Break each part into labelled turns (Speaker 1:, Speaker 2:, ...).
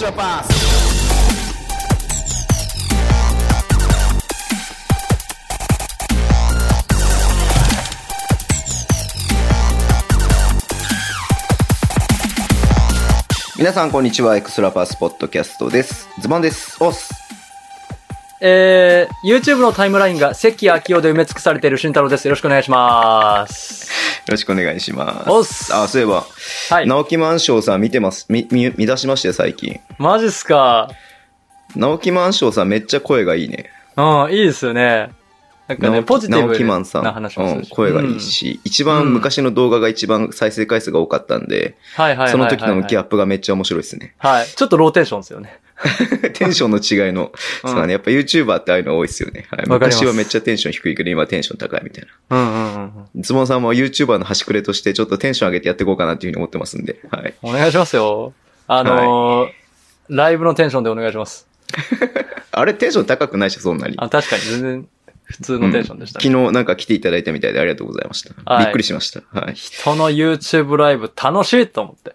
Speaker 1: your past.
Speaker 2: 「皆さんこんにちはエクストラパスポッドキャスト」ですズボンですおっす
Speaker 3: えー、YouTube のタイムラインが関明夫で埋め尽くされている慎太郎です。よろしくお願いします。
Speaker 2: よろしくお願いします
Speaker 3: おっす
Speaker 2: あそういえば、
Speaker 3: はい。
Speaker 2: 直木マンションさん見てますみ見見出しまして最近
Speaker 3: マジっすか。
Speaker 2: 直木マンションさんめっちゃ声がいいね
Speaker 3: うん、いいですよね。なんかね、
Speaker 2: 直木
Speaker 3: ポジティ
Speaker 2: 直木マンさ
Speaker 3: ブ
Speaker 2: ん
Speaker 3: な話をす
Speaker 2: う
Speaker 3: る
Speaker 2: ん、
Speaker 3: し。
Speaker 2: 声がいいし、一番昔の動画が一番再生回数が多かったんで、
Speaker 3: うん。はいはいはいはい、はい。
Speaker 2: その時とのギャップがめっちゃ面白いです ね
Speaker 3: はい。ちょっとローテーションですよね。
Speaker 2: テンションの違いの、
Speaker 3: うん
Speaker 2: そうだねやっぱ YouTuber ってああいうの多いですよね、はい、
Speaker 3: わかります
Speaker 2: 昔はめっちゃテンション低いけど今テンション高いみたいな
Speaker 3: うんうんうん。
Speaker 2: ズボンさんも YouTuber の端くれとしてちょっとテンション上げてやっていこうかなっていうふうに思ってますんで。はい。
Speaker 3: お願いしますよ。あのーライブのテンションでお願いします。
Speaker 2: あれテンション高くないでしょ、そんなに。
Speaker 3: あ、確かに全然普通のテンションでした、ね
Speaker 2: 昨日なんか来ていただいたみたいでありがとうございました。
Speaker 3: はい
Speaker 2: びっくりしました。はい。
Speaker 3: 人の YouTube ライブ楽しいと思って。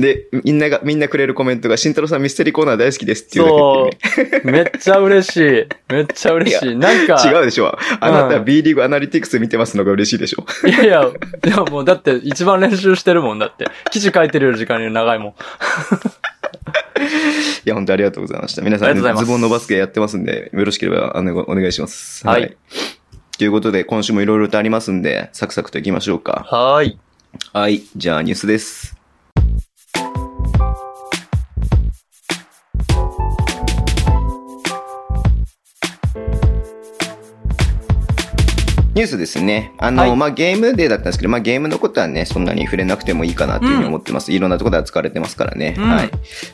Speaker 2: で、みんなが、みんなくれるコメントが、慎太郎さんミステリーコーナー大好きですっていうだけ
Speaker 3: そう。めっちゃ嬉しい。めっちゃ嬉しい。なんか、
Speaker 2: っていうね違うでしょ。あなた B リーグアナリティクス見てますのが嬉しいでしょ。
Speaker 3: いやいや、いやもうだって一番練習してるもんだって。記事書いてるより時間より長いもん。
Speaker 2: いや、本当ありがとうございました。皆さ
Speaker 3: あ
Speaker 2: ん、
Speaker 3: りがとうございま
Speaker 2: ズ
Speaker 3: す
Speaker 2: ボンのバスケやってますんで、よろしければあのお願いします。
Speaker 3: はい。
Speaker 2: ということで、今週もいろいろとありますんで、サクサクといきましょうか。
Speaker 3: はーい。
Speaker 2: はい。じゃあ、ニュースです。ニュースですね。あの、
Speaker 3: はい
Speaker 2: まあ、ゲームデーだったんですけど、まあ、ゲームのことはね、そんなに触れなくてもいいかなっていうふうに思ってます。いろんなところで扱われてますからね。
Speaker 3: うん
Speaker 2: はい。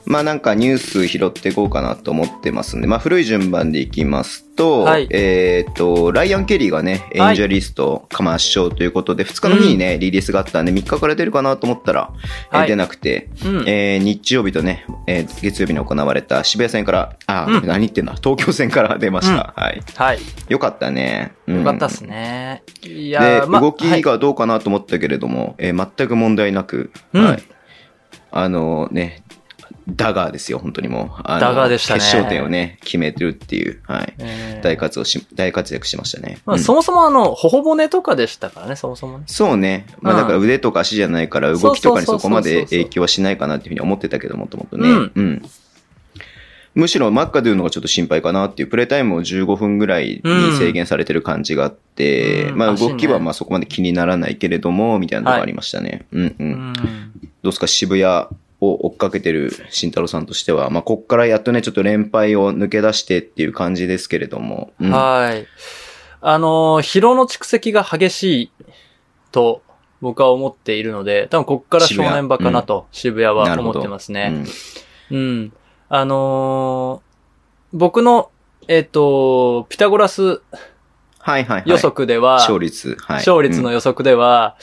Speaker 2: まあ、なんかニュース拾っていこうかなと思ってますんで、まあ、古い順番でいきますと、
Speaker 3: はい
Speaker 2: えっ、と、ライアン・ケリーがね、エ
Speaker 3: はい
Speaker 2: ンジェリスト、かましょうということで、2日の日にね、リリースがあったんで、3日から出るかなと思ったら、えー
Speaker 3: はい
Speaker 2: 出なくて、
Speaker 3: うん。
Speaker 2: えー日曜日とね、えー月曜日に行われた渋谷戦から、あー、
Speaker 3: うん
Speaker 2: 何言ってんだ、東京戦から出ました。はい。
Speaker 3: はい。
Speaker 2: よかったね。うん
Speaker 3: よかったっすね。い
Speaker 2: で
Speaker 3: やー、ま
Speaker 2: 動き
Speaker 3: はい
Speaker 2: がどうかなと思ったけれども、えー全く問題なく、
Speaker 3: うん
Speaker 2: はい、あのね、ダガーですよ、本当にもう。あの
Speaker 3: ダガーでしたね
Speaker 2: 決勝点をね、決めてるっていう、はい、
Speaker 3: えー
Speaker 2: 大活をし大活躍しましたね。
Speaker 3: まあ、
Speaker 2: うん
Speaker 3: そもそもあの、頬骨とかでしたからね、そもそもね。
Speaker 2: そうね。まあ
Speaker 3: うん
Speaker 2: だから腕とか足じゃないから動きとかにそこまで影響はしないかなっていうふうに思ってたけどもともとね。
Speaker 3: うん
Speaker 2: うん。むしろマッカドゥのがちょっと心配かなっていう、プレイタイムを15分ぐらいに制限されてる感じがあって、
Speaker 3: うん
Speaker 2: まあ
Speaker 3: 足ね
Speaker 2: 動きはまあそこまで気にならないけれども、みたいなのがありましたね。うんう。
Speaker 3: うん
Speaker 2: ど
Speaker 3: ん。
Speaker 2: うですか、渋谷を追っかけてる慎太郎さんとしては、まあこっからやっとね、ちょっと連敗を抜け出してっていう感じですけれども。うん、
Speaker 3: はい。あのー疲労の蓄積が激しいと、僕は思っているので、多分こっから正念場かなと、渋谷
Speaker 2: なる
Speaker 3: は
Speaker 2: ほ
Speaker 3: 思
Speaker 2: ど
Speaker 3: ってま
Speaker 2: う
Speaker 3: すね。
Speaker 2: ん。
Speaker 3: うん。あのー僕の、えっ、と、ピタゴラス
Speaker 2: はいはいはい。
Speaker 3: 予測では、
Speaker 2: 勝率。はい。
Speaker 3: 勝率の予測では、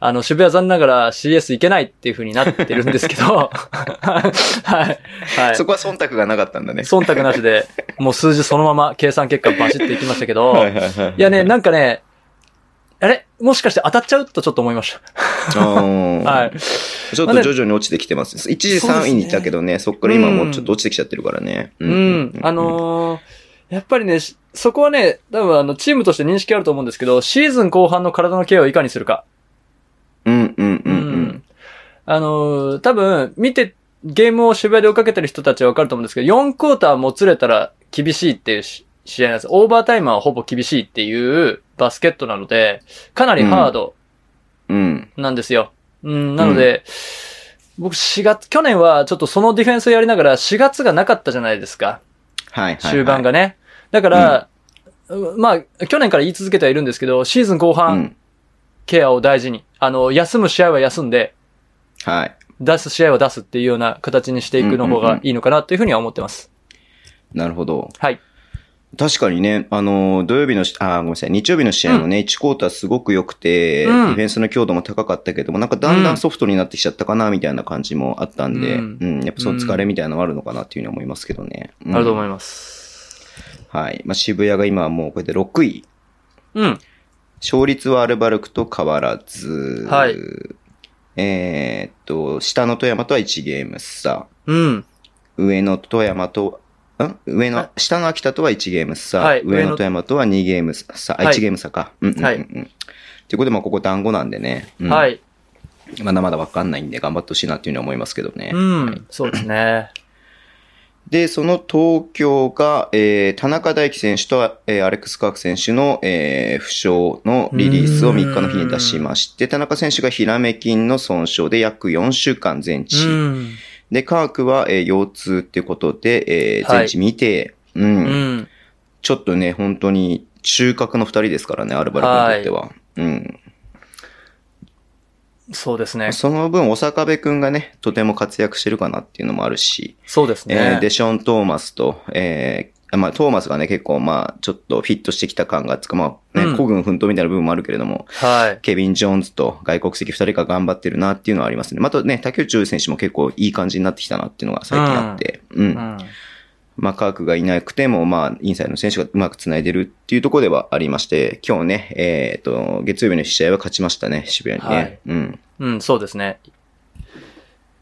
Speaker 3: あの、渋谷残念ながら CS いけないっていう風になってるんです けど、はい。はい。
Speaker 2: そこは忖度がなかったんだね。
Speaker 3: 忖度なしで、もう数字そのまま計算結果バシッていきましたけど、
Speaker 2: はい
Speaker 3: い
Speaker 2: はいはい。
Speaker 3: やね、なんかね、あれもしかして当たっちゃうとちょっと思いまし
Speaker 2: うん
Speaker 3: た。 はい。。
Speaker 2: ちょっと徐々に落ちてきてます。一時3位にいたけどね、そっから今もうちょっと落ちてきちゃってるからね。う
Speaker 3: うん。あ、のーやっぱりね、しそこはね、多分あの、チームとして認識あると思うんですけど、シーズン後半の体のケアをいかにするか。
Speaker 2: うんうんう
Speaker 3: うんあのー多分、見て、ゲームを渋谷で追いかけてる人たちはわかると思うんですけど、4クォーターもつれたら厳しいっていうし試合なんです。オーバータイムはほぼ厳しいっていうバスケットなので、かなりハード
Speaker 2: うん。うん。
Speaker 3: なんですよ。うん、なので、僕4月、去年はちょっとそのディフェンスをやりながら4月がなかったじゃないですか。
Speaker 2: はいはいはい。
Speaker 3: 終盤がね。だから、うまあ、去年から言い続けてはいるんですけど、シーズン後
Speaker 2: う
Speaker 3: 半、
Speaker 2: ん。
Speaker 3: ケアを大事に、あの、休む試合は休んで、
Speaker 2: はい。
Speaker 3: 出す試合は出すっていうような形にしていくの方がいいのかなというふうには思ってます。
Speaker 2: なるほど。
Speaker 3: はい。
Speaker 2: 確かにね、あの、土曜日のし、あー、ごめんなさい、日曜日の試合もね、1クォーターすごく良くて、
Speaker 3: うん
Speaker 2: ディフェンスの強度も高かったけども、なんかだんだんソフトになってきちゃったかな、みたいな感じもあったんで、う
Speaker 3: うん
Speaker 2: ん、やっぱそう疲れみたいなのはあるのかなっていうふうに思いますけどね。
Speaker 3: あると思
Speaker 2: い
Speaker 3: います。
Speaker 2: ます。はい。まあ、渋谷が今もうこれで6位
Speaker 3: うん。
Speaker 2: 勝率はアルバルクと変わらず、
Speaker 3: はい
Speaker 2: えーっと、下の富山とは1ゲーム差。
Speaker 3: うん。
Speaker 2: 上の富山と、ん上の
Speaker 3: は、
Speaker 2: 下の秋田とは1ゲーム差。
Speaker 3: はい
Speaker 2: 上の富山とは2ゲーム差。あ、
Speaker 3: はい
Speaker 2: 1ゲーム差か。うんうんうん、うん。
Speaker 3: はい
Speaker 2: ということで、まあ、ここ団子なんでね。うん
Speaker 3: は。い。
Speaker 2: まだまだわかんないんで、頑張ってほしいなっていうふうに思いますけどね。
Speaker 3: うん。そうですね。
Speaker 2: で、その東京が、えー、田中大輝選手と、えー、アレックス・カーク選手の、えー、負傷のリリースを3日の日に出しまして、田中選手がひらめ筋の損傷で約4週間全
Speaker 3: う
Speaker 2: 治。
Speaker 3: ん。
Speaker 2: で、カークは、えー、腰痛っていうことで、えー、
Speaker 3: は
Speaker 2: 全
Speaker 3: い
Speaker 2: 治未定、うん。
Speaker 3: うん。
Speaker 2: ちょっとね、本当に中核の2人ですからね、アルバルクにとっては。うん。
Speaker 3: そうですね。
Speaker 2: その分、小坂部くんがね、とても活躍してるかなっていうのもあるし、
Speaker 3: そうです
Speaker 2: え
Speaker 3: ね
Speaker 2: ー。デション・トーマスと、えーまあ、トーマスがね、結構、まあ、ちょっとフィットしてきた感がつく、まあ、ね、
Speaker 3: うん
Speaker 2: 孤軍奮闘みたいな部分もあるけれども、
Speaker 3: はい。
Speaker 2: ケビン・ジョーンズと外国籍2人が頑張ってるなっていうのはありますね。まああとね、竹内選手も結構いい感じになってきたなっていうのが最近あって、うん。
Speaker 3: うん。
Speaker 2: まあ、カークがいなくても、まあ、インサイドの選手がうまく繋いでるっていうところではありまして、今日ね、えっ、と、月曜日の試合は勝ちましたね、渋谷にね。
Speaker 3: はい
Speaker 2: うん。
Speaker 3: うん、そうですね。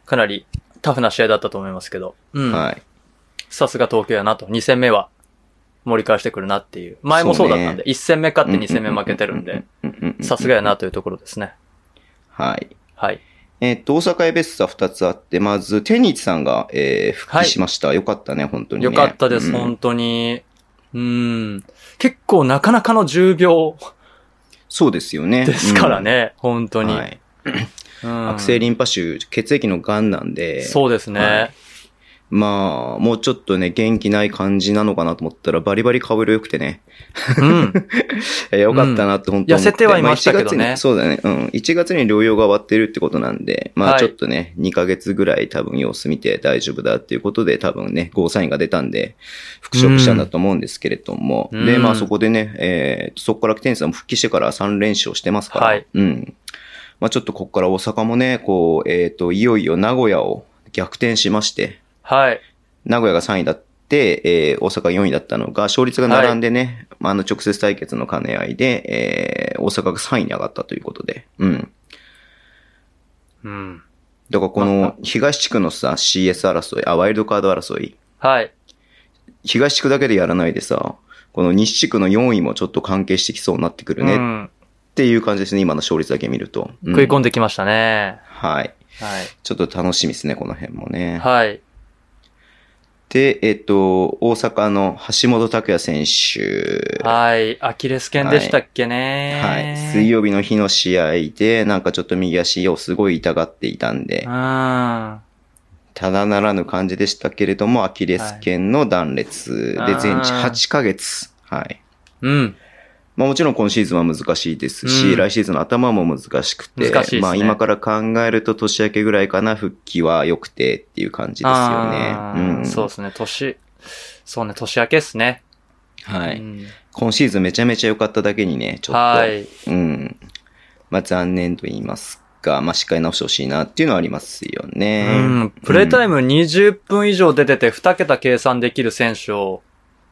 Speaker 3: かなりタフな試合だったと思いますけど。うん。
Speaker 2: はい。
Speaker 3: さすが東京やなと。2戦目は盛り返してくるなっていう。前もそうだったん
Speaker 2: そう
Speaker 3: で、1戦目勝って2戦目負けてるん
Speaker 2: う
Speaker 3: で、
Speaker 2: うんうんうんうん
Speaker 3: さすがやなというところですね。
Speaker 2: はい。
Speaker 3: はい。
Speaker 2: えっ、と、大阪へベストは2つあって、まず、テニチさんが、えー、復帰しました。よかったね、本当に、ね。
Speaker 3: よかったです、
Speaker 2: うん
Speaker 3: 本当に。うん。結構なかなかの10秒
Speaker 2: そうですよね。
Speaker 3: ですからね、本当
Speaker 2: うん。
Speaker 3: に。
Speaker 2: はい。
Speaker 3: うん
Speaker 2: 悪性リンパ腫、血液の癌なんで、
Speaker 3: そうですね。
Speaker 2: はいまあ、もうちょっとね、元気ない感じなのかなと思ったら、バリバリ顔色良くてね。
Speaker 3: うん。
Speaker 2: えーよかったなって本当に思って、
Speaker 3: 痩せてはいましたけど
Speaker 2: あ1月
Speaker 3: ね
Speaker 2: にそうだね。うん。1月に療養が終わってるってことなんで、ま
Speaker 3: は
Speaker 2: あ
Speaker 3: い
Speaker 2: ちょっとね、2ヶ月ぐらい多分様子見て大丈夫だっていうことで多分ね、ゴーサインが出たんで、復職したんだと思うんですけれども。
Speaker 3: うん
Speaker 2: で、ま
Speaker 3: う
Speaker 2: あ
Speaker 3: ん
Speaker 2: そこでね、えーそこからテニスさんも復帰してから3連勝してますから。
Speaker 3: はい
Speaker 2: うん。まあちょっとここから大阪もね、こう、えっ、と、いよいよ名古屋を逆転しまして、
Speaker 3: はい。
Speaker 2: 名古屋が3位だって、えー大阪4位だったのが、勝率が並んでね、まああの直接対決の兼ね合いで、えー大阪が3位に上がったということで、うん。
Speaker 3: うん。
Speaker 2: だからこ
Speaker 3: ま
Speaker 2: の東地区のさ、CS 争い、あ、ワイルドカード争い、
Speaker 3: はい。
Speaker 2: 東地区だけでやらないでさ、この西地区の4位もちょっと関係してきそうになってくる
Speaker 3: う
Speaker 2: ねっ
Speaker 3: ん。
Speaker 2: ていう感じですね、今の勝率だけ見ると。うん
Speaker 3: 食い込んできましたね。
Speaker 2: はい。
Speaker 3: はい。
Speaker 2: ちょっと楽しみですね、この辺もね。
Speaker 3: はい。
Speaker 2: で、えっ、と、大阪の橋本拓也選手。
Speaker 3: はい。アキレス腱でしたっけね。
Speaker 2: はい。水
Speaker 3: 曜
Speaker 2: 曜日の日の試合で、なんかちょっと右足をすごい痛がっていたんで
Speaker 3: う、ん。
Speaker 2: ただならぬ感じでしたけれども、アキレス腱の断裂で
Speaker 3: はい
Speaker 2: 全治
Speaker 3: あー
Speaker 2: 8ヶ月。はい。
Speaker 3: うん。
Speaker 2: まあもちろん今シーズンは難しいですし、
Speaker 3: うん
Speaker 2: 来シーズンの頭も難しくて、
Speaker 3: 難しいですね
Speaker 2: まあ今から考えると年明けぐらいかな、復帰は良くてっていう感じですよね
Speaker 3: あ。
Speaker 2: う
Speaker 3: ー
Speaker 2: ん。
Speaker 3: そうですね。年、そうね、年明けっすね。
Speaker 2: は
Speaker 3: う
Speaker 2: い。
Speaker 3: ん
Speaker 2: 今シーズンめちゃめちゃ良かっただけにね、ちょっと、
Speaker 3: はい。
Speaker 2: うん。まあ残念と言いますか、まあしっかり直してほしいなっていうのはありますよね。
Speaker 3: うん。プレイタイ
Speaker 2: ム、
Speaker 3: ム20分以上出てて2桁計算できる選手を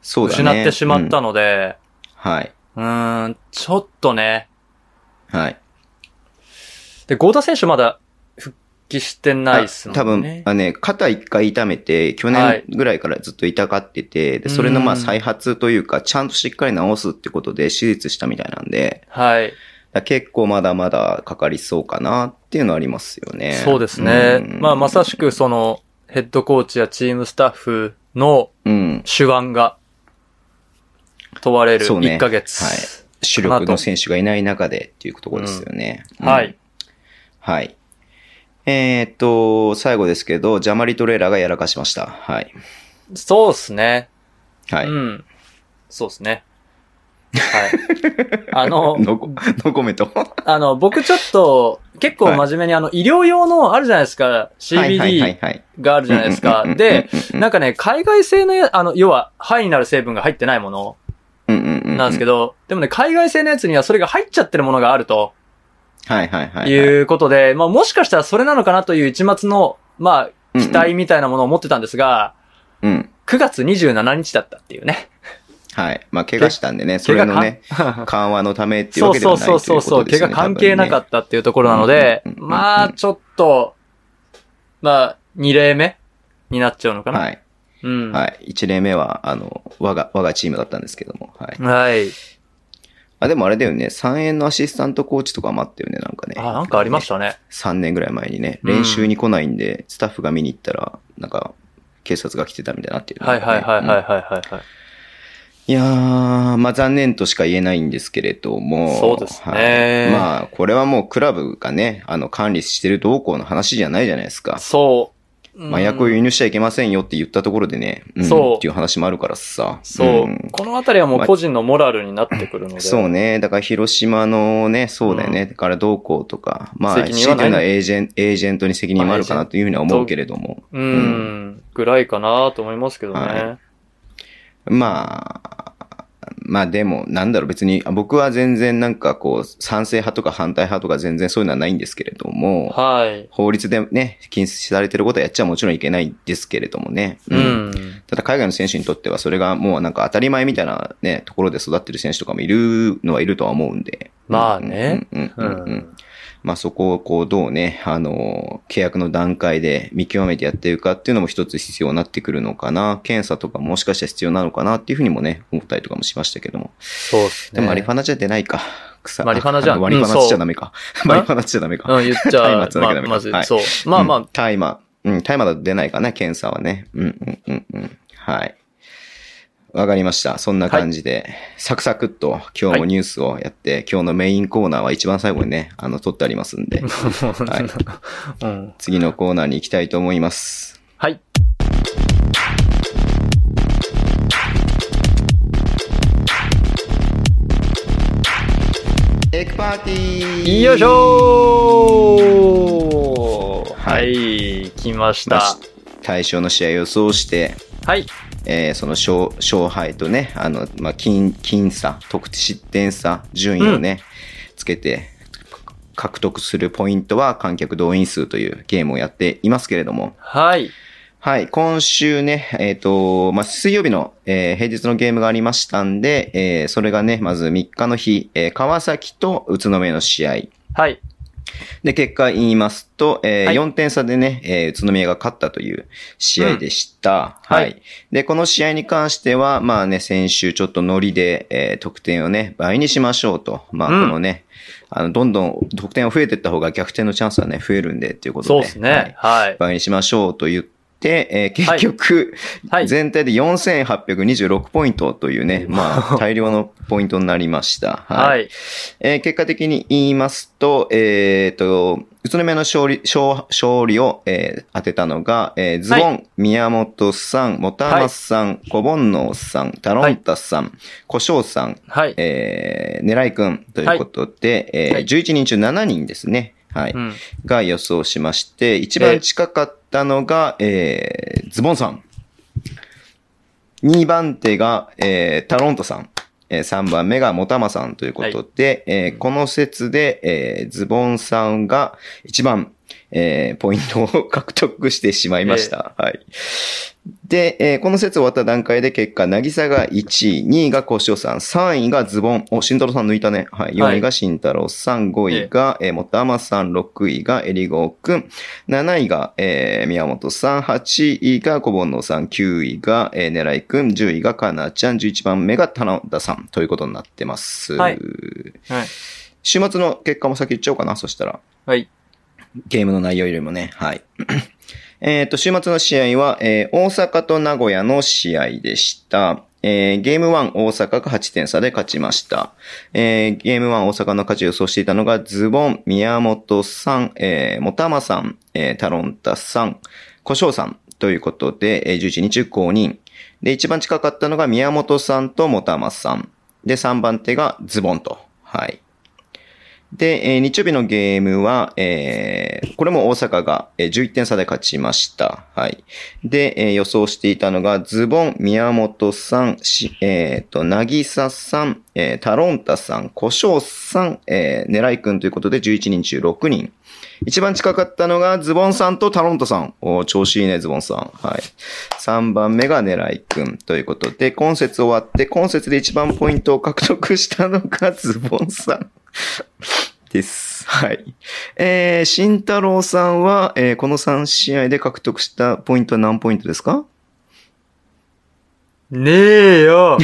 Speaker 2: そうだね。
Speaker 3: 失ってしまった
Speaker 2: うん
Speaker 3: ので、
Speaker 2: はい。
Speaker 3: うん、ん、ちょっとね。
Speaker 2: はい。
Speaker 3: で、ゴーダ選手まだ復帰してないっすもん
Speaker 2: あ多分
Speaker 3: ね、。
Speaker 2: あね、肩一回痛めて、去
Speaker 3: はい
Speaker 2: 年ぐらいからずっと痛がってて、で、それのまあ
Speaker 3: うん
Speaker 2: 再発というか、ちゃんとしっかり治すってことで手術したみたいなんで、
Speaker 3: はい。
Speaker 2: だ結構まだまだかかりそうかなっていうのはありますよね。
Speaker 3: そうですね。
Speaker 2: うん
Speaker 3: まあ、まさしくその、ヘッドコーチやチームスタッフの
Speaker 2: うん。
Speaker 3: 手腕が問われる
Speaker 2: そうね
Speaker 3: 1ヶ月。
Speaker 2: はい主力の選手がいない中でっていうところですよね。うん
Speaker 3: はい。
Speaker 2: はい。えーっと、最後ですけど、ジャマリトレーラーがやらかしました。はい。
Speaker 3: そうっすね。
Speaker 2: はい。
Speaker 3: うん。そうですね。はい。あの、
Speaker 2: ノコノコメン ト。
Speaker 3: あの、僕ちょっと、結構真面目に、あの、医療用のあるじゃないですか、
Speaker 2: はいはいはい
Speaker 3: CBD
Speaker 2: はい。
Speaker 3: があるじゃないです
Speaker 2: うんう
Speaker 3: か
Speaker 2: んうんう。ん
Speaker 3: で、、
Speaker 2: うん
Speaker 3: なんかね、海外製のや、あの、要は、肺になる成分が入ってないものな
Speaker 2: なん
Speaker 3: ですけ
Speaker 2: ど。
Speaker 3: ど、でもね、海外製のやつにはそれが入っちゃってるものがあると
Speaker 2: はいはいはい。
Speaker 3: いうことで、まあもしかしたらそれなのかなという一末の、まあ、期待みたいなものを持ってたんですが、
Speaker 2: うんうん。
Speaker 3: 9月27日だったっていうね。
Speaker 2: はい。まあ、怪我したんでね、それのね、
Speaker 3: 怪我かん
Speaker 2: 緩和のためっていう
Speaker 3: そ
Speaker 2: わ
Speaker 3: う
Speaker 2: けで
Speaker 3: そ
Speaker 2: は
Speaker 3: う
Speaker 2: ない
Speaker 3: そう
Speaker 2: と
Speaker 3: そ
Speaker 2: いううこ
Speaker 3: そう、
Speaker 2: とですね。
Speaker 3: 怪我関係なかったっていうところなので、
Speaker 2: うんうんうんうん
Speaker 3: まあ、ちょっと、まあ、2例目になっちゃうのか
Speaker 2: た
Speaker 3: な。。
Speaker 2: はいい。
Speaker 3: うん。
Speaker 2: はい。一例目は、あの、我が、我がチームだったんですけども。はい。
Speaker 3: はい。
Speaker 2: あ、でもあれだよね、3円のアシスタントコーチとかもあったよね、なんかね。
Speaker 3: あ、なんかありましたね。
Speaker 2: 3年ぐらい前にね、
Speaker 3: うん
Speaker 2: 練習に来ないんで、スタッフが見に行ったら、なんか、警察が来てたみたいになってる、
Speaker 3: はいはいはいはい
Speaker 2: うん
Speaker 3: はいはいはい。
Speaker 2: いやー、まあ残念としか言えないんですけれども。
Speaker 3: そうですね
Speaker 2: はいまあ、これはもうクラブがね、あの、管理してる動向の話じゃないじゃないですか。
Speaker 3: そう。うん
Speaker 2: 麻薬を輸入しちゃいけませんよって言ったところでね、うん
Speaker 3: そう
Speaker 2: っていう話もあるからさ。
Speaker 3: そう。
Speaker 2: ん
Speaker 3: このあたりはもう個人のモラルになってくるので。
Speaker 2: そうね。だから広島のね、そうだよね。
Speaker 3: う
Speaker 2: だからどうこうとか、まあ、
Speaker 3: 責任
Speaker 2: 強
Speaker 3: はい
Speaker 2: て言
Speaker 3: ない
Speaker 2: うのはエージェンエージェントに責任もあるかなというふうには思うけれども。
Speaker 3: うん。ぐらいかなと思いますけどね。
Speaker 2: はまあ、まあでも、なんだろう、別に、僕は全然なんかこう、賛成派とか反対派とか全然そういうのはないんですけれども、
Speaker 3: はい。
Speaker 2: 法律でね、禁止されてることはやっちゃもちろんいけないですけれどもね。
Speaker 3: う。ん。
Speaker 2: ただ海外の選手にとってはそれがもうなんか当たり前みたいなね、ところで育ってる選手とかもいるのはいるとは思うんで。
Speaker 3: まあね。
Speaker 2: うんう
Speaker 3: うん
Speaker 2: うんうん
Speaker 3: ん。
Speaker 2: まあそこをこうどうね、あの、契約の段階で見極めてやっていくかっていうのも一つ必要になってくるのかな。検査とかもしかしたら必要なのかなっていうふうにもね、思ったりとかもしましたけども。
Speaker 3: そうですね。
Speaker 2: でもマリファナじゃ出ないか。草。
Speaker 3: マリファナじゃ
Speaker 2: あのマリファナ
Speaker 3: うんそう
Speaker 2: っちゃダメか。 マリファナっちゃダメか。
Speaker 3: うん、言っちゃ
Speaker 2: 松だけダメ
Speaker 3: ま
Speaker 2: か
Speaker 3: まず、
Speaker 2: はい
Speaker 3: そう。まあまあ、
Speaker 2: うん大麻。うん、大麻だと出ないかな、検査はね。うん、うん、うん、うん。はい。わかりました。そんな感じで、サクサクっと今日もニュースをやって、今日のメインコーナーは一番最後にね、あの、撮ってありますん で、はい
Speaker 3: はい、うん。
Speaker 2: 次のコーナーに行きたいと思います。
Speaker 3: はい。
Speaker 2: エクパーティー
Speaker 3: よいしょーは
Speaker 2: はい
Speaker 3: い、来まし
Speaker 2: ま
Speaker 3: た。
Speaker 2: あ対象の試合を予想して、
Speaker 3: はい。
Speaker 2: えーその勝勝敗とね、あの、まあ、金、金差、得失点差、順位をね、つけて、か獲得するポイントは観客動員数というゲームをやっていますけれども、
Speaker 3: はい。
Speaker 2: はい、今週ね、えっ、と、まあ、水曜日の、えー平日のゲームがありましたんで、えーそれがね、まず3日の日、えー川崎と宇都宮の試合。
Speaker 3: はい。
Speaker 2: で、結果言いますと、えー
Speaker 3: はい
Speaker 2: 4点差でね、えー宇都宮が勝ったという試合でした。
Speaker 3: うん
Speaker 2: はい、
Speaker 3: は
Speaker 2: で、この試合に関しては、まあね、先週ちょっとノリで、えー得点をね、倍にしましょうと。まあ、こ
Speaker 3: うん
Speaker 2: のね、あの、どんどん得点を増えていった方が逆転のチャンスはね、増えるんで、っていうことで。
Speaker 3: そうです
Speaker 2: はい
Speaker 3: ね。はい。
Speaker 2: 倍にしましょうと言って、えー結局、
Speaker 3: はい。
Speaker 2: 全体で4826ポイントという ね、まあ、大量のポイントになりました。
Speaker 3: はい。
Speaker 2: えー結果的に言いますと、えっ、と、宇都宮の勝利、勝勝利を、えー当てたのが、えーズボン、宮本さん、もたまさん、小煩悩さん、タロンタさん、小翔さん、
Speaker 3: はい。
Speaker 2: えー、狙いくんということで、えー
Speaker 3: はい
Speaker 2: 11人中7人ですね。はい。
Speaker 3: うん。
Speaker 2: が予想しまして、一番近かったのが、えーズボンさん。2番手が、えータロントさん。え3番目がモタマさんということで、えーこの説で、えーズボンさんが一番、えーポイントを獲得してしまいました。はい。で、えーこの説終わった段階で結果、なぎさが1位、2位がコシオさん、3位がズボン。お、慎太郎さん抜いたね。はい。
Speaker 3: はい
Speaker 2: 4位が慎太郎さん、5
Speaker 3: え
Speaker 2: 位
Speaker 3: え
Speaker 2: が、えー、もたまさん、6位がえりごうくん、7位が、えー、宮本さん、8位が小本のさん、9位が、えー、狙いくん、10位がかなちゃん、11番目が田野田さんということになってます。
Speaker 3: はいはい。
Speaker 2: 週末の結果も先言っちゃおうかな、そしたら。
Speaker 3: はい。
Speaker 2: ゲームの内容よりもね、はい。 えっと、週末の試合は、えー大阪と名古屋の試合でした。えーゲーム1大阪が8点差で勝ちました。えーゲーム1大阪の勝ちを予想していたのが、ズボン、宮本さん、えー、もたまさん、えータロンタさん、小翔さんということで、えー11人中5人。で、一番近かったのが宮本さんともたまさん。で、3番手がズボンと。はい。で、えー日曜日のゲームは、えーこれも大阪が、えー11点差で勝ちました。はい。で、えー予想していたのが、ズボン、宮本さん、しえっ、と、なぎささん、えータロンタさん、コショウさん、えー、狙いくんということで11人中6人。一番近かったのがズボンさんとタロンタさん。おー調子いいね、ズボンさん。はい。3番目が狙いくんということで、今節終わって、今節で一番ポイントを獲得したのがズボンさん。です。はい。えー、慎太郎さんは、えーこの3試合で獲得したポイントは何ポイントですか
Speaker 3: ねえ よ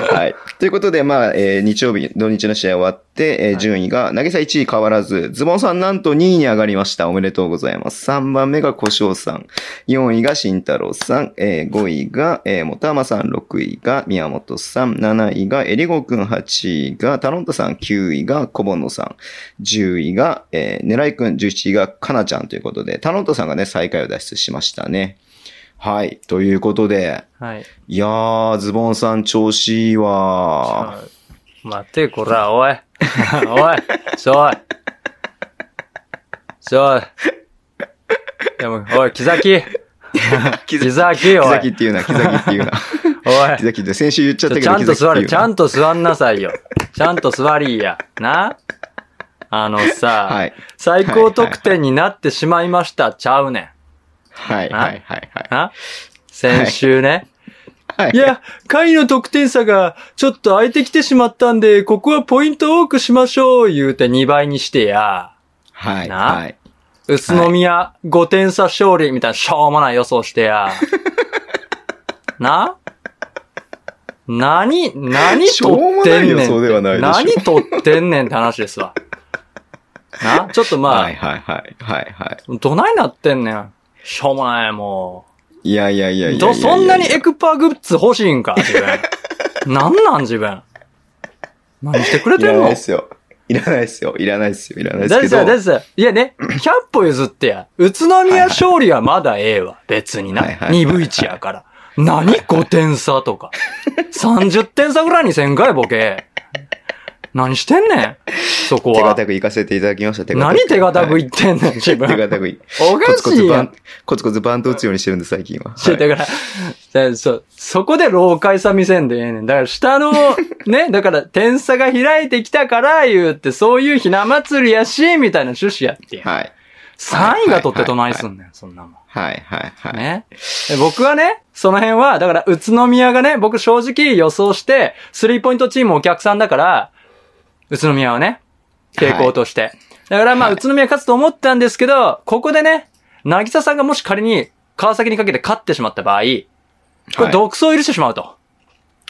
Speaker 2: はい。ということで、まあ、えー日曜日、土日の試合終わって、えー
Speaker 3: はい
Speaker 2: 順位が、投げさ1位変わらず、ズボンさんなんと2位に上がりました。おめでとうございます。3番目が小翔さん、4位が慎太郎さん、え5位が、えー、もたまさん、6位が宮本さん、7位がえりごくん、8位がタロンタさん、9位が小ぼのさん、10位が、えー、狙いくん、11位がかなちゃんということで、タロンタさんがね、最下位を脱出しましたね。はい。ということで、
Speaker 3: はい。
Speaker 2: いやー、ズボンさん調子いいわ
Speaker 3: 待て、こら、おい。 おい、ちょい。ちょい。でも、おい、木崎。
Speaker 2: 木崎
Speaker 3: 木崎、
Speaker 2: ー。木
Speaker 3: お
Speaker 2: 崎
Speaker 3: い。
Speaker 2: っていうな、木崎って いうな。
Speaker 3: おい
Speaker 2: 木。崎って先週言っちゃったけど、
Speaker 3: ちゃんと座れ、ちゃ
Speaker 2: ん
Speaker 3: んと座んなさいよ。ちゃんと座りや。なあのさ、
Speaker 2: はい。
Speaker 3: 最高得点になってしまいました、ちゃうねん。
Speaker 2: はい、
Speaker 3: な
Speaker 2: はい、はい、はい。
Speaker 3: な先週ね。
Speaker 2: はい
Speaker 3: い、や、回の得点差がちょっと空いてきてしまったんで、ここはポイント多くしましょう、言うて2倍にしてや。
Speaker 2: はい、
Speaker 3: な
Speaker 2: はい。
Speaker 3: 宇都宮5点差勝利みたいなしょうもない予想してや。 な何何
Speaker 2: しょう
Speaker 3: 取
Speaker 2: も
Speaker 3: っ
Speaker 2: な
Speaker 3: て
Speaker 2: い
Speaker 3: ん
Speaker 2: 予
Speaker 3: ねん
Speaker 2: 想
Speaker 3: っ
Speaker 2: で
Speaker 3: て。
Speaker 2: はないでしょ
Speaker 3: 何取ってんねんって話ですわ。なちょっとまあ、
Speaker 2: はい、はい、はい、はい、は
Speaker 3: どないなってんねん。しょうもない、も
Speaker 2: い。いやいやいや
Speaker 3: う。
Speaker 2: いやいやいや。
Speaker 3: ど、そんなにエクパーグッズ欲しいんか、 自分。なんなん、自分。何してくれ
Speaker 2: い
Speaker 3: て
Speaker 2: ら
Speaker 3: ん
Speaker 2: ない
Speaker 3: の
Speaker 2: ですよ。いらないですよ。いらないですよ。いらないで
Speaker 3: だ
Speaker 2: す
Speaker 3: って
Speaker 2: け
Speaker 3: さ、
Speaker 2: ど。
Speaker 3: だってさ、いやね、100歩譲ってや、宇都宮勝利はまだええわ。別にな。
Speaker 2: はいはいはい
Speaker 3: 2分1やから。何 ?5 点差とか。30点差ぐらいにせんかい、ボケ。何してんねん。そこ
Speaker 2: 手
Speaker 3: は。
Speaker 2: 堅く行かせていただきました。手堅く。
Speaker 3: 何手堅く
Speaker 2: はい
Speaker 3: 言ってん ねん、自
Speaker 2: 手
Speaker 3: 分。
Speaker 2: 堅くい。
Speaker 3: お
Speaker 2: コ
Speaker 3: か
Speaker 2: ツコ
Speaker 3: し
Speaker 2: ツ
Speaker 3: い
Speaker 2: バ
Speaker 3: やん
Speaker 2: ン。、コツコツバント打つようにしてるんで、最近は。
Speaker 3: し
Speaker 2: はい
Speaker 3: だから、だそ、そこで老快さ見せんでええねん。だから下の、 ね、だから点差が開いてきたから言うって、そういうひな祭りやし、みたいな趣旨やってや。
Speaker 2: はい。
Speaker 3: 3位が取ってどないすんねん、そんなもん。
Speaker 2: はい、はい、はい。
Speaker 3: ね。で僕はね、その辺は、だから宇都宮がね、僕正直予想して、スリーポイントチームお客さんだから、宇都宮はね、傾向として。だからまあ、
Speaker 2: はい
Speaker 3: 宇都宮勝つと思ったんですけど、ここでね、なぎささんがもし仮に川崎にかけて勝ってしまった場合、こ
Speaker 2: は
Speaker 3: れ
Speaker 2: い
Speaker 3: 独走を許してしまうと。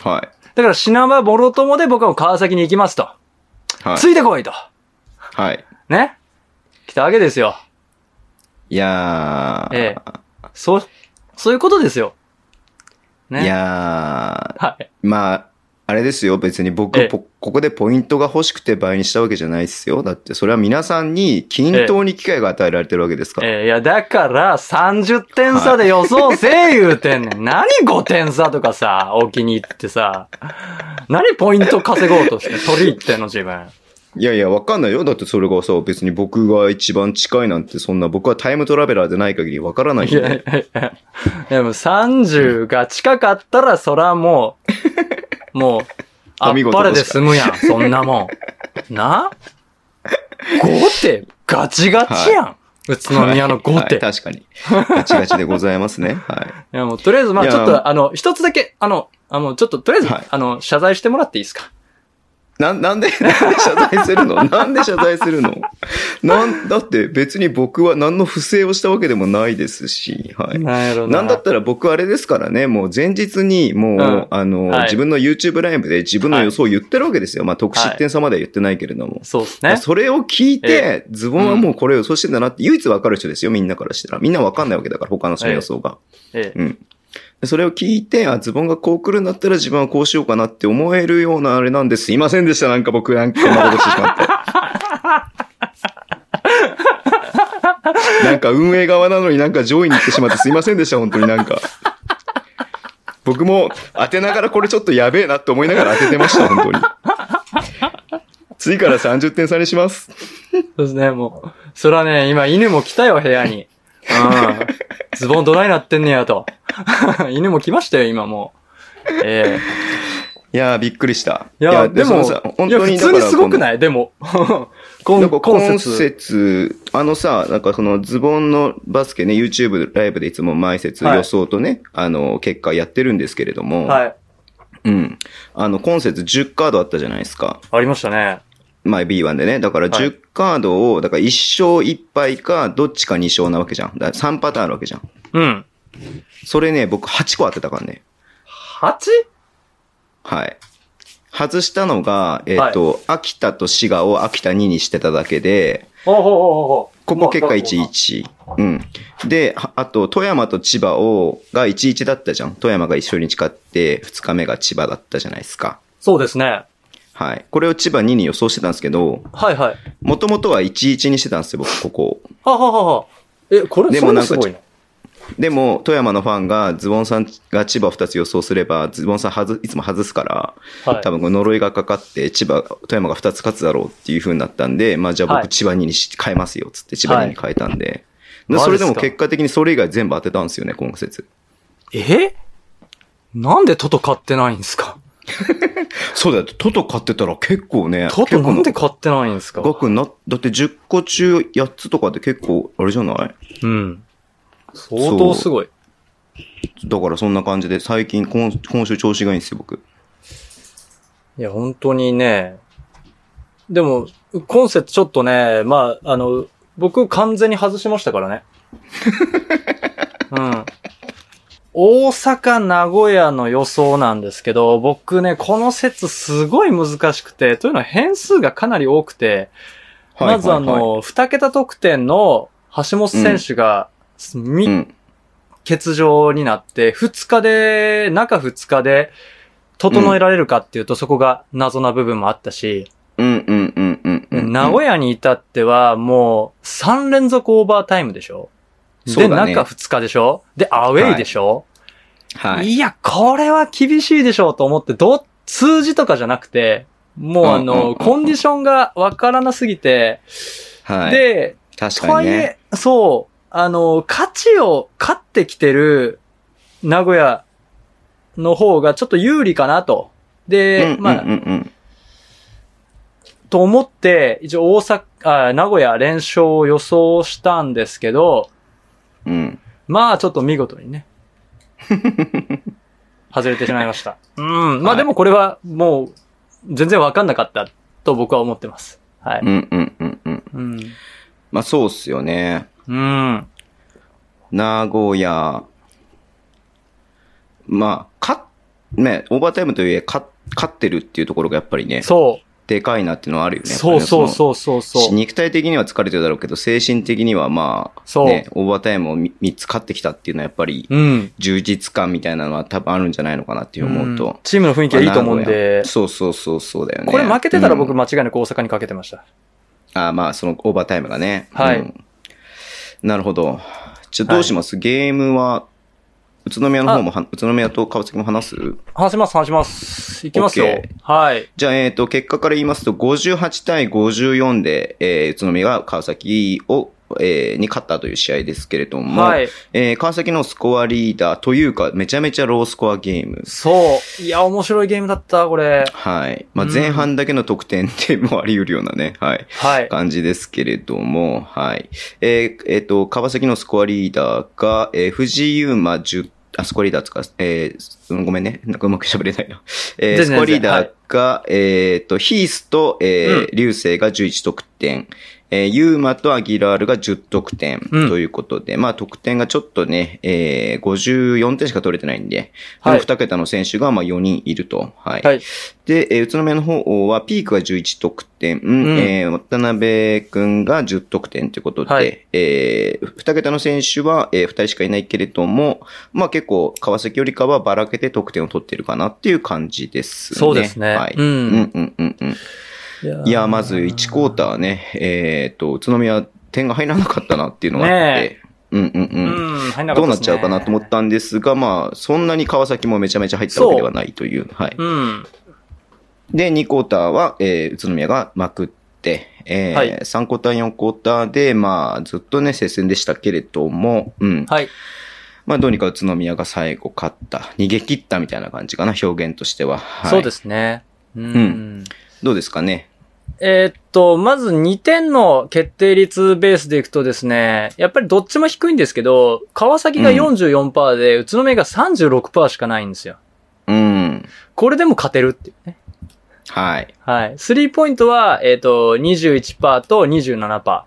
Speaker 2: は
Speaker 3: だから品はもろともで僕はもう川崎に行きますと。
Speaker 2: い、はい。
Speaker 3: ついてこいと。
Speaker 2: はい。
Speaker 3: ね。来たわけですよ。
Speaker 2: いやー。
Speaker 3: えそう、そういうことですよ。ね。
Speaker 2: いや
Speaker 3: はい。
Speaker 2: ー、まあ、あれですよ、別に僕、
Speaker 3: ええ
Speaker 2: ぽここでポイントが欲しくて倍にしたわけじゃないですよ。だって、それは皆さんに均等に機会が与えられてるわけですから。
Speaker 3: えーいや、だから、30点差で予想せえ言うてん ねん。何5点差とかさ、お気に入ってさ。何ポイント稼ごうと して、取り入ってんの自分。
Speaker 2: いやいや、わかんないよ。だってそれがさ、別に僕が一番近いなんて、そんな僕はタイムトラベラーでない限りわからないん
Speaker 3: いやい
Speaker 2: で。
Speaker 3: やいや。でも30が近かったら、そらも う、もう、あ
Speaker 2: お
Speaker 3: っ
Speaker 2: 見事
Speaker 3: ぱれで済むやん、そんなもん。な ?5 手、ガチガチやん。宇都宮の
Speaker 2: はい
Speaker 3: 5手。、
Speaker 2: はい確かに。ガチガチでございますね。は
Speaker 3: や、もうとりあえず、ま
Speaker 2: い
Speaker 3: あ
Speaker 2: や
Speaker 3: ちょっと、あの、一つだけ、あの、あの、ちょっと、とりあえず、
Speaker 2: はい
Speaker 3: あの、謝罪してもらっていいですか
Speaker 2: い。な、なんで、 なんで謝罪するのなんで謝罪するのなん、だって別に僕は何の不正をしたわけでもないですし、はい。
Speaker 3: なんやろ
Speaker 2: なんだったら僕あれですからね、もう前日にもう、
Speaker 3: うん
Speaker 2: あの、
Speaker 3: はい
Speaker 2: 自分の YouTube ライブで自分の予想を言ってるわけですよ。まあ、得失点差までは言ってないけれども。
Speaker 3: そうですね。
Speaker 2: それを聞いて、ズボンはもうこれを予想してんだなって唯一わかる人ですよ、みんなからしたら。みんなわかんないわけだから、他の人の予想が。
Speaker 3: ええ
Speaker 2: うん。でそれを聞いて、あ、ズボンがこう来るんだったら自分はこうしようかなって思えるようなあれなんです。すいませんでした、なんか僕なんかこんなことしてしま って。なんか運営側なのになんか上位に行ってしまってすいませんでした、本当になんか。僕も当てながらこれちょっとやべえなって思いながら当ててました、本当 に。次から30点差にします。
Speaker 3: そうですね、もう。そらね、今犬も来たよ、部屋 に。うん。 ズボンどないなってんねやと。犬も来ましたよ、今もう。ええ
Speaker 2: いやー、びっくりした。
Speaker 3: いや、でも、
Speaker 2: そのさ
Speaker 3: いや、普通にすごく
Speaker 2: い
Speaker 3: ないでも。 コ
Speaker 2: なんか
Speaker 3: ン、コン
Speaker 2: 今
Speaker 3: セプ
Speaker 2: 節、あのさ、なんかそのズボンのバスケね、YouTube ライブでいつも毎節
Speaker 3: はい
Speaker 2: 予想とね、あの、結果やってるんですけれども、
Speaker 3: ト。はい。
Speaker 2: うん。あの、今節10カードあったじゃないですか。
Speaker 3: ありましたね。
Speaker 2: 前 B1 でね。だから
Speaker 3: はい
Speaker 2: 10カードを、だから1勝1敗か、どっちか2勝なわけじゃん。だ3パターンあるわけじゃん。
Speaker 3: うん。
Speaker 2: それね、僕8個当てたからね。
Speaker 3: 8?
Speaker 2: はい。外したのが、えっ、と、秋田と滋賀を秋田2にしてただけで、
Speaker 3: ほうほうほうほう。
Speaker 2: ここ結果1、
Speaker 3: まあ。
Speaker 2: 1。うん。で、ああと、富山と千葉を、が1、1だったじゃん。富山が一緒に誓って、2日目が千葉だったじゃないですか。
Speaker 3: そうですね。
Speaker 2: はい。これを千葉2に予想してたんですけど、
Speaker 3: はいはい。
Speaker 2: もともとは1、1にしてたんですよ、僕、ここ。
Speaker 3: はははは。え、これ、
Speaker 2: で
Speaker 3: そ
Speaker 2: も
Speaker 3: れ
Speaker 2: な
Speaker 3: も
Speaker 2: んか
Speaker 3: すごいな。
Speaker 2: でも、富山のファンが、ズボンさんが千葉を2つ予想すれば、ズボンさんはず、いつも外すから、
Speaker 3: はい
Speaker 2: 多。分この呪いがかかって、千葉、富山が2つ勝つだろうっていう風になったんで、まあじゃあ
Speaker 3: はい
Speaker 2: 僕千葉2にし変えますよ、つって千葉2に変えたんで。で
Speaker 3: マジっすか
Speaker 2: それでも結果的にそれ以外全部当てたんですよね、今節。
Speaker 3: えなんでトト買ってないんですか
Speaker 2: そうだよ、トト買ってたら結構ね、
Speaker 3: トトなんで
Speaker 2: 結
Speaker 3: 買ってないんですか
Speaker 2: 構な額にな、だって10個中8つとかって結構、あれじゃない
Speaker 3: うん。相当すごい。
Speaker 2: だからそんな感じで、最近今、今週調子がいいんですよ、僕。
Speaker 3: いや、本当にね。でも、今節ちょっとね、まあ、あの、僕完全に外しましたか らね。うん。大阪、名古屋の予想なんですけど、僕ね、この説すごい難しくて、というのは変数がかなり多くて、まずあの、二桁得点の橋本選手が、
Speaker 2: う
Speaker 3: 3
Speaker 2: ん、
Speaker 3: 欠場になって、2日で、中2日で、整えられるかっていうと、そこが謎な部分もあったし、
Speaker 2: うん、うん、うん、うん、うん。
Speaker 3: 名古屋に至っては、もう、3連続オーバータイムでしょ
Speaker 2: そ
Speaker 3: で、
Speaker 2: うだね
Speaker 3: 中2日でしょで、アウェイでしょ、、
Speaker 2: はいい。
Speaker 3: や、これは厳しいでしょうと思って、ど、数字とかじゃなくて、もうあ
Speaker 2: うんうんうんう
Speaker 3: の、
Speaker 2: ん
Speaker 3: コンディションがわからなすぎて、
Speaker 2: はい。、
Speaker 3: で、
Speaker 2: 確
Speaker 3: と
Speaker 2: か
Speaker 3: は
Speaker 2: に
Speaker 3: い
Speaker 2: ね。
Speaker 3: え、そう、あの、価値を勝ってきてる名古屋の方がちょっと有利かなと。で、ま
Speaker 2: う
Speaker 3: あ
Speaker 2: ん、、うん、うん。
Speaker 3: と思って、一応大阪、あ名古屋連勝を予想したんですけど、
Speaker 2: うん。
Speaker 3: まあちょっと見事 にね。外れてしまいました。うん。ま
Speaker 2: は
Speaker 3: あ
Speaker 2: い
Speaker 3: でもこれはもう全然わかんなかったと僕は思ってます。は
Speaker 2: う
Speaker 3: い。
Speaker 2: ん、うん、うん、うん。
Speaker 3: うん。
Speaker 2: まあそうっすよね。
Speaker 3: うん。
Speaker 2: 名古屋、まあ、勝っ、ね、オーバータイムとはいえ、勝勝ってるっていうところがやっぱりね、
Speaker 3: そ
Speaker 2: でかいなっていうのはあるよ
Speaker 3: う。
Speaker 2: ね。
Speaker 3: そうそうそうそう
Speaker 2: やっぱりねその
Speaker 3: そう。
Speaker 2: 肉体的には疲れてるだろうけど、精神的にはまあ、
Speaker 3: そう
Speaker 2: ね、オーバータイムを3つ勝ってきたっていうのはやっぱり、
Speaker 3: うん。
Speaker 2: 充実感みたいなのは多分あるんじゃないのかなっていう思うと。
Speaker 3: んチームの雰囲気はいいと思うん
Speaker 2: まあ名古
Speaker 3: で
Speaker 2: 屋、そうそうそうそうだよね。
Speaker 3: これ負けてたら
Speaker 2: う
Speaker 3: 僕
Speaker 2: ん
Speaker 3: 間違いなく大阪にかけてました。
Speaker 2: あーまあ、そのオーバータイムがね。
Speaker 3: はい
Speaker 2: んなるほど。じゃあどうします、ゲームは、宇都宮の方もは、宇都宮と川崎も話す
Speaker 3: 話します、話します。いきますよ
Speaker 2: オッケ。
Speaker 3: はい。
Speaker 2: じゃあ、えっ、と、結果から言いますと、58対54で、えー宇都宮が川崎を、えーに勝ったという試合ですけれども、
Speaker 3: はい。
Speaker 2: えー川崎のスコアリーダーというか、めちゃめちゃロースコアゲーム。
Speaker 3: そう。いや、面白いゲームだった、これ。
Speaker 2: はい。まあ、
Speaker 3: うん
Speaker 2: 前半だけの得点でもあり得るようなね、はい。
Speaker 3: はい。
Speaker 2: 感じですけれども、はい。えーえっ、と、川崎のスコアリーダーが、えー藤井優馬10、あ、スコアリーダーつか、えーうんごめんね。なんかうまく喋れないな。え
Speaker 3: 全
Speaker 2: ー、
Speaker 3: 然
Speaker 2: スコアリーダーが、えっ、と、ヒースと、えー
Speaker 3: うん
Speaker 2: 流星が11得点。えー、ユーマとアギラールが10得点
Speaker 3: うん
Speaker 2: ということで、まあ得点がちょっとね、えー、54点しか取れてないんで、この
Speaker 3: はい
Speaker 2: 2桁の選手がまあ4人いると。はい。
Speaker 3: はい。
Speaker 2: で、えー宇都宮の方は、ピークが11得点、
Speaker 3: ん
Speaker 2: えー渡辺くんが10得点ということで、
Speaker 3: はい
Speaker 2: えー二桁の選手は、えー、二人しかいないけれども、まあ結構、川崎よりかはばらけて得点を取ってるかなっていう感じですね。
Speaker 3: そうですね
Speaker 2: はい。
Speaker 3: うん
Speaker 2: うんうんうんうん
Speaker 3: い
Speaker 2: いや、まず1クォーターね、えっ、と、宇都宮点が入らなかったなっていうのがあって、うんうんう。
Speaker 3: うんん、入んなか
Speaker 2: どうなっ
Speaker 3: ったっすね
Speaker 2: ちゃうかなと思っ。たんですが、まあ、そんなに川崎もめちゃめちゃ入ったわけではないという、はい。
Speaker 3: うん。
Speaker 2: で、2クォーターは、えー宇都宮がまくって、えー
Speaker 3: はい
Speaker 2: 3クォーター、4クォーターで、まあ、ずっとね、接戦でしたけれども、うん。
Speaker 3: はい。
Speaker 2: まあどうにか宇都宮が最後勝った。逃げ切ったみたいな感じかな、表現としては。はい、。
Speaker 3: そうですすね。うん。
Speaker 2: うんどうですかね。
Speaker 3: えーっと、まず2点の決定率ベースでいくとですね、やっぱりどっちも低いんですけど、川崎が
Speaker 2: うん
Speaker 3: 44%で、宇都宮が36%しかないんですよ。
Speaker 2: うん。
Speaker 3: これでも勝てるっていうね。
Speaker 2: はい。
Speaker 3: はい。スリーポイントは、えーっと、21%と27%。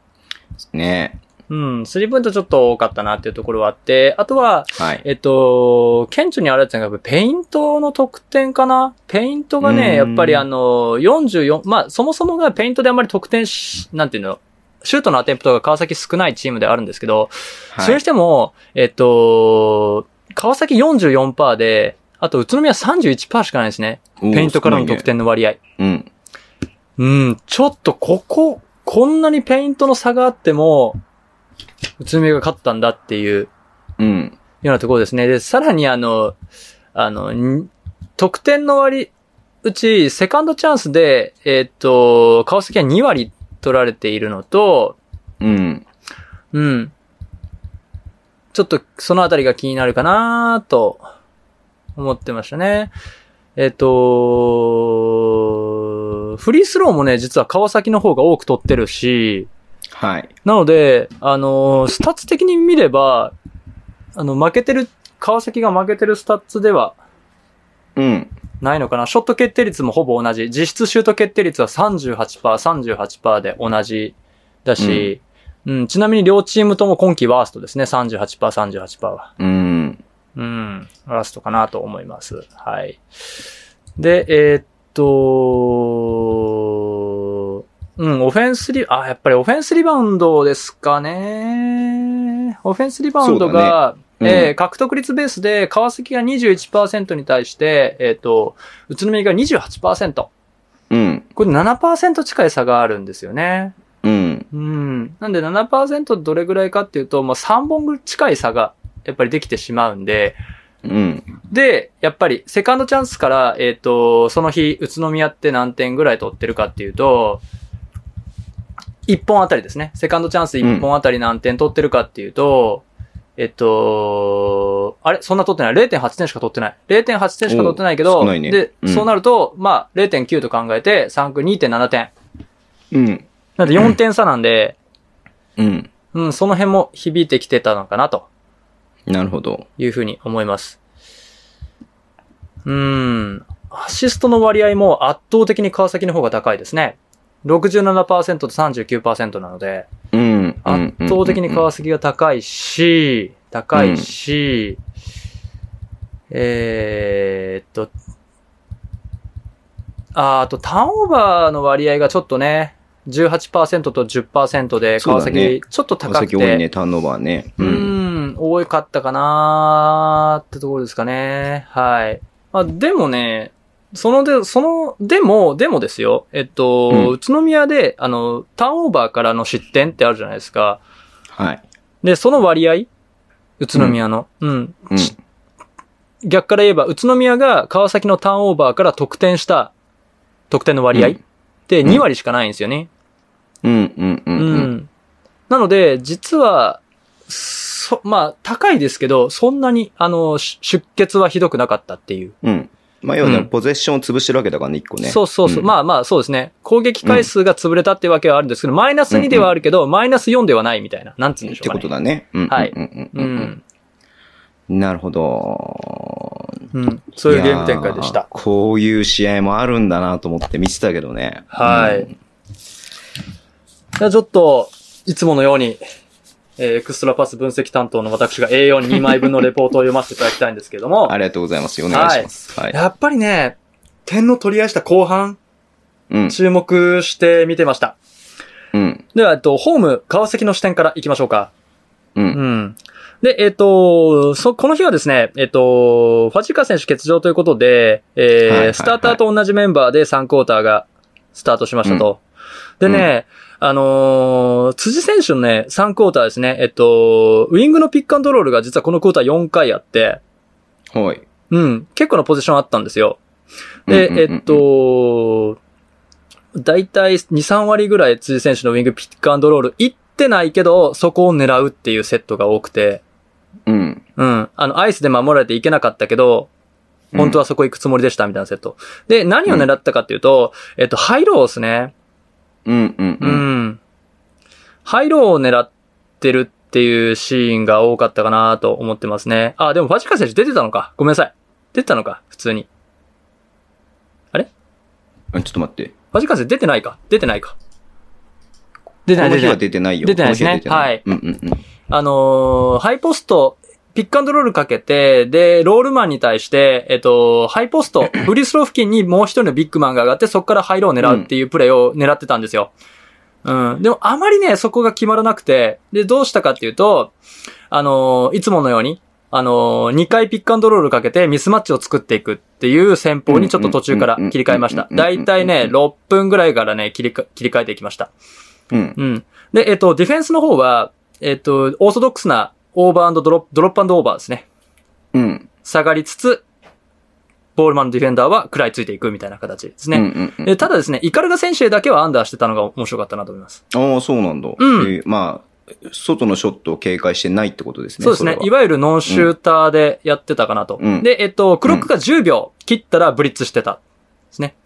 Speaker 2: ね
Speaker 3: うん、スリーポイントちょっと多かったなっていうところはあって、あとは、
Speaker 2: はい。
Speaker 3: えっと、顕著にあれだったのが、ペイントの得点かなペイントが
Speaker 2: うーん
Speaker 3: ね、やっぱりあの、44、まあ、そもそもがペイントであまり得点し、なんていうの、シュートのアテンプトが川崎少ないチームではあるんですけど、それ
Speaker 2: は
Speaker 3: にしても、えっと、川崎44%で、あと宇都宮31%しかないですね。
Speaker 2: い。
Speaker 3: ペイントからの
Speaker 2: おー
Speaker 3: 得。点の割合。
Speaker 2: すごいね
Speaker 3: うん、ちょっとここ、こんなにペイントの差があっても、宇都宮が勝ったんだっていう
Speaker 2: うん。うん。
Speaker 3: ようなところですね。で、さらにあの、あの、ん得点の割、うち、セカンドチャンスで、えーっと、川崎は2割取られているのと、
Speaker 2: うん。
Speaker 3: うん。ちょっと、そのあたりが気になるかなと、思ってましたね。えーっと、フリースローもね、実は川崎の方が多く取ってるし、
Speaker 2: はい。
Speaker 3: なので、あのースタッツ的に見れば、あの、負けてる、川崎が負けてるスタッツでは
Speaker 2: うん。
Speaker 3: ないのかな。ショット決定率もほぼ同じ。実質シュート決定率は38%、38%で同じだし、うん、ちなみに両チームとも今季ワーストですね。38%、38%は。
Speaker 2: うん。
Speaker 3: うん、ラストかなと思います。はい。で、えーっと、うん、オフェンスリ、あ、やっぱりオフェンスリバウンドですかね。オフェンスリバウンドが、
Speaker 2: そうだねうん
Speaker 3: えー獲得率ベースで、川崎が21%に対して、えーっと、宇都宮が28%。
Speaker 2: うん。
Speaker 3: これ7%近い差があるんですよね。
Speaker 2: うん。
Speaker 3: うん。なんで7%どれぐらいかっていうと、まあ、3本近い差が、やっぱりできてしまうんで、
Speaker 2: うん。
Speaker 3: で、やっぱり、セカンドチャンスから、えっ、と、その日、宇都宮って何点ぐらい取ってるかっていうと、1本あたりですね。セカンドチャンス1本あたり何点取ってるかっていうと、えっと、あれそんな取ってない。0.8点しか取ってない。0.8点しか取ってないけ
Speaker 2: おう
Speaker 3: ど、
Speaker 2: 少ないね
Speaker 3: で、
Speaker 2: うん
Speaker 3: そうなると、まあ、0.9と考えて、3区2.7点。
Speaker 2: うん。
Speaker 3: なんで4点差なんで、
Speaker 2: うん。
Speaker 3: うん、その辺も響いてきてたのかなと。
Speaker 2: なるほど。
Speaker 3: いうふうに思います。うーん。アシストの割合も圧倒的に川崎の方が高いですね。67%と39%なので、
Speaker 2: うん。
Speaker 3: 圧倒的に川崎が高いし、高いし、えーっと、あーあと、ターンオーバーの割合がちょっとね、18%と10%で、川
Speaker 2: そうだね
Speaker 3: 崎、ちょっと
Speaker 2: 川
Speaker 3: 高くて、
Speaker 2: 崎多いね、ターンオーバーね。
Speaker 3: う
Speaker 2: うん。
Speaker 3: ん、多かったかなーってところですかね。はい。まあ、でもね、そので、その、でも、でもですよ。えっと、
Speaker 2: うん
Speaker 3: 宇都宮で、あの、ターンオーバーからの失点ってあるじゃないですか。
Speaker 2: はい。
Speaker 3: で、その割合宇都宮の。うん。
Speaker 2: うん。
Speaker 3: 逆から言えば、宇都宮が川崎のターンオーバーから得点した、得点の割合って2割しかないんですよね。
Speaker 2: うんうんうん
Speaker 3: う
Speaker 2: うん。
Speaker 3: ん。なので、実は、そ、まあ、高いですけど、そんなに、あの、し出血はひどくなかったっていう。
Speaker 2: うん。まあ、要はね
Speaker 3: うん
Speaker 2: ポゼッションを潰してるわけだからね、一個ね。
Speaker 3: そうそうそう。
Speaker 2: ん
Speaker 3: まあまあ、そうですね。攻撃回数が潰れたってわけはあるんですけど、マイナス2ではあるけど、マイナス4ではないみたいな。なんつうんで
Speaker 2: っ
Speaker 3: してょうか、
Speaker 2: こ
Speaker 3: ね。
Speaker 2: とだね。うん
Speaker 3: はい
Speaker 2: うんうう
Speaker 3: うん
Speaker 2: ん
Speaker 3: ん。
Speaker 2: うん。なるほど。
Speaker 3: うん。そういうゲーム展開でし
Speaker 2: いやー
Speaker 3: た。
Speaker 2: こういう試合もあるんだなと思って見てたけどね。
Speaker 3: はい
Speaker 2: うん
Speaker 3: じゃあちょっと、いつものように、えーエクストラパス分析担当の私が A42 枚分のレポートを読ませていただきたいんですけれ ども
Speaker 2: あ、りがとうございます。お願いします。はい。
Speaker 3: やっぱりね、点の取り合いした後半、
Speaker 2: うん。
Speaker 3: 注目して見てました。
Speaker 2: うん。
Speaker 3: では、えっと、ホーム、川崎の視点から行きましょうか。
Speaker 2: う。
Speaker 3: うんん。で、えっと、そ、この日はですね、えっと、ファジーカ選手欠場ということで、えー
Speaker 2: はいはいはい
Speaker 3: スターターと同じメンバーで3クォーターがスタートしましたと。
Speaker 2: うん
Speaker 3: でね、あのー辻選手のね、3クォーターですね、えっと、ウィングのピックアンドロールが実はこのクォーター4回あって、
Speaker 2: はい。
Speaker 3: うん、結構なポジションあったんですよ。で、
Speaker 2: うんうんうんうん
Speaker 3: えっと、だいたい2、3割ぐらい辻選手のウィングピックアンドロール行ってないけど、そこを狙うっていうセットが多くて、
Speaker 2: うん。
Speaker 3: うん。あの、アイスで守られていけなかったけど、本当はそこ行くつもりでした、みたいなセット。で、何を狙ったかっていうと、えっと、ハイローですね。
Speaker 2: うんうんう。
Speaker 3: うんん。ハイローを狙ってるっていうシーンが多かったかなと思ってますね。あ、でもファジカ選手出てたのか。ごめんなさい。出てたのか、普通に。
Speaker 2: うん、ちょっと待って。
Speaker 3: ファジカ選手出てないか。出てないか。
Speaker 2: こ
Speaker 3: 出てない、
Speaker 2: の
Speaker 3: 出て
Speaker 2: 日
Speaker 3: な。
Speaker 2: はい出てないよ。
Speaker 3: 出てないですね
Speaker 2: この日は出てない。うんうんうん。
Speaker 3: あのーハイポスト、ピックアンドロールかけて、で、ロールマンに対して、えっと、ハイポスト、フリースロー付近にもう一人のビッグマンが上がって、そこからハイローを狙うっていうプレーを狙ってたんですよ。うん。でも、あまりね、そこが決まらなくて、で、どうしたかっていうと、あのーいつものように、あの2回ピックアンドロールかけてミスマッチを作っていくっていう戦法にちょっと途中から切り替えました。だいたいね、6分ぐらいからね、切りか切り替えていきました。
Speaker 2: うん。
Speaker 3: うん。で、えっと、ディフェンスの方は、えっと、オーソドックスなオーバードロップ、ドロップオーバーですね。
Speaker 2: うん。
Speaker 3: 下がりつつ、ボールマンのディフェンダーは食らいついていくみたいな形です
Speaker 2: うん
Speaker 3: ね。
Speaker 2: うんう
Speaker 3: で
Speaker 2: ん。
Speaker 3: ただですね、イカルガ選手だけはアンダーしてたのが面白かったなと思います。
Speaker 2: ああ、そうなんだ。
Speaker 3: うん
Speaker 2: えーまあ、外のショットを警戒してないってことですね。
Speaker 3: そうですね。い
Speaker 2: わ
Speaker 3: わゆるノンシューターでやってたかなと。
Speaker 2: うん
Speaker 3: で、えっと、クロックが10秒切ったらブリッツしてた。
Speaker 2: あ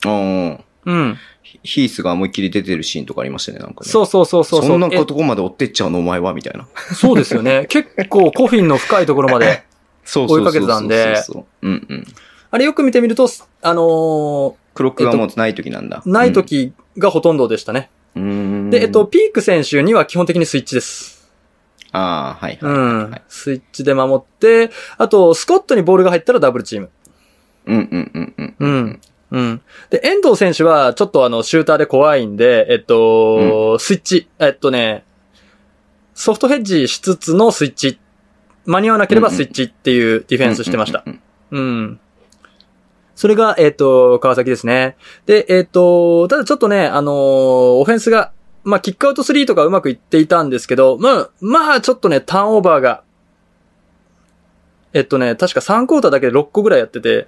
Speaker 2: あ。
Speaker 3: うん。
Speaker 2: ヒースが思いっきり出てるシーンとかありましたね、なんかね。
Speaker 3: そうそうそうそう
Speaker 2: そ
Speaker 3: そうん
Speaker 2: な
Speaker 3: え
Speaker 2: とこまで追ってっちゃうの、お前は、みたいな。
Speaker 3: そうです よね。結構コフィンの深いところまで
Speaker 2: そうそうそうそう。
Speaker 3: 追いかけてたんで
Speaker 2: そうそうそううんうん。
Speaker 3: あれよく見てみると、あの
Speaker 2: クロックがもうない時なんだ。
Speaker 3: ーない時がほとんどでしたね。
Speaker 2: うん。うん。
Speaker 3: で、えっと、ピーク選手には基本的にスイッチです。
Speaker 2: ああ、はいは
Speaker 3: う
Speaker 2: いはいは
Speaker 3: ん
Speaker 2: い。。
Speaker 3: スイッチで守って、あと、スコットにボールが入ったらダブルチーム。
Speaker 2: うんうんうんうん。
Speaker 3: うん。うん。で、遠藤選手は、ちょっとあの、シューターで怖いんで、えっと、スイッチ、えっとね、ソフトヘッジしつつのスイッチ。間に合わなければスイッチっていうディフェンスしてました。
Speaker 2: うんうん
Speaker 3: うん。それが、えっ、と、川崎ですね。で、えっ、と、ただちょっとね、あのーオフェンスが、まあ、キックアウト3とかうまくいっていたんですけど、まあ、まあ、ちょっとね、ターンオーバーが、えっとね、確か3クォーターだけで6個ぐらいやってて、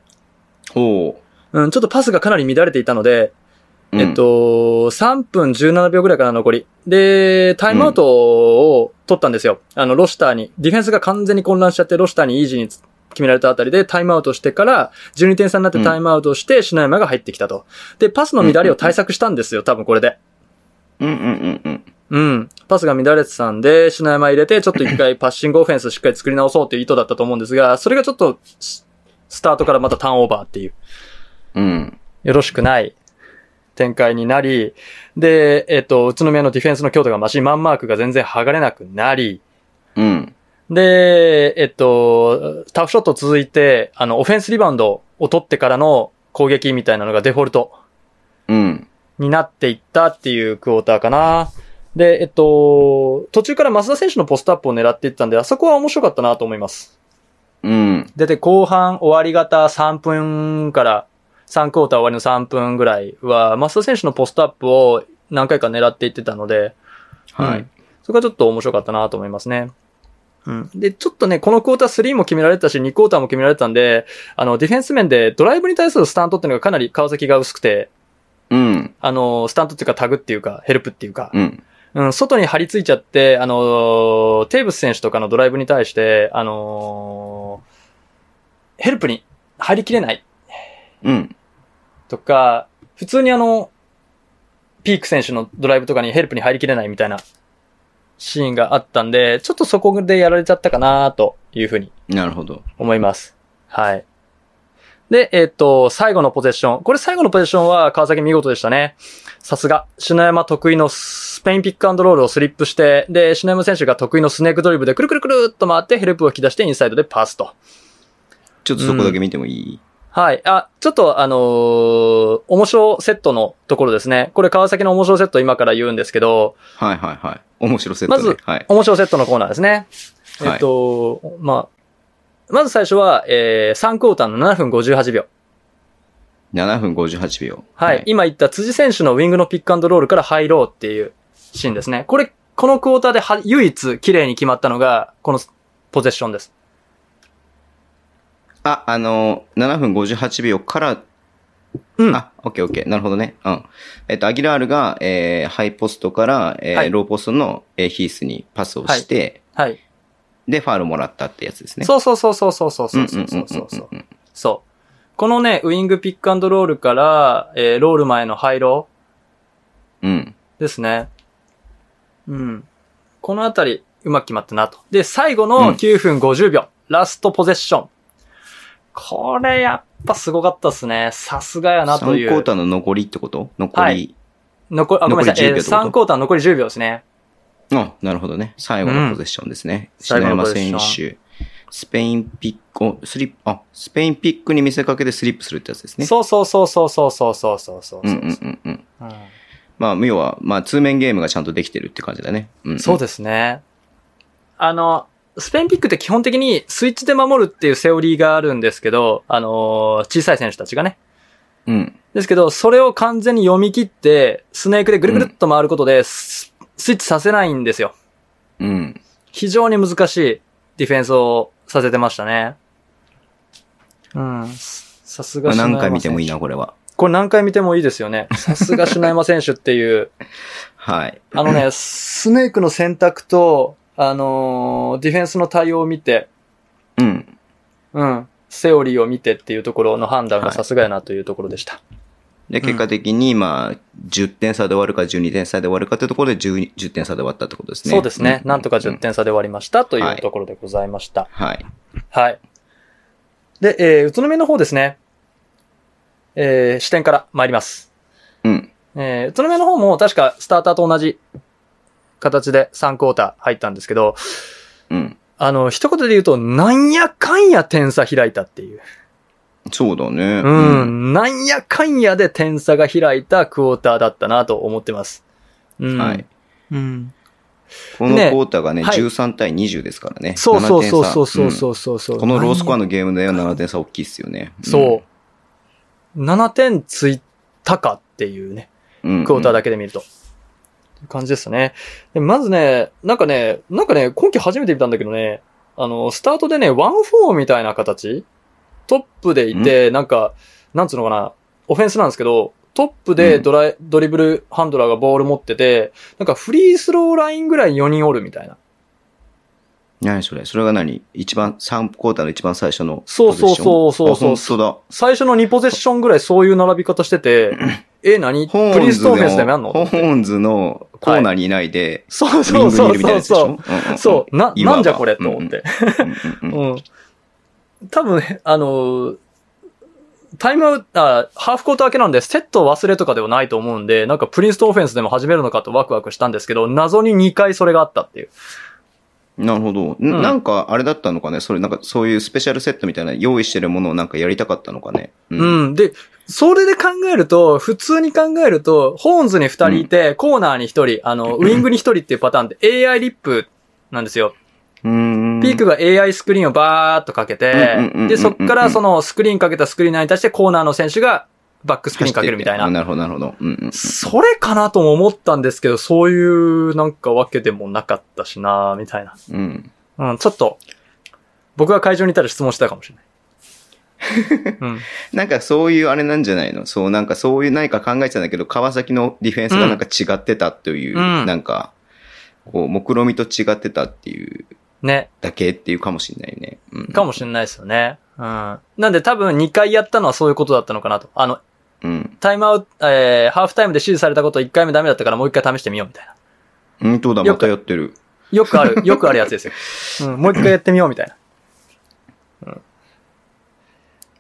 Speaker 2: ほ
Speaker 3: うん、ちょっとパスがかなり乱れていたので、
Speaker 2: う。うん
Speaker 3: えっ、と、3分17秒ぐらいから残り。で、タイムアウトを取ったんですよ。あの、ロシターに。ディフェンスが完全に混乱しちゃって、ロシターにイージーにつ決められたあたりで、タイムアウトしてから、12点差になってタイムアウトして、篠山が入ってきたと。で、パスの乱れを対策したんですよ、多分これで。
Speaker 2: うんうんうんうん。
Speaker 3: うん。パスが乱れてたんで、篠山入れて、ちょっと一 回パッシングオフェンスしっかり作り直そうという意図だったと思うんですが、それがちょっと、ススタートからまたターンオーバーっていう。
Speaker 2: うん。
Speaker 3: よろしくない展開になり、で、えっと、宇都宮のディフェンスの強度が増し、マンマークが全然剥がれなくなり、
Speaker 2: うん。
Speaker 3: で、えっと、タフショット続いて、あの、オフェンスリバウンドを取ってからの攻撃みたいなのがデフォルト
Speaker 2: うん。
Speaker 3: になっていったっていうクォーターかな。で、えっと、途中から増田選手のポストアップを狙っていったんで、あそこは面白かったなと思います。
Speaker 2: うん。
Speaker 3: だいたい後半終わり方3分から、3クォーター終わりの3分ぐらいは、マスタ選手のポストアップを何回か狙っていってたので、
Speaker 2: は
Speaker 3: う
Speaker 2: い
Speaker 3: ん。そこはちょっと面白かったなと思いますね。うん。で、ちょっとね、このクォーター3も決められたし、2クォーターも決められたんで、あの、ディフェンス面でドライブに対するスタントっていうのがかなり川崎が薄くて、
Speaker 2: うん。
Speaker 3: あの、スタントっていうかタグっていうか、ヘルプっていうか、
Speaker 2: うん。
Speaker 3: うん、外に張り付いちゃって、あのーテーブス選手とかのドライブに対して、あのーヘルプに入りきれない
Speaker 2: うん。
Speaker 3: とか、普通にあの、ピーク選手のドライブとかにヘルプに入りきれないみたいなシーンがあったんで、ちょっとそこでやられちゃったかなというふうに
Speaker 2: なるほど。
Speaker 3: 思います。はい。で、えっ、と、最後のポゼッション。これ最後のポゼッションは川崎見事でしたね。さすが。篠山得意のスペインピックアンドロールをスリップして、で、篠山選手が得意のスネークドリブルでくるくるくるっと回ってヘルプを引き出してインサイドでパスと。
Speaker 2: ちょっとそこだけ見てもいい、
Speaker 3: はい。あ、ちょっとあのー面白セットのところですね。これ川崎の面白セット今から言うんですけど、
Speaker 2: はいはいはい。面白セットね。
Speaker 3: まず
Speaker 2: はい。
Speaker 3: 面白セットのコーナーですね。
Speaker 2: はい
Speaker 3: えっと、まあ、まず最初は、えー、3クォーターの7分58秒。
Speaker 2: 7分58秒。
Speaker 3: はい。今言った辻選手のウィングのピックアンドロールから入ろうっていうシーンですね。これ、このクォーターでは唯一綺麗に決まったのが、このポゼッションです。
Speaker 2: あ、あのー、7分58秒から、
Speaker 3: うん。
Speaker 2: あ、オッケーオッケー。なるほどね。うん。えっと、アギラールが、えーハイポストから、えー
Speaker 3: はい
Speaker 2: ローポストの、えーヒースにパスをして、
Speaker 3: はい。
Speaker 2: で、ファールもらったってやつですね。
Speaker 3: そうそうそうそうそうそうそうそううん
Speaker 2: んん
Speaker 3: そ
Speaker 2: ん
Speaker 3: うそうそう。
Speaker 2: んん
Speaker 3: そう。このね、ウイングピックアンドロールから、えーロール前のハイロ
Speaker 2: うん。
Speaker 3: ーですね。うん。このあたり、うまく決まったなと。で、最後の
Speaker 2: うん
Speaker 3: 9分50秒、ラストポゼッション。これやっぱすごかったっすね。さすがやな
Speaker 2: 3ク
Speaker 3: とい
Speaker 2: ォー
Speaker 3: う。
Speaker 2: ターの残りってこと残
Speaker 3: は
Speaker 2: り
Speaker 3: い。残り、あ、ごめんなさい。え
Speaker 2: 残り10秒ってこと
Speaker 3: 3クォーター残り10秒ですね。
Speaker 2: あ、なるほどね。最後のポゼッションですね。
Speaker 3: うん
Speaker 2: 篠山
Speaker 3: 最後
Speaker 2: 選
Speaker 3: のポゼ
Speaker 2: 手。スペインピック、おスリップ、あ、スペインピックに見せかけてスリップするってやつですね。
Speaker 3: そうそうそうそうそうそうそうそうそう
Speaker 2: うん
Speaker 3: そう
Speaker 2: うんうんうん。
Speaker 3: うん
Speaker 2: まあ、要は、まあ、通面ゲームがちゃんとできてるって感じだね。うん、
Speaker 3: そう
Speaker 2: で
Speaker 3: ですね。あの、スペインピックって基本的にスイッチで守るっていうセオリーがあるんですけど、あのー小さい選手たちがね。
Speaker 2: す。うん。
Speaker 3: ですけど、それを完全に読み切って、スネークでぐるぐるっと回ることで、ススイッチさせないんですよ。
Speaker 2: うん。
Speaker 3: 非常に難しいディフェンスをさせてましたね。うん。さす
Speaker 2: ま
Speaker 3: が
Speaker 2: あ、
Speaker 3: 篠山
Speaker 2: 何回見てもいい
Speaker 3: 選
Speaker 2: な、これは。
Speaker 3: 手。これ何回見てもいいですよ ね。さすが篠山選手っていう。
Speaker 2: はい。
Speaker 3: あのね、スネークの選択と、あのーディフェンスの対応を見て、
Speaker 2: うん。
Speaker 3: うん、セオリーを見てっていうところの判断がさすがやなというところでした。
Speaker 2: で、結果的に、まあ、10点差で終わるか、12点差で終わるかってところで10、10点差で終わったってことですね。
Speaker 3: そうですね、
Speaker 2: う
Speaker 3: なんとか10。点差で終わりましたとい
Speaker 2: はいう
Speaker 3: ところでございました。
Speaker 2: はい。
Speaker 3: はい。で、えー、宇都宮の方ですね。えー、視点から参ります。
Speaker 2: うん。
Speaker 3: えー、宇都宮の方も確かスターターと同じ形で3クォーター入ったんですけど、
Speaker 2: うん。
Speaker 3: あの、一言で言うと、なんやかんや点差開いたっていう。
Speaker 2: そうだね。
Speaker 3: う。ん、なんやかんやで点差が開いたクォーターだったなと思ってます。うん、
Speaker 2: はい。
Speaker 3: うん。
Speaker 2: このク
Speaker 3: ね
Speaker 2: ォーターがね、
Speaker 3: はい
Speaker 2: 13対20ですからね。
Speaker 3: そうそうそうそ
Speaker 2: 7
Speaker 3: うそ
Speaker 2: 点
Speaker 3: う
Speaker 2: 差
Speaker 3: そうそうそう、
Speaker 2: うんこのロースコアのゲームでは7点差大きいっすよね。
Speaker 3: そう。7点ついたかっていうね、
Speaker 2: うん。うん。
Speaker 3: クォーターだ
Speaker 2: け。
Speaker 3: けで見ると。っていう感じですね。でまずね、なんかね、なんかね、今季初めて見たんだけどね、あの、スタートでね、ワンフォーみたいな形トップでいて、なんか、なんつうのかな、オフェンスなんですけど、トップでドライ、ドリブルハンドラーがボール持ってて、なんかフリースローラインぐらい4人おるみたいな。
Speaker 2: 何それそれが何一番、3クォーターの一番最初のポゼ
Speaker 3: そう
Speaker 2: ッション。
Speaker 3: そうそうそうそう
Speaker 2: あ本当だ。
Speaker 3: 最初の2ポゼッションぐらいそういう並び方してて、え、何プ
Speaker 2: ホー
Speaker 3: リ
Speaker 2: ン
Speaker 3: ース
Speaker 2: ズの、
Speaker 3: トオフェンスでもやんの
Speaker 2: ホーンズのコーナーにいないで、
Speaker 3: そう
Speaker 2: ウィ
Speaker 3: そ
Speaker 2: ング
Speaker 3: う
Speaker 2: に
Speaker 3: そ
Speaker 2: いうるみたいな
Speaker 3: そう
Speaker 2: やつでし
Speaker 3: そ
Speaker 2: ょ
Speaker 3: う。そう、な、
Speaker 2: いわば
Speaker 3: なんじゃこれと思って。
Speaker 2: うんうんうんうん
Speaker 3: うん。多分、あのー、タイムアウト、あハーフコート明けなんで、セットを忘れとかではないと思うんで、なんかプリンストンオフェンスでも始めるのかとワクワクしたんですけど、謎に2回それがあったっていう。
Speaker 2: なるほど。、
Speaker 3: うんん
Speaker 2: なんか、あれだったのかねそれ、なんか、そういうスペシャルセットみたいな、用意してるものをなんかやりたかったのかねう
Speaker 3: うん。で、それで考えると、普通に考えると、ホーンズに2人いて、コーナーに1人、あの、ウィングに1人っていうパターンで AI リップなんですよ。
Speaker 2: うん。
Speaker 3: ピークが AI スクリーンをバーっとかけ
Speaker 2: うんうんうんうんうん
Speaker 3: て、で、そっからそのスクリーンかけたスクリーンに対してコーナーの選手がバックスクリーンかけるみたい
Speaker 2: あ
Speaker 3: な。
Speaker 2: なるほど、なるほど。うんうん。
Speaker 3: それかなとも思ったんですけど、そういうなんかわけでもなかったしなみたいな。
Speaker 2: うん。
Speaker 3: うん、ちょっと、僕が会場にいたら質問したかも しれない。うん、
Speaker 2: なんか、そういうあれなんじゃないのそう、なんか、そういう何か考えてたんだけど、川崎のディフェンスがなんか違ってたという、
Speaker 3: うん
Speaker 2: なんか、こう、目論見と違ってたっていう
Speaker 3: ね、
Speaker 2: だけっていうかもしれないね。うん。
Speaker 3: かもしれないですよね。うん。なんで多分2回やったのはそういうことだったのかなと。あの、
Speaker 2: うん。
Speaker 3: タイムアウト、えー、ハーフタイムで指示されたこと1回目ダメだったからもう1回試してみようみたいな。
Speaker 2: 本当だ、
Speaker 3: よ
Speaker 2: ま
Speaker 3: く
Speaker 2: たやってる。
Speaker 3: よくあ る、よくあるやつですよ。うん、もう一回やってみようみたいな。うん